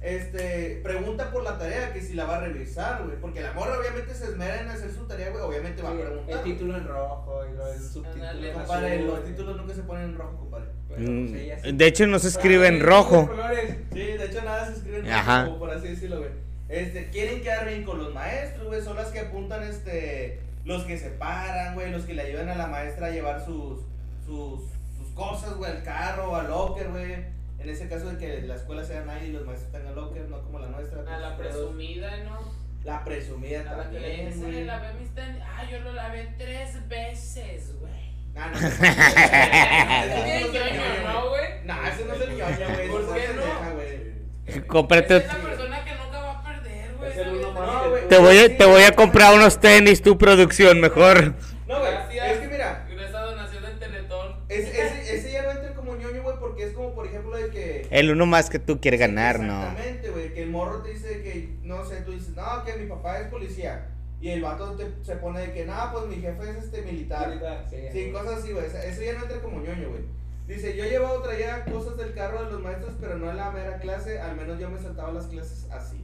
Speaker 1: este, pregunta por la tarea que si la va a revisar, güey. Porque la morra obviamente se esmera en hacer su tarea, güey. Obviamente va a preguntar.
Speaker 4: El
Speaker 1: güey.
Speaker 4: título en rojo y lo del subtítulo.
Speaker 5: Ándale,
Speaker 4: en
Speaker 1: Compadre,
Speaker 4: azul,
Speaker 1: los
Speaker 4: güey.
Speaker 1: títulos nunca se ponen en rojo, compadre.
Speaker 4: Pero, pues, ella sí.
Speaker 2: Mm, De hecho, no se escribe en
Speaker 4: Ay, los
Speaker 2: rojo.
Speaker 4: colores.
Speaker 1: Sí, de hecho nada se escribe en
Speaker 2: Ajá.
Speaker 1: rojo, como por así decirlo, güey. Este, quieren quedar bien con los maestros, güey. Son las que apuntan, este, los que se paran, güey. Los que le ayudan a la maestra a llevar sus, sus, sus cosas, güey, al carro, al locker, güey. En ese caso de que la escuela sea nadie y los maestros tengan locker, no como la nuestra. pues,
Speaker 5: A la presumida, ¿no?
Speaker 1: La presumida
Speaker 5: A la que le
Speaker 1: también,
Speaker 5: dices,
Speaker 1: güey.
Speaker 5: "Ay, lavé mis tenis". Ah, yo lo lavé tres veces, güey.
Speaker 1: Ah, no. Ese
Speaker 5: Es
Speaker 1: no es el
Speaker 5: ñoño,
Speaker 1: ñoño,
Speaker 5: ¿no,
Speaker 1: güey.
Speaker 5: güey?
Speaker 1: No, ese no es el ñoño, güey.
Speaker 5: ¿Por
Speaker 1: ese
Speaker 5: qué
Speaker 1: es
Speaker 5: no?
Speaker 1: pendeja, güey.
Speaker 5: Esa
Speaker 2: Cómprate.
Speaker 5: es la persona que nunca va a perder, güey.
Speaker 6: Es el
Speaker 5: ¿sabes?
Speaker 6: uno más
Speaker 1: No, güey.
Speaker 2: Te voy, a- te voy a comprar unos tenis, tu producción, mejor.
Speaker 1: No, güey.
Speaker 5: Gracias.
Speaker 1: Es que mira,
Speaker 5: Esa donación del Teletón.
Speaker 1: Ese, ese, ese ya no entra como ñoño, güey, porque es como, por ejemplo, de que...
Speaker 2: El uno más que tú quieres ganar, no.
Speaker 1: Exactamente, güey, que el morro te dice que, no sé, tú dices, no, que mi papá es policía. Y el vato te- se pone de que, no, pues mi jefe es este militar.
Speaker 4: Sí,
Speaker 1: Sí,
Speaker 4: güey.
Speaker 1: cosas así, güey. o sea, Eso ya no entra como ñoño, güey. Dice, yo llevaba otra ya cosas del carro de los maestros, pero no en la mera clase, al menos yo me saltaba las clases así.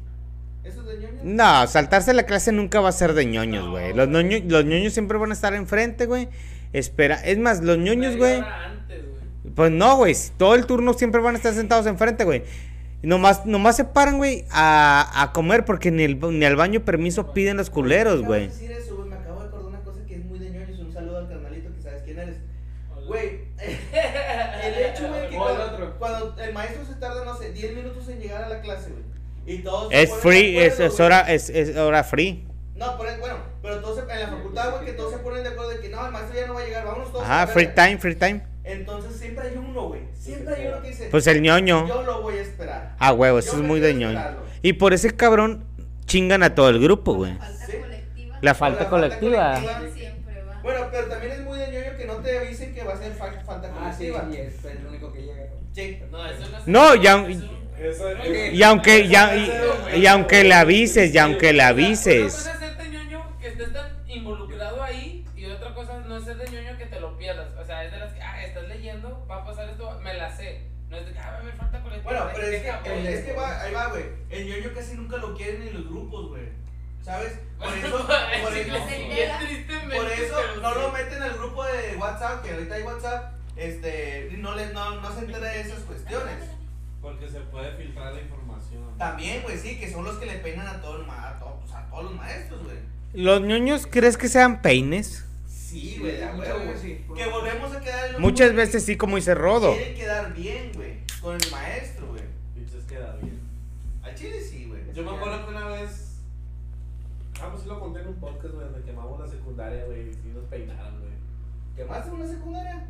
Speaker 1: ¿Eso es de ñoño?
Speaker 2: No, saltarse la clase nunca va a ser de ñoños,
Speaker 5: No,
Speaker 2: güey. Los,
Speaker 5: güey.
Speaker 2: ñoño- los ñoños siempre van a estar enfrente, güey. Espera, es más, los ñoños,
Speaker 5: Media
Speaker 2: güey.
Speaker 5: hora antes, güey.
Speaker 2: Pues no, güey. si Todo el turno siempre van a estar sentados enfrente, güey. Nomás, nomás se paran, güey, a, a comer porque ni, el, ba- ni al baño permiso piden los culeros,
Speaker 1: Acabo de
Speaker 2: Pues, güey.
Speaker 1: decir eso, güey, me acabo de acordar una cosa que es muy de ñoños. Un saludo al carnalito que sabes quién eres.
Speaker 5: Hola.
Speaker 1: Güey, El hecho, güey, que
Speaker 4: O el
Speaker 1: cuando,
Speaker 4: otro.
Speaker 1: cuando el maestro se tarda, no sé, 10 minutos en llegar a la clase, güey. Y todos. se
Speaker 2: Es
Speaker 1: ponen
Speaker 2: free,
Speaker 1: de
Speaker 2: es,
Speaker 1: acuerdo,
Speaker 2: es
Speaker 1: güey.
Speaker 2: hora, es, es hora free.
Speaker 1: No, pero bueno, pero todos se- en la facultad, güey, que todos se ponen de acuerdo de que no, el maestro ya no va a llegar, vámonos todos. a la
Speaker 2: Ajá, free
Speaker 1: verga.
Speaker 2: time, free time.
Speaker 1: Entonces siempre hay uno, güey. Siempre hay uno que dice,
Speaker 2: Pues el ñoño.
Speaker 1: yo lo voy a esperar.
Speaker 2: Ah,
Speaker 1: Yo
Speaker 2: huevo, eso es
Speaker 1: me
Speaker 2: muy
Speaker 1: quiero
Speaker 2: de ñoño.
Speaker 1: esperarlo.
Speaker 2: Y por ese cabrón chingan a todo el grupo, Pues, güey.
Speaker 7: Falta
Speaker 1: Sí.
Speaker 7: colectiva.
Speaker 2: La
Speaker 1: La
Speaker 2: falta
Speaker 1: falta
Speaker 2: colectiva.
Speaker 1: colectiva.
Speaker 7: Sí, siempre va.
Speaker 1: Bueno, pero también es muy de ñoño que no te avisen que va a ser fa- falta
Speaker 4: Ah, sí,
Speaker 1: colectiva.
Speaker 4: y es el único que llega.
Speaker 1: Sí.
Speaker 5: No, eso no es.
Speaker 2: No, ya-
Speaker 5: eso es un-
Speaker 6: Eso es.
Speaker 4: Ok.
Speaker 2: Y aunque, ya, y, y aunque le avises, y aunque le
Speaker 5: Una
Speaker 2: avises.
Speaker 5: cosa es ser de ñoño que estés tan involucrado ahí y otra cosa no es ser de ñoño que te lo pierdas. O sea, es de las que, ah, estás leyendo, va a pasar esto, me la sé. No es de que, ah, me falta colectiva.
Speaker 1: Bueno, pero es
Speaker 5: Deja,
Speaker 1: que,
Speaker 5: voy.
Speaker 1: el- es que va, ahí va, güey. El ñoño casi nunca lo quieren en los grupos, güey. ¿Sabes? Por eso, por
Speaker 5: Sí,
Speaker 1: eso,
Speaker 5: bien tristemente,
Speaker 1: Por eso
Speaker 5: pero
Speaker 1: no
Speaker 5: sí.
Speaker 1: lo meten al grupo de WhatsApp, que ahorita hay WhatsApp, este, no, les, no, no se entera de esas cuestiones.
Speaker 6: Porque se puede filtrar la información.
Speaker 1: También, güey, sí, que son los que le peinan a, todo el ma- a, to- pues, a todos los maestros, güey.
Speaker 2: ¿Los ñoños crees que sean peines?
Speaker 1: Sí, güey, de a
Speaker 4: muchas
Speaker 1: huevo.
Speaker 4: veces sí.
Speaker 1: Que volvemos a quedar en lo
Speaker 2: Muchas
Speaker 1: mismo,
Speaker 2: veces sí, como dice Rodo.
Speaker 1: Quieren quedar bien, güey, con el maestro, güey.
Speaker 6: Entonces queda bien.
Speaker 1: Al chile sí, güey.
Speaker 6: Yo me acuerdo que una vez. Ah, pues sí lo conté en un podcast, güey. Me quemamos la secundaria, güey. Y nos peinaron, güey.
Speaker 1: ¿Qué más en una secundaria?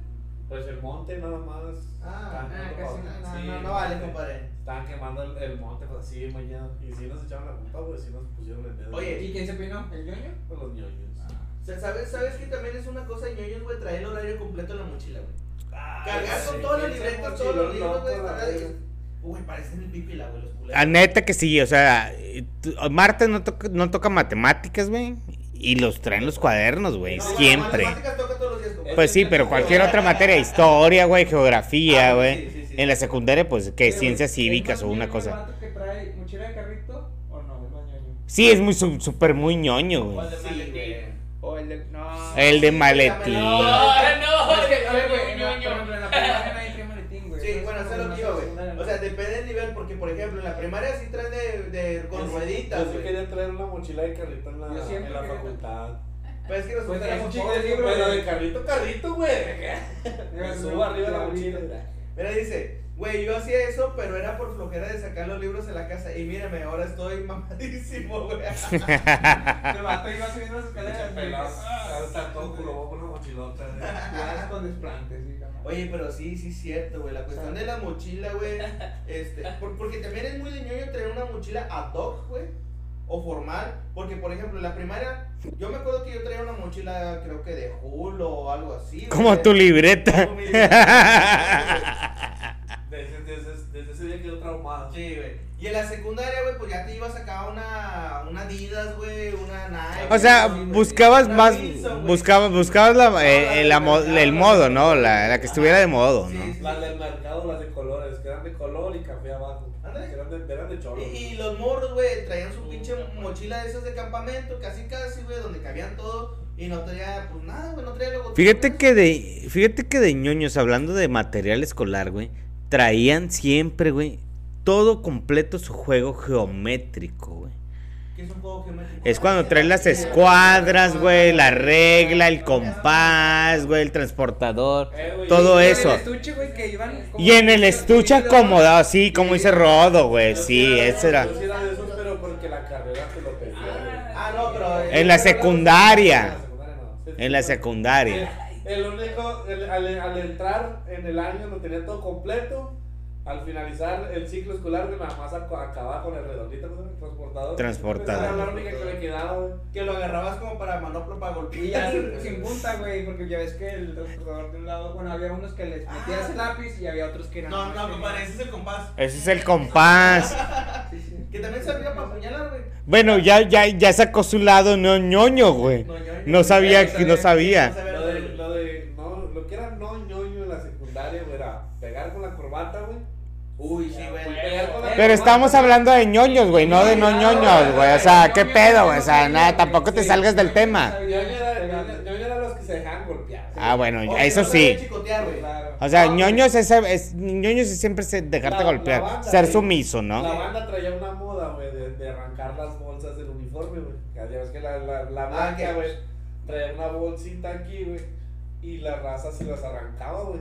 Speaker 6: Pues el monte nada más.
Speaker 1: Ah,
Speaker 6: Estaban
Speaker 1: ah, casi
Speaker 6: quemando pa-
Speaker 1: nada.
Speaker 6: sí,
Speaker 1: no, no,
Speaker 6: el
Speaker 1: no vale,
Speaker 6: monte.
Speaker 1: compadre.
Speaker 6: Estaban quemando el, el monte, pues así, mañana. Y sí nos echaron la culpa, güey. Sí nos pusieron el dedo.
Speaker 1: Oye, Ah.
Speaker 4: ¿Y quién se peinó? ¿El ñoño?
Speaker 6: Con los ñoños.
Speaker 1: O sea, ¿sabes, ¿sabes que también es una cosa de ñoños, güey? Traer el horario completo en la mochila, güey.
Speaker 6: Ah,
Speaker 1: Cargar con todos los libretos, todos los libros, güey. estar ahí. Güey, parecen el pipi y la, güey, los culeros.
Speaker 2: La neta que sí, o sea, tú- Marta no, toca- no toca matemáticas, güey. Y los traen los cuadernos, güey,
Speaker 1: No, bueno,
Speaker 2: siempre.
Speaker 1: matemáticas toca todos los días, compadre.
Speaker 2: Pues sí, pero cualquier otra materia, historia, güey, geografía,
Speaker 1: Ah, sí,
Speaker 2: güey.
Speaker 1: sí, sí.
Speaker 2: En la secundaria, pues, ¿qué?
Speaker 4: Pero,
Speaker 2: Ciencias
Speaker 4: ¿es
Speaker 2: cívicas
Speaker 4: más
Speaker 2: o una
Speaker 4: ñoño
Speaker 2: cosa.
Speaker 4: el vato que trae mochila de carrito o no? El más ñoño.
Speaker 2: Sí, es muy su- súper muy ñoño,
Speaker 1: O
Speaker 2: güey.
Speaker 1: el de
Speaker 5: Sí,
Speaker 1: maletín.
Speaker 4: O el de. No.
Speaker 2: El de
Speaker 5: No,
Speaker 2: maletín.
Speaker 5: no,
Speaker 4: Es que, a ver, güey,
Speaker 5: ñoño,
Speaker 4: en la- por ejemplo, en
Speaker 5: ñoño.
Speaker 4: la primaria nadie trae maletín, güey.
Speaker 1: Sí, bueno, eso es lo que iba, güey. O sea, depende del nivel, porque por ejemplo, en la primaria sí traen de, de-
Speaker 6: Yo
Speaker 1: con
Speaker 6: sí-
Speaker 1: rueditas,
Speaker 4: pues,
Speaker 6: Yo sí
Speaker 1: güey.
Speaker 6: quería traer una mochila de carrito en la,
Speaker 4: Yo siempre
Speaker 6: en la
Speaker 4: quería-
Speaker 6: facultad.
Speaker 1: Pero es que nos
Speaker 4: Pues,
Speaker 1: gustan
Speaker 4: es
Speaker 1: los
Speaker 4: un chico
Speaker 1: pobres,
Speaker 4: de libro,
Speaker 1: compadre.
Speaker 6: Pero de carrito, carrito, güey. Me subo arriba de la mochila.
Speaker 1: Mira, dice, güey, yo hacía eso, pero era por flojera de sacar los libros en la casa. Y mírame, ahora estoy mamadísimo, güey.
Speaker 4: El vato iba subiendo las escaleras. güey.
Speaker 6: Pelado.
Speaker 4: Ah,
Speaker 6: Está todo culo con una mochilota. güey.
Speaker 4: Ya es con desplantes, sí, cabrón.
Speaker 1: Oye, pero sí, sí es cierto, güey. La cuestión de la mochila, güey. Este, por- porque también es muy de ñoño tener una mochila ad hoc, güey. O formal. Porque, por ejemplo, en la primaria, yo me acuerdo que yo traía una mochila, creo que de Hulu o algo así.
Speaker 2: Como
Speaker 1: güey.
Speaker 2: tu libreta.
Speaker 1: Como mi libreta,
Speaker 6: Desde, desde, desde ese día quedó traumado.
Speaker 1: Sí, güey. Y en la secundaria, güey, pues ya te ibas acá una, una Adidas, güey, una Nike.
Speaker 2: O sea,
Speaker 1: güey,
Speaker 2: buscabas
Speaker 1: una
Speaker 2: más,
Speaker 1: Wilson, güey.
Speaker 2: buscabas, buscabas la, eh, eh, la mo- el modo, ¿no? La, la que estuviera de modo,
Speaker 1: Sí,
Speaker 2: ¿no?
Speaker 1: sí,
Speaker 6: Las del mercado, las de colores, que eran de color y café abajo.
Speaker 1: Ándale.
Speaker 6: Que eran de, eran de cholo.
Speaker 1: Y, y los morros, güey, traían su pinche mochila de esas de campamento, casi casi, güey, donde cabían todo y no traía, pues nada, güey, no traía logo.
Speaker 2: Fíjate que de, fíjate que de ñoños, hablando de material escolar, güey, traían siempre, güey, todo completo su juego geométrico, güey.
Speaker 1: Que es un juego geométrico.
Speaker 2: Es cuando traen las escuadras, güey, la regla, el compás, güey, el transportador.
Speaker 6: Eh, güey, yo-
Speaker 2: todo
Speaker 4: Y en
Speaker 2: eso.
Speaker 4: el estuche, güey, que iban como-
Speaker 2: Y en el estuche acomodado, sí, como dice Rodo, güey,
Speaker 6: yo
Speaker 2: Eh, sí,
Speaker 6: era-
Speaker 2: ese era.
Speaker 6: Yo sí era de esos, pero porque la carrera te lo pedía. güey.
Speaker 1: Ah, no, pero.
Speaker 2: En la secundaria.
Speaker 6: En la secundaria no. Sí, sí,
Speaker 2: En la secundaria.
Speaker 6: El único, el- al, al entrar en el año lo tenía todo completo. Al finalizar el ciclo escolar, güey, nada más ac- acababa con el redondito, ¿no? el transportador.
Speaker 2: Transportador.
Speaker 6: Esa era la única que me quedaba, güey.
Speaker 1: Que lo agarrabas como para manopla para
Speaker 4: Y ya
Speaker 1: golpear.
Speaker 4: sin, sin punta, güey, porque ya ves que el transportador de un lado, bueno, había unos que les metías el lápiz y había otros que
Speaker 1: No, no,
Speaker 4: me
Speaker 1: compadre, ese es el compás.
Speaker 2: Ese es el compás.
Speaker 1: Que también servía para apuñalar, güey.
Speaker 2: Bueno, ya, ya, ya sacó su lado no ñoño, güey.
Speaker 1: No, yo-
Speaker 2: No sabía, que- no
Speaker 1: No
Speaker 2: sabía.
Speaker 1: sabía
Speaker 6: Lo de, lo de, no, lo que era no ñoño en la secundaria, güey, era pegar con la corbata, güey.
Speaker 1: Uy, sí, güey.
Speaker 6: Pegar con la
Speaker 2: Pero estamos hablando de ñoños, güey, no de no ñoños, güey. O sea, ¿qué pedo, güey? O sea, nada, tampoco te salgas del tema.
Speaker 6: Ñoño era, ñoño- ñoño era los que se dejaban golpear.
Speaker 2: Ah, bueno,
Speaker 1: O que
Speaker 2: eso
Speaker 1: no sabía
Speaker 2: sí.
Speaker 1: chicotear, güey.
Speaker 2: O sea, ñoños es, es- ñoños es siempre se-
Speaker 6: La-
Speaker 2: dejarte
Speaker 6: la
Speaker 2: golpear,
Speaker 6: banda,
Speaker 2: ser
Speaker 6: sí.
Speaker 2: sumiso, ¿no?
Speaker 6: La banda traía una moda, güey, de, de arrancar las bolsas del uniforme, güey. Ya ves que la, la, la
Speaker 1: Ah,
Speaker 6: blanca,
Speaker 1: que-
Speaker 6: güey, traía una bolsita aquí, güey. Y la raza se las arrancaba, güey.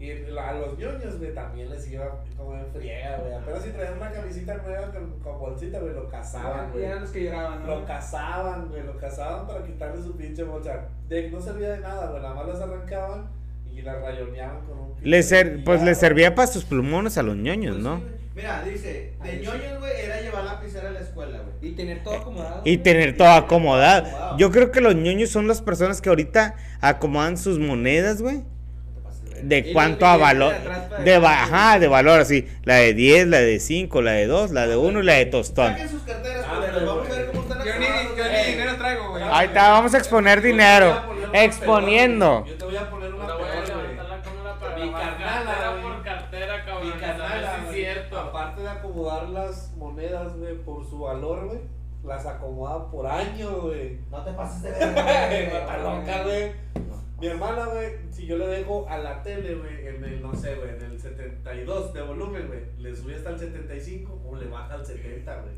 Speaker 6: Y la- a los ñoños, güey, también les iba como en friega, güey. Apenas si traían una camisita nueva con, con bolsita, güey, lo cazaban,
Speaker 4: Y
Speaker 6: güey.
Speaker 4: eran los que lloraban,
Speaker 6: Lo
Speaker 4: ¿no?
Speaker 6: cazaban, güey, lo cazaban para quitarle su pinche bolsa. De, no servía de nada, güey, nada más las arrancaban y las rayoneaban con un...
Speaker 2: Les ser-
Speaker 6: pinche
Speaker 2: pues les
Speaker 6: cepillado.
Speaker 2: servía para sus plumones a los ñoños,
Speaker 1: Pues
Speaker 2: ¿no?
Speaker 1: sí, güey. Mira, dice, de
Speaker 6: Ahí sí.
Speaker 1: ñoños, güey, era llevar lapicera a la escuela, güey.
Speaker 4: Y tener todo acomodado.
Speaker 2: Eh, Y
Speaker 4: güey.
Speaker 2: tener todo acomodado. Yo creo que los ñoños son las personas que ahorita acomodan sus monedas, güey.
Speaker 1: No te pases, güey.
Speaker 4: Y
Speaker 2: De
Speaker 4: los
Speaker 2: cuánto a
Speaker 4: billetes
Speaker 2: valor.
Speaker 4: de atrás para
Speaker 2: De va-
Speaker 4: adelante.
Speaker 2: ajá, de valor, así. La de 10, la de 5, la de 2, la de 1 y la de tostón.
Speaker 1: Saquen sus carteras,
Speaker 6: Ah,
Speaker 1: culeros,
Speaker 6: pero,
Speaker 1: Vamos a ver
Speaker 6: güey.
Speaker 1: cómo están
Speaker 4: Yo ni,
Speaker 1: acomodados,
Speaker 4: yo ni
Speaker 1: güey.
Speaker 4: dinero traigo, güey.
Speaker 2: Ahí está, vamos a exponer dinero. Exponiendo.
Speaker 6: Yo te voy a poner una
Speaker 5: Ahora voy a
Speaker 6: peor,
Speaker 5: levantar
Speaker 6: güey.
Speaker 5: la cámara para
Speaker 6: Mi
Speaker 5: grabar
Speaker 6: carnala,
Speaker 5: cartera
Speaker 6: güey.
Speaker 5: por cartera,
Speaker 6: Mi
Speaker 5: cabrón.
Speaker 6: carnala,
Speaker 5: carnal, es
Speaker 6: güey,
Speaker 5: cierto.
Speaker 6: Aparte de acomodar las monedas, güey, por su valor, güey, las acomoda por año, güey.
Speaker 1: No te pases de verga. güey.
Speaker 6: Está loca, güey. Mi hermana, güey, si yo le dejo a la tele, güey, en el, no sé, güey, en el 72 de volumen, güey, le sube hasta el 75 o le baja al 70, güey.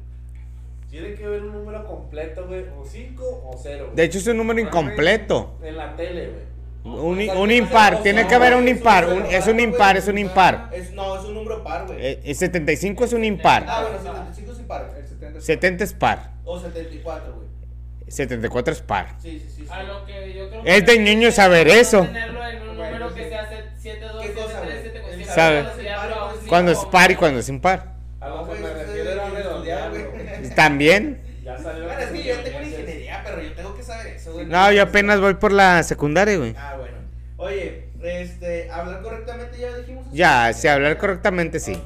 Speaker 6: Tiene que ver un número completo, güey, o 5 o 0.
Speaker 2: De hecho, es un número incompleto.
Speaker 6: en la tele, güey.
Speaker 2: Un, un impar, tiene que haber un impar. un- es un impar, es un impar.
Speaker 1: Es, no, es un número par, güey.
Speaker 2: Eh, eh, 75 es un impar.
Speaker 1: Ah, bueno, 75 es impar.
Speaker 4: El 70.
Speaker 2: 70 es par.
Speaker 1: O 74, güey.
Speaker 2: 74 es par.
Speaker 1: Sí, sí, sí. sí.
Speaker 5: A lo que yo creo
Speaker 2: Es de niño saber eso.
Speaker 5: Tenerlo en un
Speaker 4: Bueno,
Speaker 5: número que
Speaker 4: sí.
Speaker 5: sea 7, 2,
Speaker 1: ¿Qué
Speaker 5: 7,
Speaker 1: cosa,
Speaker 5: 3,
Speaker 1: güey?
Speaker 5: 7,
Speaker 1: El
Speaker 5: 4,
Speaker 2: saber. Cuando es par y cuando es impar.
Speaker 6: A lo que
Speaker 1: Güey,
Speaker 6: me
Speaker 1: ustedes
Speaker 6: refiero era
Speaker 1: tienen que
Speaker 6: redondear,
Speaker 1: estudiar,
Speaker 6: güey.
Speaker 2: También.
Speaker 6: Ya salió.
Speaker 1: Bueno, es que yo tengo una ingeniería, pero yo tengo que saber eso, güey.
Speaker 2: No, yo apenas voy por la secundaria, güey.
Speaker 1: Ah, bueno. Oye, este, hablar correctamente ya dijimos. eso?
Speaker 2: Ya, si hablar correctamente, sí.
Speaker 1: Ok.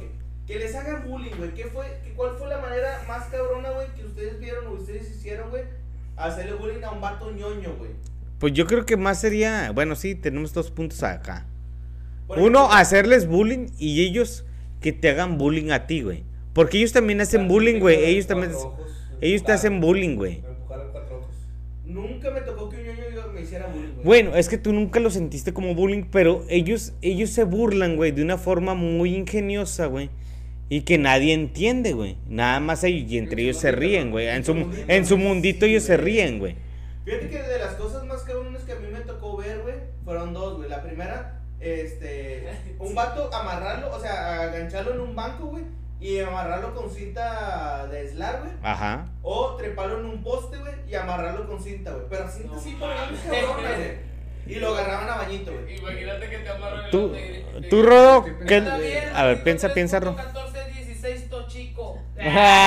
Speaker 1: Que les hagan bullying, güey. ¿Qué fue, que, ¿Cuál fue la manera más cabrona, güey, que ustedes vieron o ustedes hicieron, güey? Hacerle bullying a un vato ñoño, güey.
Speaker 2: Pues yo creo que más sería, bueno, sí, tenemos dos puntos acá.
Speaker 1: Por
Speaker 2: Uno,
Speaker 1: ejemplo,
Speaker 2: hacerles bullying y ellos que te hagan bullying a ti, güey. Porque ellos también hacen bullying, güey. Ellos también... Ellos te hacen bullying, güey.
Speaker 6: Me empujaron cuatro ojos.
Speaker 1: Nunca me tocó que un ñoño yo- me hiciera bullying, güey.
Speaker 2: Bueno, es que tú nunca lo sentiste como bullying, pero ellos, ellos se burlan, güey, de una forma muy ingeniosa, güey. Y que nadie entiende, güey. Nada más ellos, y entre ellos se ríen, güey. En su, en su mundito ellos se ríen, güey.
Speaker 1: Fíjate que de las cosas más cabronas que a mí me tocó ver, güey, fueron dos, güey. La primera, este, un vato amarrarlo, o sea, agancharlo en un banco, güey, y amarrarlo con cinta de eslar, güey.
Speaker 2: Ajá.
Speaker 1: O treparlo en un poste, güey, y amarrarlo con cinta, güey. Pero cinta
Speaker 5: No
Speaker 1: así, pero bien
Speaker 5: mames.
Speaker 1: cabrona, güey. Y lo agarraban a bañito, güey.
Speaker 5: Imagínate que te amarran el
Speaker 2: Tú,
Speaker 5: bote y- y-
Speaker 2: tú Rodo, ¿qué-
Speaker 5: Está bien,
Speaker 2: a ver,
Speaker 5: Rodrigo,
Speaker 2: piensa,
Speaker 5: tres
Speaker 2: piensa,
Speaker 5: punto
Speaker 2: Rodo.
Speaker 5: 14, 16, to chico.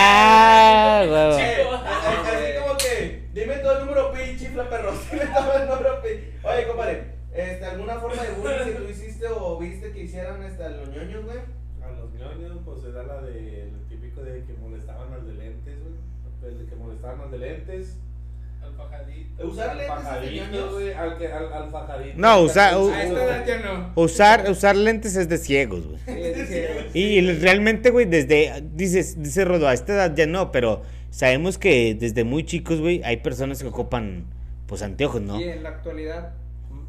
Speaker 2: Ah, huevo.
Speaker 1: Eh,
Speaker 5: Chico.
Speaker 1: Así como que, dime todo el número pi, chifla perro. Dime todo el número pi. Oye, compadre, este, ¿alguna forma de bullying que tú hiciste o viste que hicieran hasta los ñoños, güey?
Speaker 6: A los ñoños, pues era la de lo típico de que molestaban al de lentes, güey. El de que molestaban al de lentes.
Speaker 3: Al pajadito.
Speaker 1: Usar
Speaker 6: Al
Speaker 1: lentes es de
Speaker 6: fajadito,
Speaker 1: ñoños.
Speaker 6: güey. Al, que- al, al fajadito.
Speaker 2: No, usa- u-
Speaker 4: A esta edad ya no.
Speaker 2: Usar, usar lentes es de ciegos, güey.
Speaker 4: uh, Sí, sí, sí.
Speaker 2: Y realmente, güey, desde, dices, dice Rodo, a esta edad ya no, pero sabemos que desde muy chicos, güey, hay personas que ocupan, pues, anteojos, ¿no?
Speaker 4: Y en la actualidad,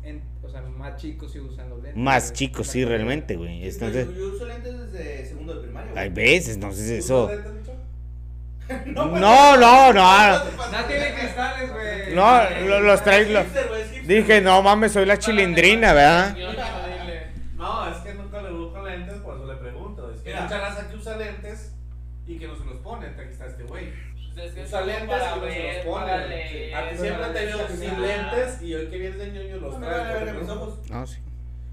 Speaker 4: en- o sea, más chicos sí usan los lentes.
Speaker 2: Más
Speaker 4: güey.
Speaker 2: chicos, sí, realmente, güey.
Speaker 1: Sí,
Speaker 2: Entonces,
Speaker 1: Yo yo uso lentes desde segundo de primaria,
Speaker 2: hay
Speaker 1: güey.
Speaker 2: veces, no sé si eso.
Speaker 6: ¿Usas lentes, Micho?
Speaker 2: No,
Speaker 1: pues,
Speaker 2: no, no.
Speaker 1: te pases.
Speaker 4: No tiene cristales, güey.
Speaker 2: No, lo- los traes.
Speaker 1: Es
Speaker 2: lo-
Speaker 1: hipster, güey, es hipster.
Speaker 2: Dije, no mames, soy la chilindrina, ¿verdad?
Speaker 6: No, es que nunca le busco lentes, por eso le pregunto. Es que
Speaker 1: Mira.
Speaker 6: hay mucha raza que usa lentes y que no se los pone. Aquí está este güey.
Speaker 5: Pues es que
Speaker 6: Usa
Speaker 5: son
Speaker 6: lentes
Speaker 5: para
Speaker 6: y no se
Speaker 5: ver,
Speaker 6: los pone.
Speaker 5: para
Speaker 6: güey.
Speaker 5: leer,
Speaker 6: A ti siempre
Speaker 5: para
Speaker 6: te veo
Speaker 5: descansar.
Speaker 6: sin lentes y hoy que vienes de ñoño los
Speaker 1: No, mira, mira,
Speaker 6: traes.
Speaker 1: mira,
Speaker 6: porque
Speaker 1: mis
Speaker 6: no-
Speaker 1: ojos.
Speaker 2: No, sí.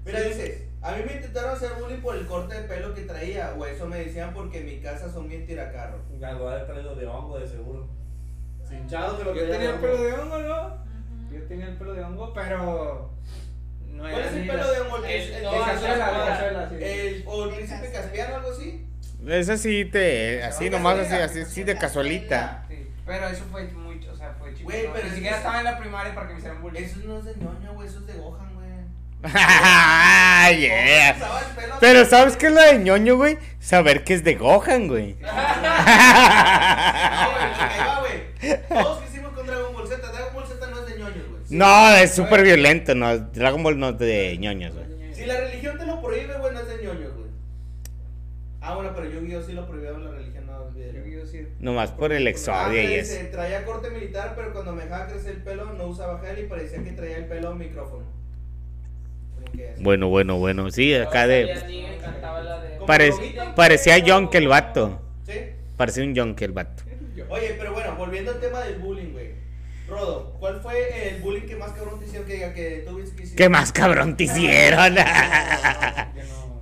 Speaker 1: Mira, dices, a mí me intentaron hacer bullying por el corte de pelo que traía, o eso me decían porque en mi casa son bien tiracarros.
Speaker 6: Ya lo ha traído de hongo, de seguro. Cinchado que lo
Speaker 4: Yo tenía el
Speaker 6: hongo.
Speaker 4: pelo de hongo, ¿no? Yo tenía el pelo de hongo, pero. No
Speaker 1: ¿Cuál es el
Speaker 4: ni
Speaker 1: pelo
Speaker 4: las-
Speaker 1: de un
Speaker 5: Es-
Speaker 1: el-
Speaker 5: no,
Speaker 1: el-
Speaker 4: Cazuela,
Speaker 5: no,
Speaker 4: la cazuela, sí.
Speaker 1: el- ¿O el príncipe caspiano algo así?
Speaker 2: Es así, te, así nomás, así, así, así de casualita.
Speaker 4: Sí, Pero eso fue mucho, o sea, fue chico.
Speaker 1: Güey,
Speaker 4: no,
Speaker 1: pero
Speaker 4: ni
Speaker 1: es
Speaker 4: siquiera
Speaker 1: que-
Speaker 4: estaba en la primaria para que me hicieran bullying.
Speaker 1: Eso no es de ñoño, güey, eso es de Gohan, güey.
Speaker 2: Ay, yeah.
Speaker 1: Usaba el pelo-
Speaker 2: Pero ¿sabes qué es la de ñoño, güey? Saber que es de Gohan, güey.
Speaker 1: No, güey, ahí va, güey. Todos quisimos con Dragon Ball Z. Dragon Ball Z no es de ñoños, güey.
Speaker 2: No, es súper violento, no. Dragon Ball no es de ñoños, güey.
Speaker 1: Si la religión te lo prohíbe, güey, no es de ñoños, güey. Ah, bueno, pero Yu-Gi-Oh sí lo prohibió la religión, no es
Speaker 4: Yo
Speaker 1: video.
Speaker 4: quiero decir,
Speaker 2: Nomás por el
Speaker 1: Ah,
Speaker 2: exodio y
Speaker 1: que
Speaker 2: eso.
Speaker 1: dice, Traía corte militar, pero cuando me dejaba crecer el pelo no usaba gel y parecía que traía el pelo a un micrófono. Como que así.
Speaker 2: Bueno, bueno, bueno. Sí, acá
Speaker 5: Todavía
Speaker 2: de.
Speaker 5: ni me cantaba la de-
Speaker 1: Como
Speaker 2: Pare-
Speaker 1: Lobito.
Speaker 2: parecía Yonke el vato.
Speaker 1: ¿Sí?
Speaker 2: Parecía un Yonke el vato.
Speaker 4: yo.
Speaker 1: Oye, pero bueno, volviendo al tema del bullying, güey. Rodo, ¿cuál fue el bullying que más cabrón te hicieron que diga que tú viste que hicieron?
Speaker 2: ¿Qué más cabrón te hicieron?
Speaker 4: Yo no,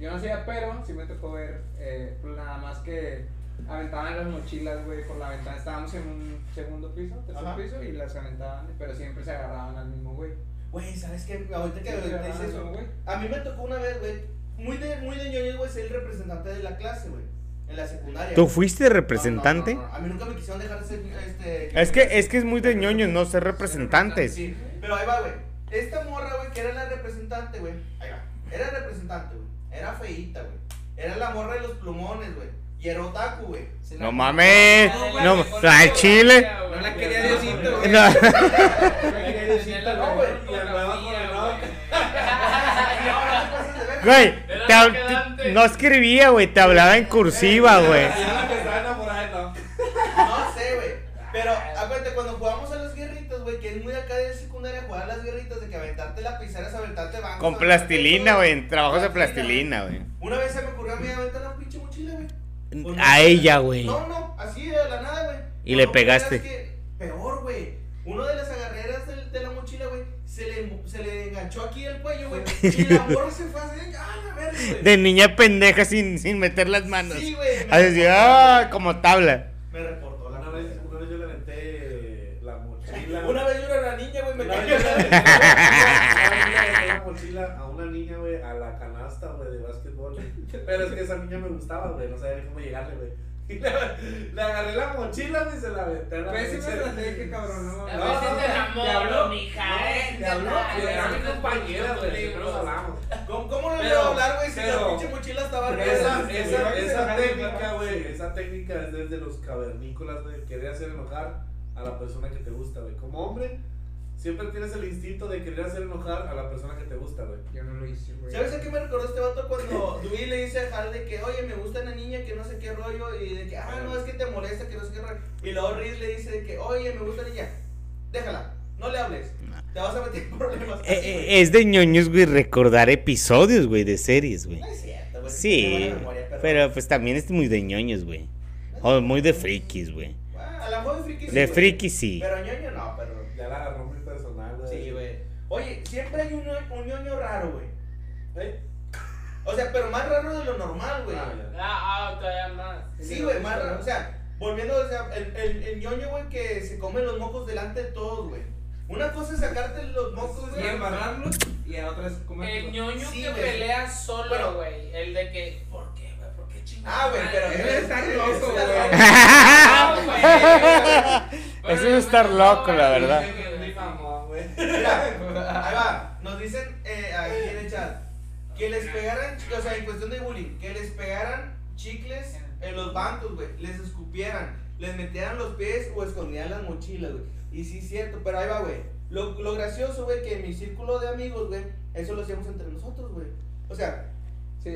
Speaker 4: yo no hacía, pero sí me tocó ver, eh, pues nada más que aventaban las mochilas, güey, por la ventana. Estábamos en un segundo piso, tercer
Speaker 1: Ajá.
Speaker 4: piso, y las aventaban, pero siempre se agarraban al mismo güey.
Speaker 1: Güey, ¿sabes qué? Ahorita que
Speaker 4: Siempre se
Speaker 1: dices
Speaker 4: agarraban al mismo
Speaker 1: eso.
Speaker 4: güey.
Speaker 1: A mí me tocó una vez, güey. Muy de, muy de ñoño, güey, ser el representante de la clase, güey. En la secundaria.
Speaker 2: ¿Tú
Speaker 1: güey.
Speaker 2: fuiste
Speaker 1: No, no,
Speaker 2: representante? Eh.
Speaker 1: no, no, no. A mí nunca me quisieron dejar ser, este...
Speaker 2: Es que es que es muy de ñoños no ser representantes.
Speaker 1: Sí, pero ahí va, güey. Esta morra, güey, que era la representante, güey. Ahí va. Era representante, güey. Era feíta, güey. Era la morra de los plumones, güey. Y era otaku, güey.
Speaker 4: Se
Speaker 2: No
Speaker 4: la-
Speaker 2: mames, no al chile.
Speaker 4: No la quería Diosito,
Speaker 2: No.
Speaker 4: No la quería Diosito,
Speaker 5: Tenía la
Speaker 1: no,
Speaker 4: güey.
Speaker 1: güey.
Speaker 6: Y andaba con la
Speaker 2: Güey,
Speaker 3: Era
Speaker 2: te
Speaker 3: lo
Speaker 2: hab-
Speaker 3: que Dante-
Speaker 2: te- no escribía, güey, te hablaba en cursiva, güey.
Speaker 6: Ya que está enamorada, no.
Speaker 1: No sé, güey. Pero acuérdate, cuando jugamos a las guerritas, güey, que es muy acá de secundaria jugar a las guerritas, de que aventarte lapiceras, aventarte bancos.
Speaker 2: Con
Speaker 1: aventarte
Speaker 2: plastilina,
Speaker 1: todo.
Speaker 2: güey, en trabajos de plastilina, güey.
Speaker 1: Una vez se me ocurrió a mí aventar una pinche mochila, güey. Con
Speaker 2: A
Speaker 1: una-
Speaker 2: ella, güey.
Speaker 1: No, no, así de la nada, güey.
Speaker 2: Y le
Speaker 1: Pero,
Speaker 2: pegaste.
Speaker 1: ¿sabes qué? Peor, güey. Uno de las agarreras del- de, la mochila, güey, se le, se le enganchó aquí el cuello, güey. Y la morra se fue así, ah, la verga, güey.
Speaker 2: De niña pendeja sin, sin meter las manos.
Speaker 1: Sí, güey. me
Speaker 2: Así,
Speaker 1: reportó,
Speaker 2: ah, como tabla.
Speaker 1: Me reportó la
Speaker 6: Una vez, una vez yo le aventé la mochila.
Speaker 1: Una vez yo era una niña, güey, me
Speaker 6: Una
Speaker 1: cayó
Speaker 6: vez yo le
Speaker 1: la-
Speaker 6: aventé una mochila a una niña, güey, a la canasta, güey, de básquetbol. Pero es que esa niña me gustaba, güey, no sabía cómo llegarle, güey. Y Le, le agarré la mochila, güey, y se la aventé a la
Speaker 4: Pésima
Speaker 6: mochila.
Speaker 4: estrategia, cabrón. No,
Speaker 5: A
Speaker 6: No,
Speaker 5: ver si te
Speaker 6: te
Speaker 5: enamoro,
Speaker 6: habló.
Speaker 5: mija, eh.
Speaker 6: Te habló,
Speaker 5: Ay,
Speaker 6: güey, era
Speaker 5: sí,
Speaker 6: mi
Speaker 5: no
Speaker 6: compañera,
Speaker 5: escucho
Speaker 6: güey,
Speaker 5: tus
Speaker 6: no nos
Speaker 5: libros.
Speaker 6: hablamos.
Speaker 1: ¿Cómo, cómo no le
Speaker 6: Pero-
Speaker 1: voy a hablar, güey, si la
Speaker 6: pero-
Speaker 1: pinche mochila estaba arriba? de la-
Speaker 6: Esa, esa,
Speaker 1: güey,
Speaker 6: esa
Speaker 1: se-
Speaker 6: técnica, güey, esa técnica es desde los cavernícolas, güey, querer hacer enojar a la persona que te gusta, güey. Como hombre, siempre tienes el instinto de querer hacer enojar a la persona que te gusta, güey.
Speaker 4: Yo no lo hice, güey.
Speaker 1: ¿Sabes a qué me recordó este vato cuando Dewey le dice a Hal de que, oye, me gusta una niña que no sé qué rollo, y de que, ah, no, es que te molesta, que no sé qué rollo. Y luego Reed le dice de que, oye, me gusta una niña, déjala, no le hables, te vas a meter en problemas.
Speaker 2: Eh, eh, Es de ñoños, güey, recordar episodios, güey, de series, güey.
Speaker 1: No es cierto, güey. tiene
Speaker 2: eh. Sí,
Speaker 1: buena memoria, pero-
Speaker 2: pero pues también es muy de ñoños, güey. O muy de frikis, güey.
Speaker 1: Ah, a la mejor de friki sí,
Speaker 2: De
Speaker 1: güey.
Speaker 2: frikis, sí.
Speaker 1: Pero ñoño no, pero...
Speaker 6: Ya la agarró muy personal, güey.
Speaker 1: Sí, güey. Oye, siempre hay un, ño- un ñoño raro, güey.
Speaker 6: ¿Eh?
Speaker 1: O sea, pero más raro de lo normal, güey.
Speaker 6: Ah, ya.
Speaker 5: Ah, ah, todavía más.
Speaker 1: Sí, güey, más raro. O sea, volviendo, o sea, el, el, el ñoño, güey, que se come los mocos delante de todos, güey. Una cosa es sacarte los mocos,
Speaker 4: Y
Speaker 1: güey.
Speaker 4: embarrarlos y a otras
Speaker 5: El
Speaker 4: comerlos.
Speaker 5: ñoño
Speaker 1: Sí,
Speaker 5: que
Speaker 1: güey.
Speaker 5: pelea
Speaker 1: Bueno.
Speaker 5: solo, güey. el de que, ¿por qué, güey? ¿Por qué chingados?
Speaker 1: Ah, güey, pero
Speaker 5: madre?
Speaker 4: Eres tan loco, güey.
Speaker 5: No, güey. Pero
Speaker 2: Eso es
Speaker 5: yo
Speaker 2: estar
Speaker 5: me-
Speaker 2: loco, la
Speaker 5: no,
Speaker 2: verdad.
Speaker 5: güey,
Speaker 4: Mi
Speaker 5: güey.
Speaker 4: mamón, güey.
Speaker 1: Mira, ahí va. Nos dicen eh, aquí en el chat que les pegaran, o sea, en cuestión de bullying, que les pegaran chicles en los bancos, güey. Les escupieran, les metieran los pies o escondían las mochilas, güey. Y sí, es cierto, pero ahí va, güey. Lo, lo gracioso, güey, que en mi círculo de amigos, güey, eso lo hacíamos entre nosotros, güey. O sea,
Speaker 4: Sí,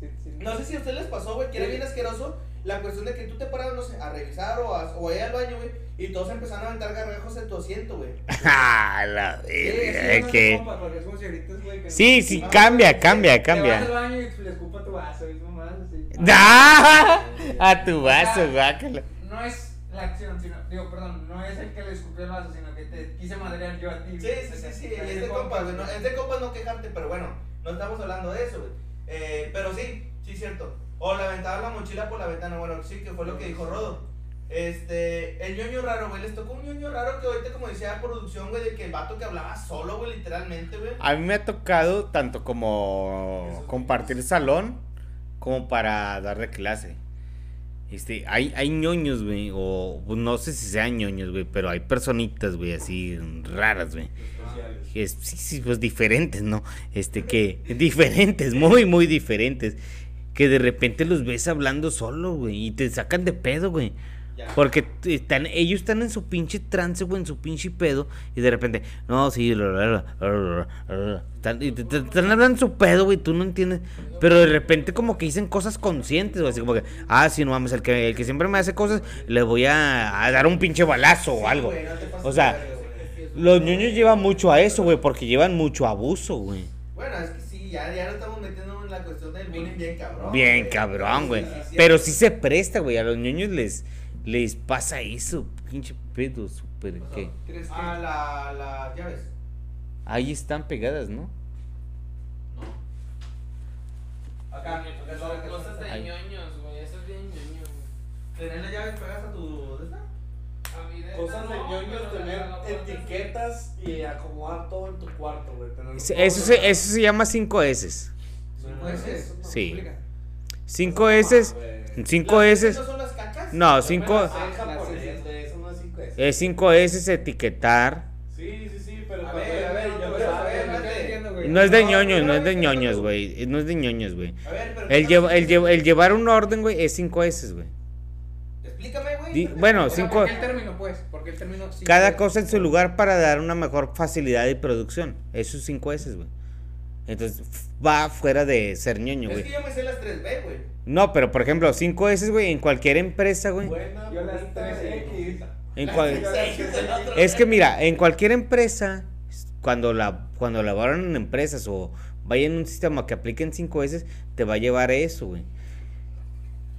Speaker 4: sí, sí.
Speaker 1: No sé si a ustedes les pasó, güey, que era bien asqueroso la cuestión de que tú te parabas, no sé, a revisar o a, o a ir al baño, güey, y todos empezaron a aventar gargajos en tu asiento, güey.
Speaker 2: Ah, la
Speaker 4: Sí,
Speaker 2: verga,
Speaker 4: sí, no se
Speaker 2: que-
Speaker 4: ocupa, porque es como si ahorita es, güey, que no-
Speaker 2: Sí, sí, cambia, cambia,
Speaker 4: Te vas
Speaker 2: cambia.
Speaker 4: al baño y le escupa tu vaso, y mamás así.
Speaker 2: ¡Ah! A tu vaso, guácala.
Speaker 4: No es la acción, sino, digo, perdón, no es el que le escupió el vaso, sino que te quise madrear yo a ti.
Speaker 1: Sí, sí, sí, sí, y es de compas, güey, no, es de compas no quejarte, pero bueno, no estamos hablando de eso, güey. Eh, pero sí, sí, es cierto. O la aventaba la mochila por la ventana, bueno, sí, que fue lo que dijo Rodo. Este, el ñoño raro, güey, les tocó un ñoño raro que ahorita, como decía la producción, güey, de que el vato que hablaba solo, güey, literalmente, güey.
Speaker 2: A mí me ha tocado tanto como compartir salón como para dar de clase. Este, hay, hay ñoños, güey, o pues, no sé si sean ñoños, güey, pero hay personitas, güey, así raras, güey.
Speaker 6: Especiales.
Speaker 2: Es- sí, sí, pues diferentes, ¿no? Este, que diferentes, muy, muy diferentes. Que de repente los ves hablando solo, güey, y te sacan de pedo, güey.
Speaker 1: Ya.
Speaker 2: Porque t- están, ellos están en su pinche trance, güey, en su pinche pedo, y de repente, no, sí, la, la, la, la, la, la, la", están, y te- te- están hablando su pedo, güey, tú no entiendes, pero de repente como que dicen cosas conscientes, güey, así como que, ah, sí, no mames, el que, el que siempre me hace cosas, le voy a, a dar un pinche balazo o algo.
Speaker 1: Güey, no te pases
Speaker 2: O
Speaker 1: de
Speaker 2: sea,
Speaker 1: verga, güey.
Speaker 2: Los niños llevan mucho a eso, güey, porque llevan mucho abuso, güey.
Speaker 1: Bueno, es que sí, ya, ya nos estamos metiendo en la cuestión del bullying bien cabrón.
Speaker 2: Bien
Speaker 1: güey.
Speaker 2: cabrón, güey.
Speaker 1: Sí, sí, sí.
Speaker 2: Pero sí se presta, güey, a los niños les, les pasa eso, pinche pedo, súper que...
Speaker 4: ¿Crees que?
Speaker 1: Ah, la, la, ya ves.
Speaker 2: Ahí están pegadas, ¿no?
Speaker 5: No.
Speaker 4: Acá, acá,
Speaker 5: Son
Speaker 4: acá,
Speaker 5: Cosas
Speaker 4: acá.
Speaker 5: de ñoños, güey. Eso es bien ñoño, güey.
Speaker 1: ¿Tener las llaves pegadas a tu... ¿de esta?
Speaker 5: A mí de
Speaker 6: Cosas de
Speaker 5: no,
Speaker 6: ñoños,
Speaker 5: pero
Speaker 6: tener
Speaker 5: la- la cosa es-
Speaker 6: etiquetas y acomodar todo en tu cuarto, güey. tenerlo
Speaker 2: Es-
Speaker 6: todo
Speaker 2: Eso se,
Speaker 6: ordenado.
Speaker 2: eso se llama 5 S.
Speaker 6: No,
Speaker 1: Pues
Speaker 6: no,
Speaker 1: es.
Speaker 4: No,
Speaker 2: Sí.
Speaker 4: explica.
Speaker 2: 5
Speaker 6: eso
Speaker 2: S,
Speaker 6: no, güey.
Speaker 2: 5
Speaker 1: ¿Las
Speaker 2: S.
Speaker 1: ¿No son las cacas?
Speaker 2: No, 5
Speaker 6: Ah,
Speaker 4: Sí,
Speaker 6: japonés,
Speaker 4: sí, sí.
Speaker 6: güey, eso no es 5 S.
Speaker 1: Eh.
Speaker 2: es 5 S es etiquetar.
Speaker 6: Sí, sí, sí, pero
Speaker 1: A
Speaker 6: cuando
Speaker 1: ver,
Speaker 6: era
Speaker 1: a ver,
Speaker 6: niño,
Speaker 1: yo
Speaker 6: pues,
Speaker 1: quiero
Speaker 6: ah,
Speaker 1: saber,
Speaker 6: no
Speaker 1: espérate.
Speaker 6: sé.
Speaker 4: entiendo, güey.
Speaker 2: No es de
Speaker 1: No,
Speaker 2: ñoños,
Speaker 1: no,
Speaker 2: no es de
Speaker 1: no,
Speaker 2: ñoños,
Speaker 1: no.
Speaker 2: güey. No es de ñoños, güey.
Speaker 1: A ver, pero...
Speaker 2: El, lleva- el, lleva- el llevar un orden, güey, es 5 S, güey.
Speaker 1: Explícame, güey.
Speaker 2: Di-
Speaker 1: espérate.
Speaker 2: bueno,
Speaker 4: O sea,
Speaker 2: cinco-
Speaker 4: ¿por qué el término, pues? ¿Por qué el término? sí,
Speaker 2: Cada
Speaker 4: pues?
Speaker 2: cosa en su lugar para dar una mejor facilidad de producción. Eso es 5 S, güey. Entonces f- va fuera de ser ñoño,
Speaker 1: Es
Speaker 2: güey.
Speaker 1: que yo me sé las 3B, güey. Ah,
Speaker 2: No, pero por ejemplo, 5 S, güey, en cualquier empresa, güey.
Speaker 6: Buena,
Speaker 4: Yo las
Speaker 6: bonita,
Speaker 4: tres X.
Speaker 2: En
Speaker 1: Las
Speaker 2: cual-
Speaker 1: 3X es el otro.
Speaker 2: Es que mira, en cualquier empresa, cuando la cuando elaboran en empresas o vayan en un sistema que apliquen 5 S, te va a llevar a eso, güey.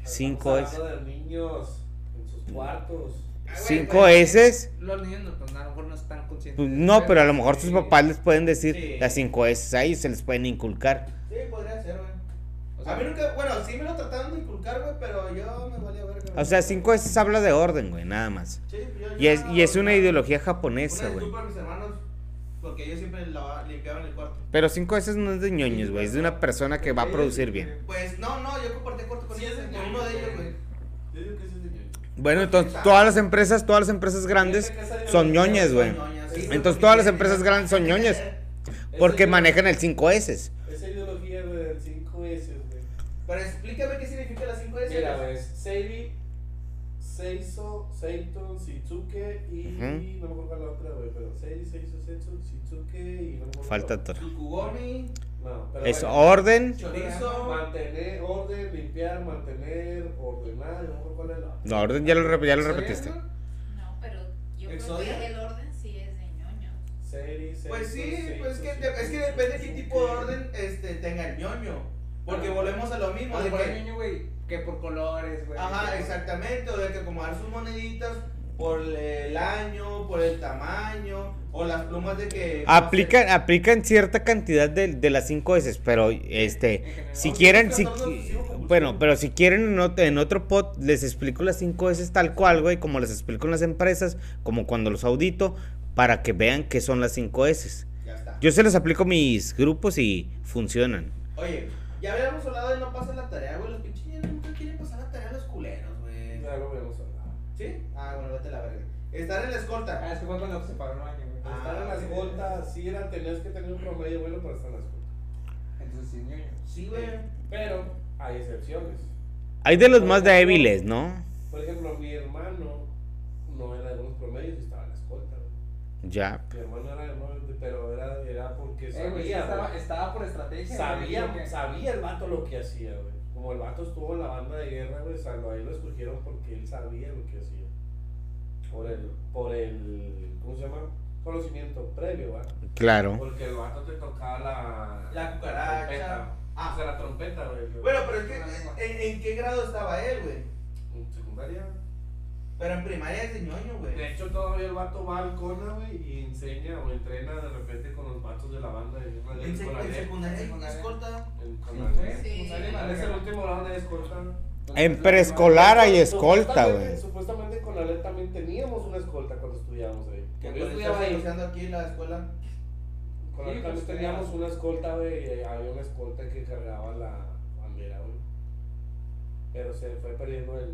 Speaker 2: 5
Speaker 6: Estamos
Speaker 2: S.
Speaker 6: hablando de niños en sus cuartos.
Speaker 5: Ah, güey,
Speaker 2: 5
Speaker 5: güey,
Speaker 2: S.
Speaker 4: Los niños no, pues, a lo mejor no están conscientes.
Speaker 2: pues,
Speaker 4: de
Speaker 2: No,
Speaker 4: eso,
Speaker 2: pero a lo mejor sus
Speaker 4: sí.
Speaker 2: papás les pueden decir
Speaker 1: Sí.
Speaker 2: las 5 S a ellos, se les pueden inculcar.
Speaker 1: Sí, podría ser, güey.
Speaker 4: O
Speaker 1: A
Speaker 4: sea,
Speaker 1: mí nunca, bueno, sí me lo trataron de inculcar, güey, pero yo me valía verga.
Speaker 2: O sea, 5 S habla de orden, güey, nada más. Y es, y es una ideología japonesa,
Speaker 1: Una
Speaker 2: güey.
Speaker 1: disculpa a mis hermanos, porque ellos siempre lava- limpiaban el cuarto.
Speaker 2: Pero 5 S no es de ñoños, güey, es de una persona que va a producir bien.
Speaker 1: Pues no, no, yo compartí cuarto con,
Speaker 3: Sí,
Speaker 1: ellos,
Speaker 3: es de
Speaker 1: con uno de ellos, güey.
Speaker 6: Yo digo que sí es de niños.
Speaker 2: Bueno, entonces todas las empresas, todas las empresas grandes son ñoñas, güey. Entonces, todas las empresas grandes son ñoñas. Porque
Speaker 6: Esa
Speaker 2: manejan el 5S.
Speaker 6: ideo- Esa ideología güey, del 5S, güey.
Speaker 1: Pero explícame qué significa las 5 S.
Speaker 6: Mira, güey, es Seibi, Seiso, Seiton, Sitsuke y.
Speaker 2: Ujú.
Speaker 6: No me acuerdo cuál la otra, güey, pero Seibi, Seiso, Seiton, Sitsuke y. No me acuerdo
Speaker 2: Falta
Speaker 6: cuál.
Speaker 2: otra.
Speaker 1: Tsukugomi,
Speaker 6: No, pero
Speaker 2: Es
Speaker 6: bueno,
Speaker 2: orden.
Speaker 1: chorizo.
Speaker 6: Mantener orden, limpiar, mantener, ordenar, no me acuerdo cuál es la
Speaker 2: No, orden ya lo, rep- ya lo repetiste.
Speaker 7: No, pero yo creo
Speaker 1: ¿Exodia?
Speaker 7: que el orden sí es de ñoño.
Speaker 6: Seri, Seiso,
Speaker 1: Pues sí,
Speaker 6: Seiton,
Speaker 1: pues es que,
Speaker 6: Sitsuke,
Speaker 1: es que depende de qué tipo de
Speaker 6: Sitsuke.
Speaker 1: orden este, tenga el ñoño. Porque volvemos a lo mismo.
Speaker 4: a lo
Speaker 1: De
Speaker 4: mejor hay
Speaker 1: que,
Speaker 4: niño, güey, que por colores, güey.
Speaker 1: ajá,
Speaker 4: que-
Speaker 1: exactamente. O de que acomodar sus moneditas por el año, por el tamaño, o las plumas de que.
Speaker 2: Aplican, aplican cierta cantidad de, de las 5S, pero este.
Speaker 4: en general.
Speaker 2: Si quieren, si, bueno, pero si quieren en ot- en otro pod les explico las 5S tal cual, güey, como les explico en las empresas, como cuando los audito, para que vean qué son las 5S.
Speaker 1: Ya está.
Speaker 2: Yo se los aplico a mis grupos y funcionan.
Speaker 1: Oye, ya habíamos hablado de no pasar la tarea, güey. Los pinches niños nunca quieren pasar la tarea los culeros, güey.
Speaker 6: Ya lo vemos ahora.
Speaker 1: ¿Sí? Ah, bueno, vete a la verga. Estar en la escolta.
Speaker 4: Ah, es que fue cuando se paró el baño, güey.
Speaker 1: Ah.
Speaker 6: Estar en las gotas, sí, era, tenías que tener un promedio bueno para estar en las gotas.
Speaker 4: Entonces, sí, ñoño. Eh,
Speaker 1: Sí, güey.
Speaker 6: Pero hay excepciones.
Speaker 2: Hay de los más débiles, ¿no?
Speaker 6: Por ejemplo, mi hermano no era de buenos promedios y estaba en la escolta. güey.
Speaker 2: Ya.
Speaker 6: Mi hermano era de nueve, pero era, era porque
Speaker 4: Eh, güey,
Speaker 6: sabía.
Speaker 4: estaba,
Speaker 6: güey.
Speaker 4: estaba por estrategia.
Speaker 6: sabía,
Speaker 4: güey, porque-
Speaker 6: sabía el vato lo que hacía, güey. Como el vato estuvo en la banda de guerra, güey, o sea, lo- ahí lo escogieron porque él sabía lo que hacía. Por el, por el, ¿cómo se llama? Conocimiento previo, ¿verdad?
Speaker 2: Claro.
Speaker 6: Porque el vato te tocaba la...
Speaker 1: La cucaracha.
Speaker 6: trompeta.
Speaker 1: Ah.
Speaker 6: O sea, la trompeta, güey.
Speaker 1: Bueno, pero es
Speaker 6: eh,
Speaker 1: que, ¿en, en qué grado estaba él, güey?
Speaker 6: En secundaria.
Speaker 1: Pero en primaria es de ñoño,
Speaker 6: De
Speaker 1: güey.
Speaker 6: hecho, todavía el vato va al Cona, güey, y enseña o entrena de repente con los vatos de la banda de guerra de
Speaker 1: En, sec-
Speaker 6: Escolar.
Speaker 1: en secundaria es una escolta.
Speaker 7: Sí.
Speaker 6: Pues Es el último round de escolta.
Speaker 4: pues,
Speaker 2: En preescolar hay escolta,
Speaker 6: Supuestamente-
Speaker 2: güey.
Speaker 6: Supuestamente con la también teníamos una escolta cuando estudiábamos ahí.
Speaker 1: Que pues
Speaker 6: Cuando yo estudiaba
Speaker 1: estás
Speaker 6: ahí,
Speaker 1: negociando aquí en la escuela.
Speaker 6: con
Speaker 4: Sí,
Speaker 6: la
Speaker 4: pues,
Speaker 6: también teníamos
Speaker 4: teníamos.
Speaker 6: una escolta, güey, y había una escolta que cargaba la bandera, güey. Pero se fue perdiendo el.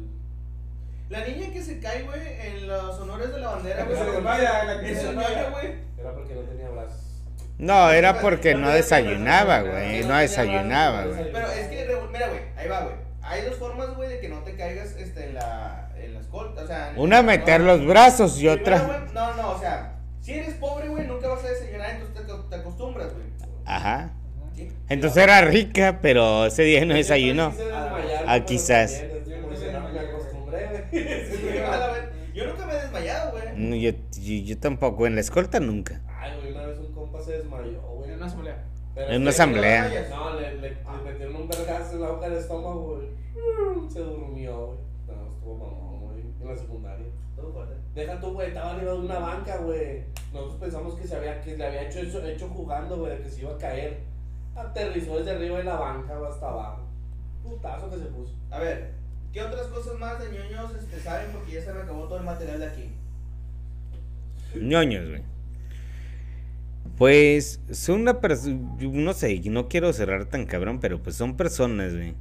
Speaker 1: La niña que se cae, güey, en los honores de la bandera, güey.
Speaker 6: Se
Speaker 1: se-
Speaker 4: desmaya, la que
Speaker 1: Es
Speaker 4: se
Speaker 1: un
Speaker 4: desmaya.
Speaker 1: ñoño, güey.
Speaker 6: Era porque no tenía brazos.
Speaker 2: No, era porque no desayunaba, güey. No
Speaker 6: tenía
Speaker 2: desayunaba,
Speaker 6: brazos, no
Speaker 2: güey.
Speaker 1: Pero es que, revo- mira, güey, ahí va, güey. Hay dos formas, güey, de que no te caigas este, en, la, en la escolta. O sea, en-
Speaker 2: Una meter los brazos y otra.
Speaker 1: Primero, güey, No, no, o sea, si eres pobre, güey, nunca vas a desayunar, entonces te, ac- te acostumbras, güey.
Speaker 2: Ajá.
Speaker 1: ¿Sí?
Speaker 2: Entonces era rica, pero ese día no desayunó. Ah,
Speaker 6: Ah,
Speaker 2: quizás.
Speaker 6: Me acostumbré, güey.
Speaker 1: Sí, güey, mala, güey. Yo nunca me he desmayado, güey.
Speaker 2: No, Yo, yo, yo tampoco, en la escolta nunca.
Speaker 6: Ay, güey, una vez un compa se desmayó, güey.
Speaker 4: En una asamblea.
Speaker 6: Pero
Speaker 2: En una
Speaker 6: es que-
Speaker 2: asamblea.
Speaker 6: No, le, le, le metieron un vergazo en la boca del estómago, güey. Se durmió, güey. No, estuvo mamón, güey. En la secundaria. Deja tú, güey, estaba arriba de una banca, güey. Nosotros pensamos que, se había, que le había hecho, eso- hecho jugando, güey, que se iba a caer. Aterrizó desde arriba de la banca güey, hasta abajo. Putazo que se puso.
Speaker 1: A ver, ¿qué otras cosas más de ñoños este, saben? Porque ya se me acabó todo el material de aquí.
Speaker 2: ñoños, güey. Pues son una persona, no sé, no quiero cerrar tan cabrón, pero pues son personas, güey,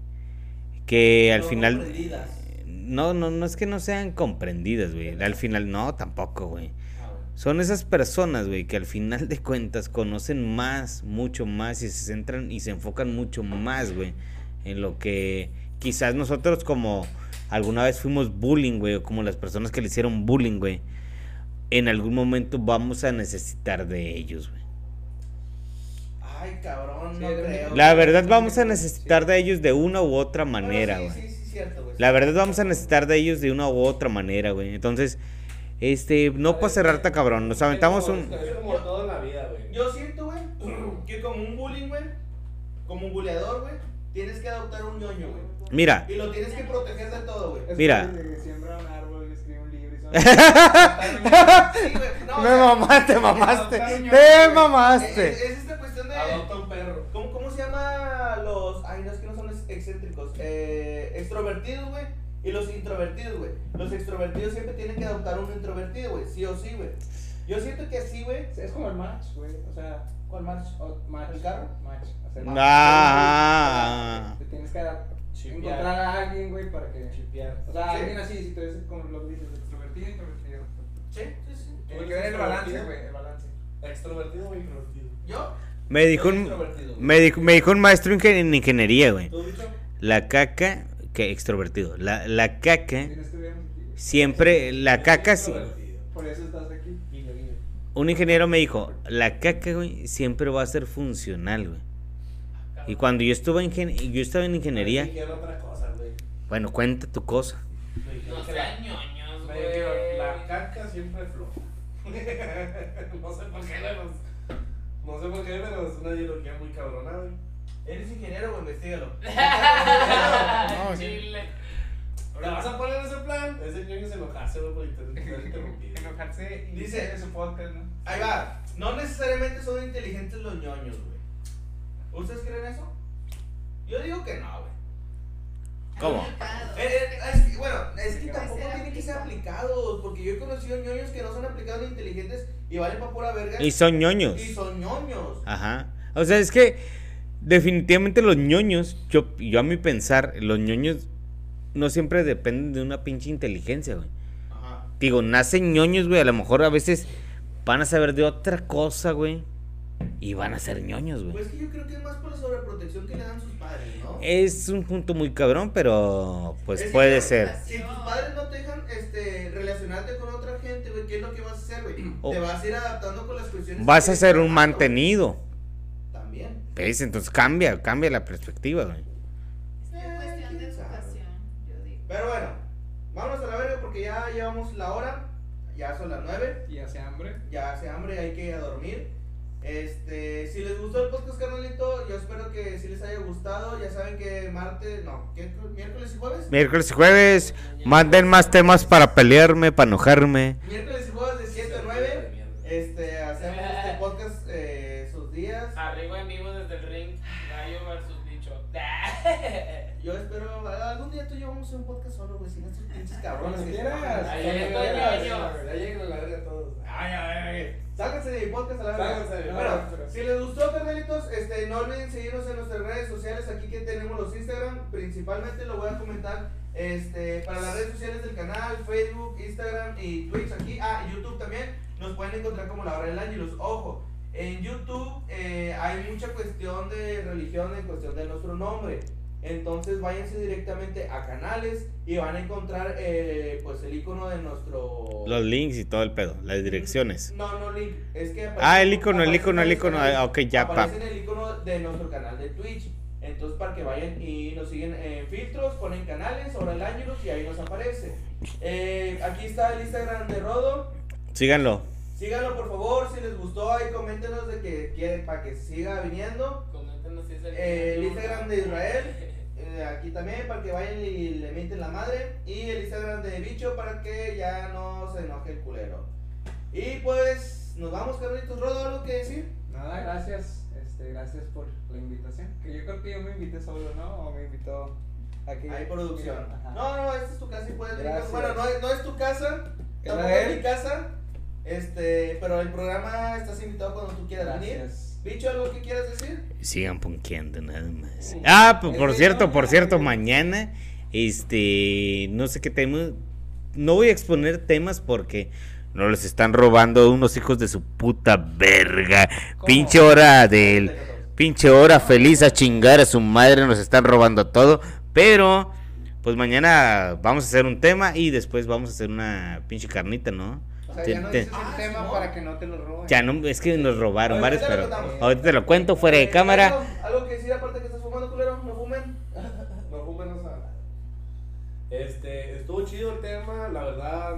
Speaker 2: que al
Speaker 1: No
Speaker 2: final...
Speaker 1: comprendidas.
Speaker 2: No, no, no es que no sean comprendidas, güey. Al final, no, tampoco, güey.
Speaker 1: Ah, bueno.
Speaker 2: Son esas personas, güey, que al final de cuentas conocen más, mucho más y se centran y se enfocan mucho más, güey, en lo que quizás nosotros como alguna vez fuimos bullying, güey, o como las personas que le hicieron bullying, güey, en algún momento vamos a necesitar de ellos, güey.
Speaker 1: Ay, cabrón,
Speaker 4: Sí,
Speaker 1: no
Speaker 4: era un
Speaker 1: creo.
Speaker 4: cabrón.
Speaker 2: La verdad vamos a necesitar de ellos de una u otra
Speaker 1: Bueno,
Speaker 2: manera,
Speaker 1: sí, Sí,
Speaker 2: güey.
Speaker 1: sí, cierto, güey.
Speaker 2: La verdad vamos a necesitar de ellos de una u otra manera, güey. Entonces, este, no para cerrarte, cabrón. Nos aventamos
Speaker 6: Es
Speaker 2: un...
Speaker 6: como- Es como todo en la vida, güey.
Speaker 1: Yo siento, güey, que como un bullying, güey, como un buleador, güey, tienes que adoptar un ñoño, güey.
Speaker 2: Mira,
Speaker 1: Y lo tienes que proteger de todo, güey.
Speaker 4: Es
Speaker 2: Mira.
Speaker 4: como el que siembra un árbol, y escribe un libro y son-
Speaker 1: Sí, güey. No, o
Speaker 2: me
Speaker 1: sea,
Speaker 2: mamaste, mamaste. Te mamaste.
Speaker 1: Es, es esta cuestión de.
Speaker 6: Adopta un perro.
Speaker 1: ¿Cómo, ¿Cómo se llama los.? Ay, no, es que no son ex- excéntricos. Eh, extrovertidos, güey. Y los introvertidos, güey. Los extrovertidos siempre tienen que adoptar un introvertido, güey. Sí o sí, güey. Yo siento que sí, güey.
Speaker 4: Es como el match, güey. O sea,
Speaker 1: ¿Cuál más?
Speaker 4: o- match.
Speaker 1: ¿El carro?
Speaker 4: Match. hacer match.
Speaker 2: Ah.
Speaker 4: Te tienes que adaptar-
Speaker 6: Chipear.
Speaker 4: encontrar a alguien, güey, para que.
Speaker 6: Chipear.
Speaker 4: O sea,
Speaker 1: Sí.
Speaker 4: alguien así, si tú eres como lo dices, extrovertido, introvertido.
Speaker 1: Sí, sí, sí.
Speaker 4: Porque era el balance, güey, el balance.
Speaker 6: Extrovertido o introvertido.
Speaker 1: Yo.
Speaker 2: Me dijo
Speaker 1: soy
Speaker 2: un,
Speaker 1: extrovertido, güey.
Speaker 2: me dijo, me dijo un maestro ingen- en ingeniería, güey.
Speaker 6: ¿Tú dicho?
Speaker 2: La caca, que extrovertido. La, la caca,
Speaker 4: Si no estuviéramos aquí, güey.
Speaker 2: siempre, la caca, si-
Speaker 6: Extrovertido.
Speaker 4: Por eso estás aquí.
Speaker 6: Guiño, guiño.
Speaker 2: un ingeniero me dijo, la caca, güey, siempre va a ser funcional, güey. Y cuando yo estuve en, ingen- yo estaba en
Speaker 6: Me
Speaker 2: ingeniería,
Speaker 6: dijeron otra cosa, güey.
Speaker 2: bueno, cuenta tu cosa.
Speaker 6: Me dijeron
Speaker 5: No
Speaker 6: que la-
Speaker 5: sean
Speaker 6: Me
Speaker 5: ñoños, güey.
Speaker 6: dijeron, la caca siempre floja. no sé por qué, pero. No sé por qué, pero es una ideología muy cabrona, güey.
Speaker 1: Eres ingeniero, güey, investigalo.
Speaker 2: No, sí.
Speaker 5: Ah, Chile.
Speaker 6: ¿Le vas a poner ese plan? Ese ñoño se enojase, güey, por intentar interrumpir.
Speaker 4: Enojarse y
Speaker 1: Dice-
Speaker 4: hacer su podcast, ¿no?
Speaker 1: Ahí va. No necesariamente son inteligentes los ñoños, güey. ¿Ustedes creen eso? Yo digo que no, güey.
Speaker 2: ¿Cómo?
Speaker 7: Aplicado.
Speaker 1: Eh, eh, es que, bueno, es que
Speaker 7: Pero
Speaker 1: tampoco
Speaker 7: ser
Speaker 1: tienen que ser
Speaker 7: aplicado.
Speaker 1: aplicados, porque yo he conocido ñoños que no son aplicados ni inteligentes y valen para pura verga.
Speaker 2: Y son ñoños.
Speaker 1: y son ñoños.
Speaker 2: Ajá. O sea, es que definitivamente los ñoños, yo, yo a mi pensar, los ñoños no siempre dependen de una pinche inteligencia, güey.
Speaker 1: Ajá.
Speaker 2: Digo, nacen ñoños, güey. A lo mejor a veces van a saber de otra cosa, güey. Y van a ser ñoños, güey.
Speaker 1: Pues que yo creo que es más por la sobreprotección que le dan sus padres, ¿no?
Speaker 2: Es un punto muy cabrón, pero pues
Speaker 1: Es que
Speaker 2: puede
Speaker 1: no,
Speaker 2: ser.
Speaker 1: Si tus padres no te dejan este, relacionarte con otra gente, güey, ¿qué es lo que vas a hacer, güey?
Speaker 2: O-
Speaker 1: Te vas a ir adaptando con las cuestiones.
Speaker 2: Oh. Vas
Speaker 1: que
Speaker 2: a
Speaker 1: tienes
Speaker 2: ser un
Speaker 1: trabajando, güey.
Speaker 2: mantenido.
Speaker 1: También.
Speaker 2: ¿Ves? Entonces cambia, cambia la perspectiva, güey.
Speaker 7: Es que es cuestión de educación, yo digo.
Speaker 1: Pero bueno, vámonos a la verga porque ya llevamos la hora. Ya son las nueve.
Speaker 4: Y hace hambre.
Speaker 1: ya hace hambre, hay que ir a dormir. Este, si les gustó el podcast, carnalito, yo espero que si les haya gustado. Ya saben que martes, no, ¿qué? miércoles y jueves.
Speaker 2: Miércoles y jueves, manden más temas para pelearme, para enojarme.
Speaker 1: Miércoles y jueves de 7 a 9. Este, hacemos este podcast eh, sus días.
Speaker 5: Arriba en vivo desde el ring. Gallo versus bicho. Ah,
Speaker 1: Yo espero, algún día tú y yo vamos a hacer un podcast solo, güey, sin estos pinches cabrones.
Speaker 4: Cuando
Speaker 1: que-
Speaker 4: quieras.
Speaker 5: Ahí
Speaker 4: cuando
Speaker 5: estoy,
Speaker 4: quieras.
Speaker 5: ñoño.
Speaker 6: Ya llegan la verga todos.
Speaker 1: Ay, ay, ay. Sálganse de mi podcast a la verga.
Speaker 6: Sálganse de mi
Speaker 1: Bueno,
Speaker 4: podcast.
Speaker 1: si les gustó, carnalitos, este, no olviden seguirnos en nuestras redes sociales. Aquí que tenemos los Instagram, principalmente lo voy a comentar. Este, para las redes sociales del canal, Facebook, Instagram y Twitch aquí. Ah, y YouTube también. Nos pueden encontrar como la hora del Ángelus. Ojo, en YouTube eh, hay mucha cuestión de religión en cuestión de nuestro nombre. Entonces váyanse directamente a canales y van a encontrar eh, pues el icono de nuestro
Speaker 2: Los links y todo el pedo, las direcciones.
Speaker 1: no, no, link. Es que
Speaker 2: Ah, el icono, el
Speaker 1: aparece
Speaker 2: icono, el
Speaker 1: en
Speaker 2: icono.
Speaker 1: canal.
Speaker 2: Ah, Ok, ya, pa.
Speaker 1: Aparece en el icono de nuestro canal de Twitch. Entonces, para que vayan y nos siguen en filtros, ponen canales, ahora el Angelus y ahí nos aparece. Eh, aquí está el Instagram de Rodo.
Speaker 2: Síganlo.
Speaker 1: Síganlo, por favor. Si les gustó, ahí coméntenos de que quieren para que siga viniendo.
Speaker 5: Coméntenos si es el.
Speaker 1: Eh, el Instagram de Israel. Eh, aquí también para que vayan y le mienten la madre. Y el Instagram de bicho para que ya no se enoje el culero. Y pues nos vamos, Carlitos Rodo, ¿algo que decir?
Speaker 4: Nada, gracias. Este, gracias por la invitación. Que yo creo que yo me invité solo, ¿no? O me invitó aquí.
Speaker 1: Hay producción.
Speaker 4: Ajá.
Speaker 1: No, no, esta es tu casa y puedes venir.
Speaker 4: Gracias.
Speaker 1: Bueno, no, es- no es tu casa,
Speaker 4: ¿Es la
Speaker 1: tampoco
Speaker 4: de
Speaker 1: es
Speaker 4: él?
Speaker 1: mi casa. Este, pero el programa estás invitado cuando tú quieras venir.
Speaker 4: Gracias.
Speaker 1: Bicho, ¿algo que quieras decir?
Speaker 2: Sigan punkeando nada más. Ah, pues por cierto, por cierto, mañana, este, no sé qué tema, no voy a exponer temas porque no los están robando unos hijos de su puta verga. Pinche hora del, pinche hora feliz a chingar a su madre, nos están robando todo, pero, pues mañana vamos a hacer un tema y después vamos a hacer una pinche carnita, ¿no?
Speaker 4: O sea,
Speaker 2: Te-
Speaker 4: ya no
Speaker 2: te-
Speaker 4: dices el
Speaker 1: Ah,
Speaker 4: tema
Speaker 1: Simón.
Speaker 4: para que no te lo roben.
Speaker 2: Ya no, es que nos robaron
Speaker 1: Oye,
Speaker 2: varios,
Speaker 1: ahorita lo
Speaker 2: pero
Speaker 1: contamos.
Speaker 2: ahorita te lo cuento fuera de
Speaker 1: Eh,
Speaker 2: cámara.
Speaker 1: algo- Algo que decir aparte que estás fumando, culero, no fumen.
Speaker 6: No fumen esa. Este, estuvo chido el tema, la verdad.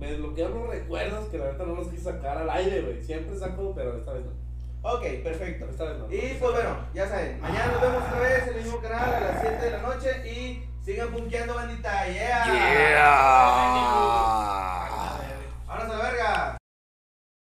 Speaker 6: Me desbloquearon unos recuerdos que la verdad no los quise sacar al aire, güey. Siempre saco, pero esta vez no.
Speaker 1: Ok, perfecto.
Speaker 6: Esta vez no.
Speaker 1: Y pues bueno, ya saben, mañana nos vemos otra vez en el mismo canal a las 7 de la noche y sigan punkeando bandita. Yeah.
Speaker 2: Yeah.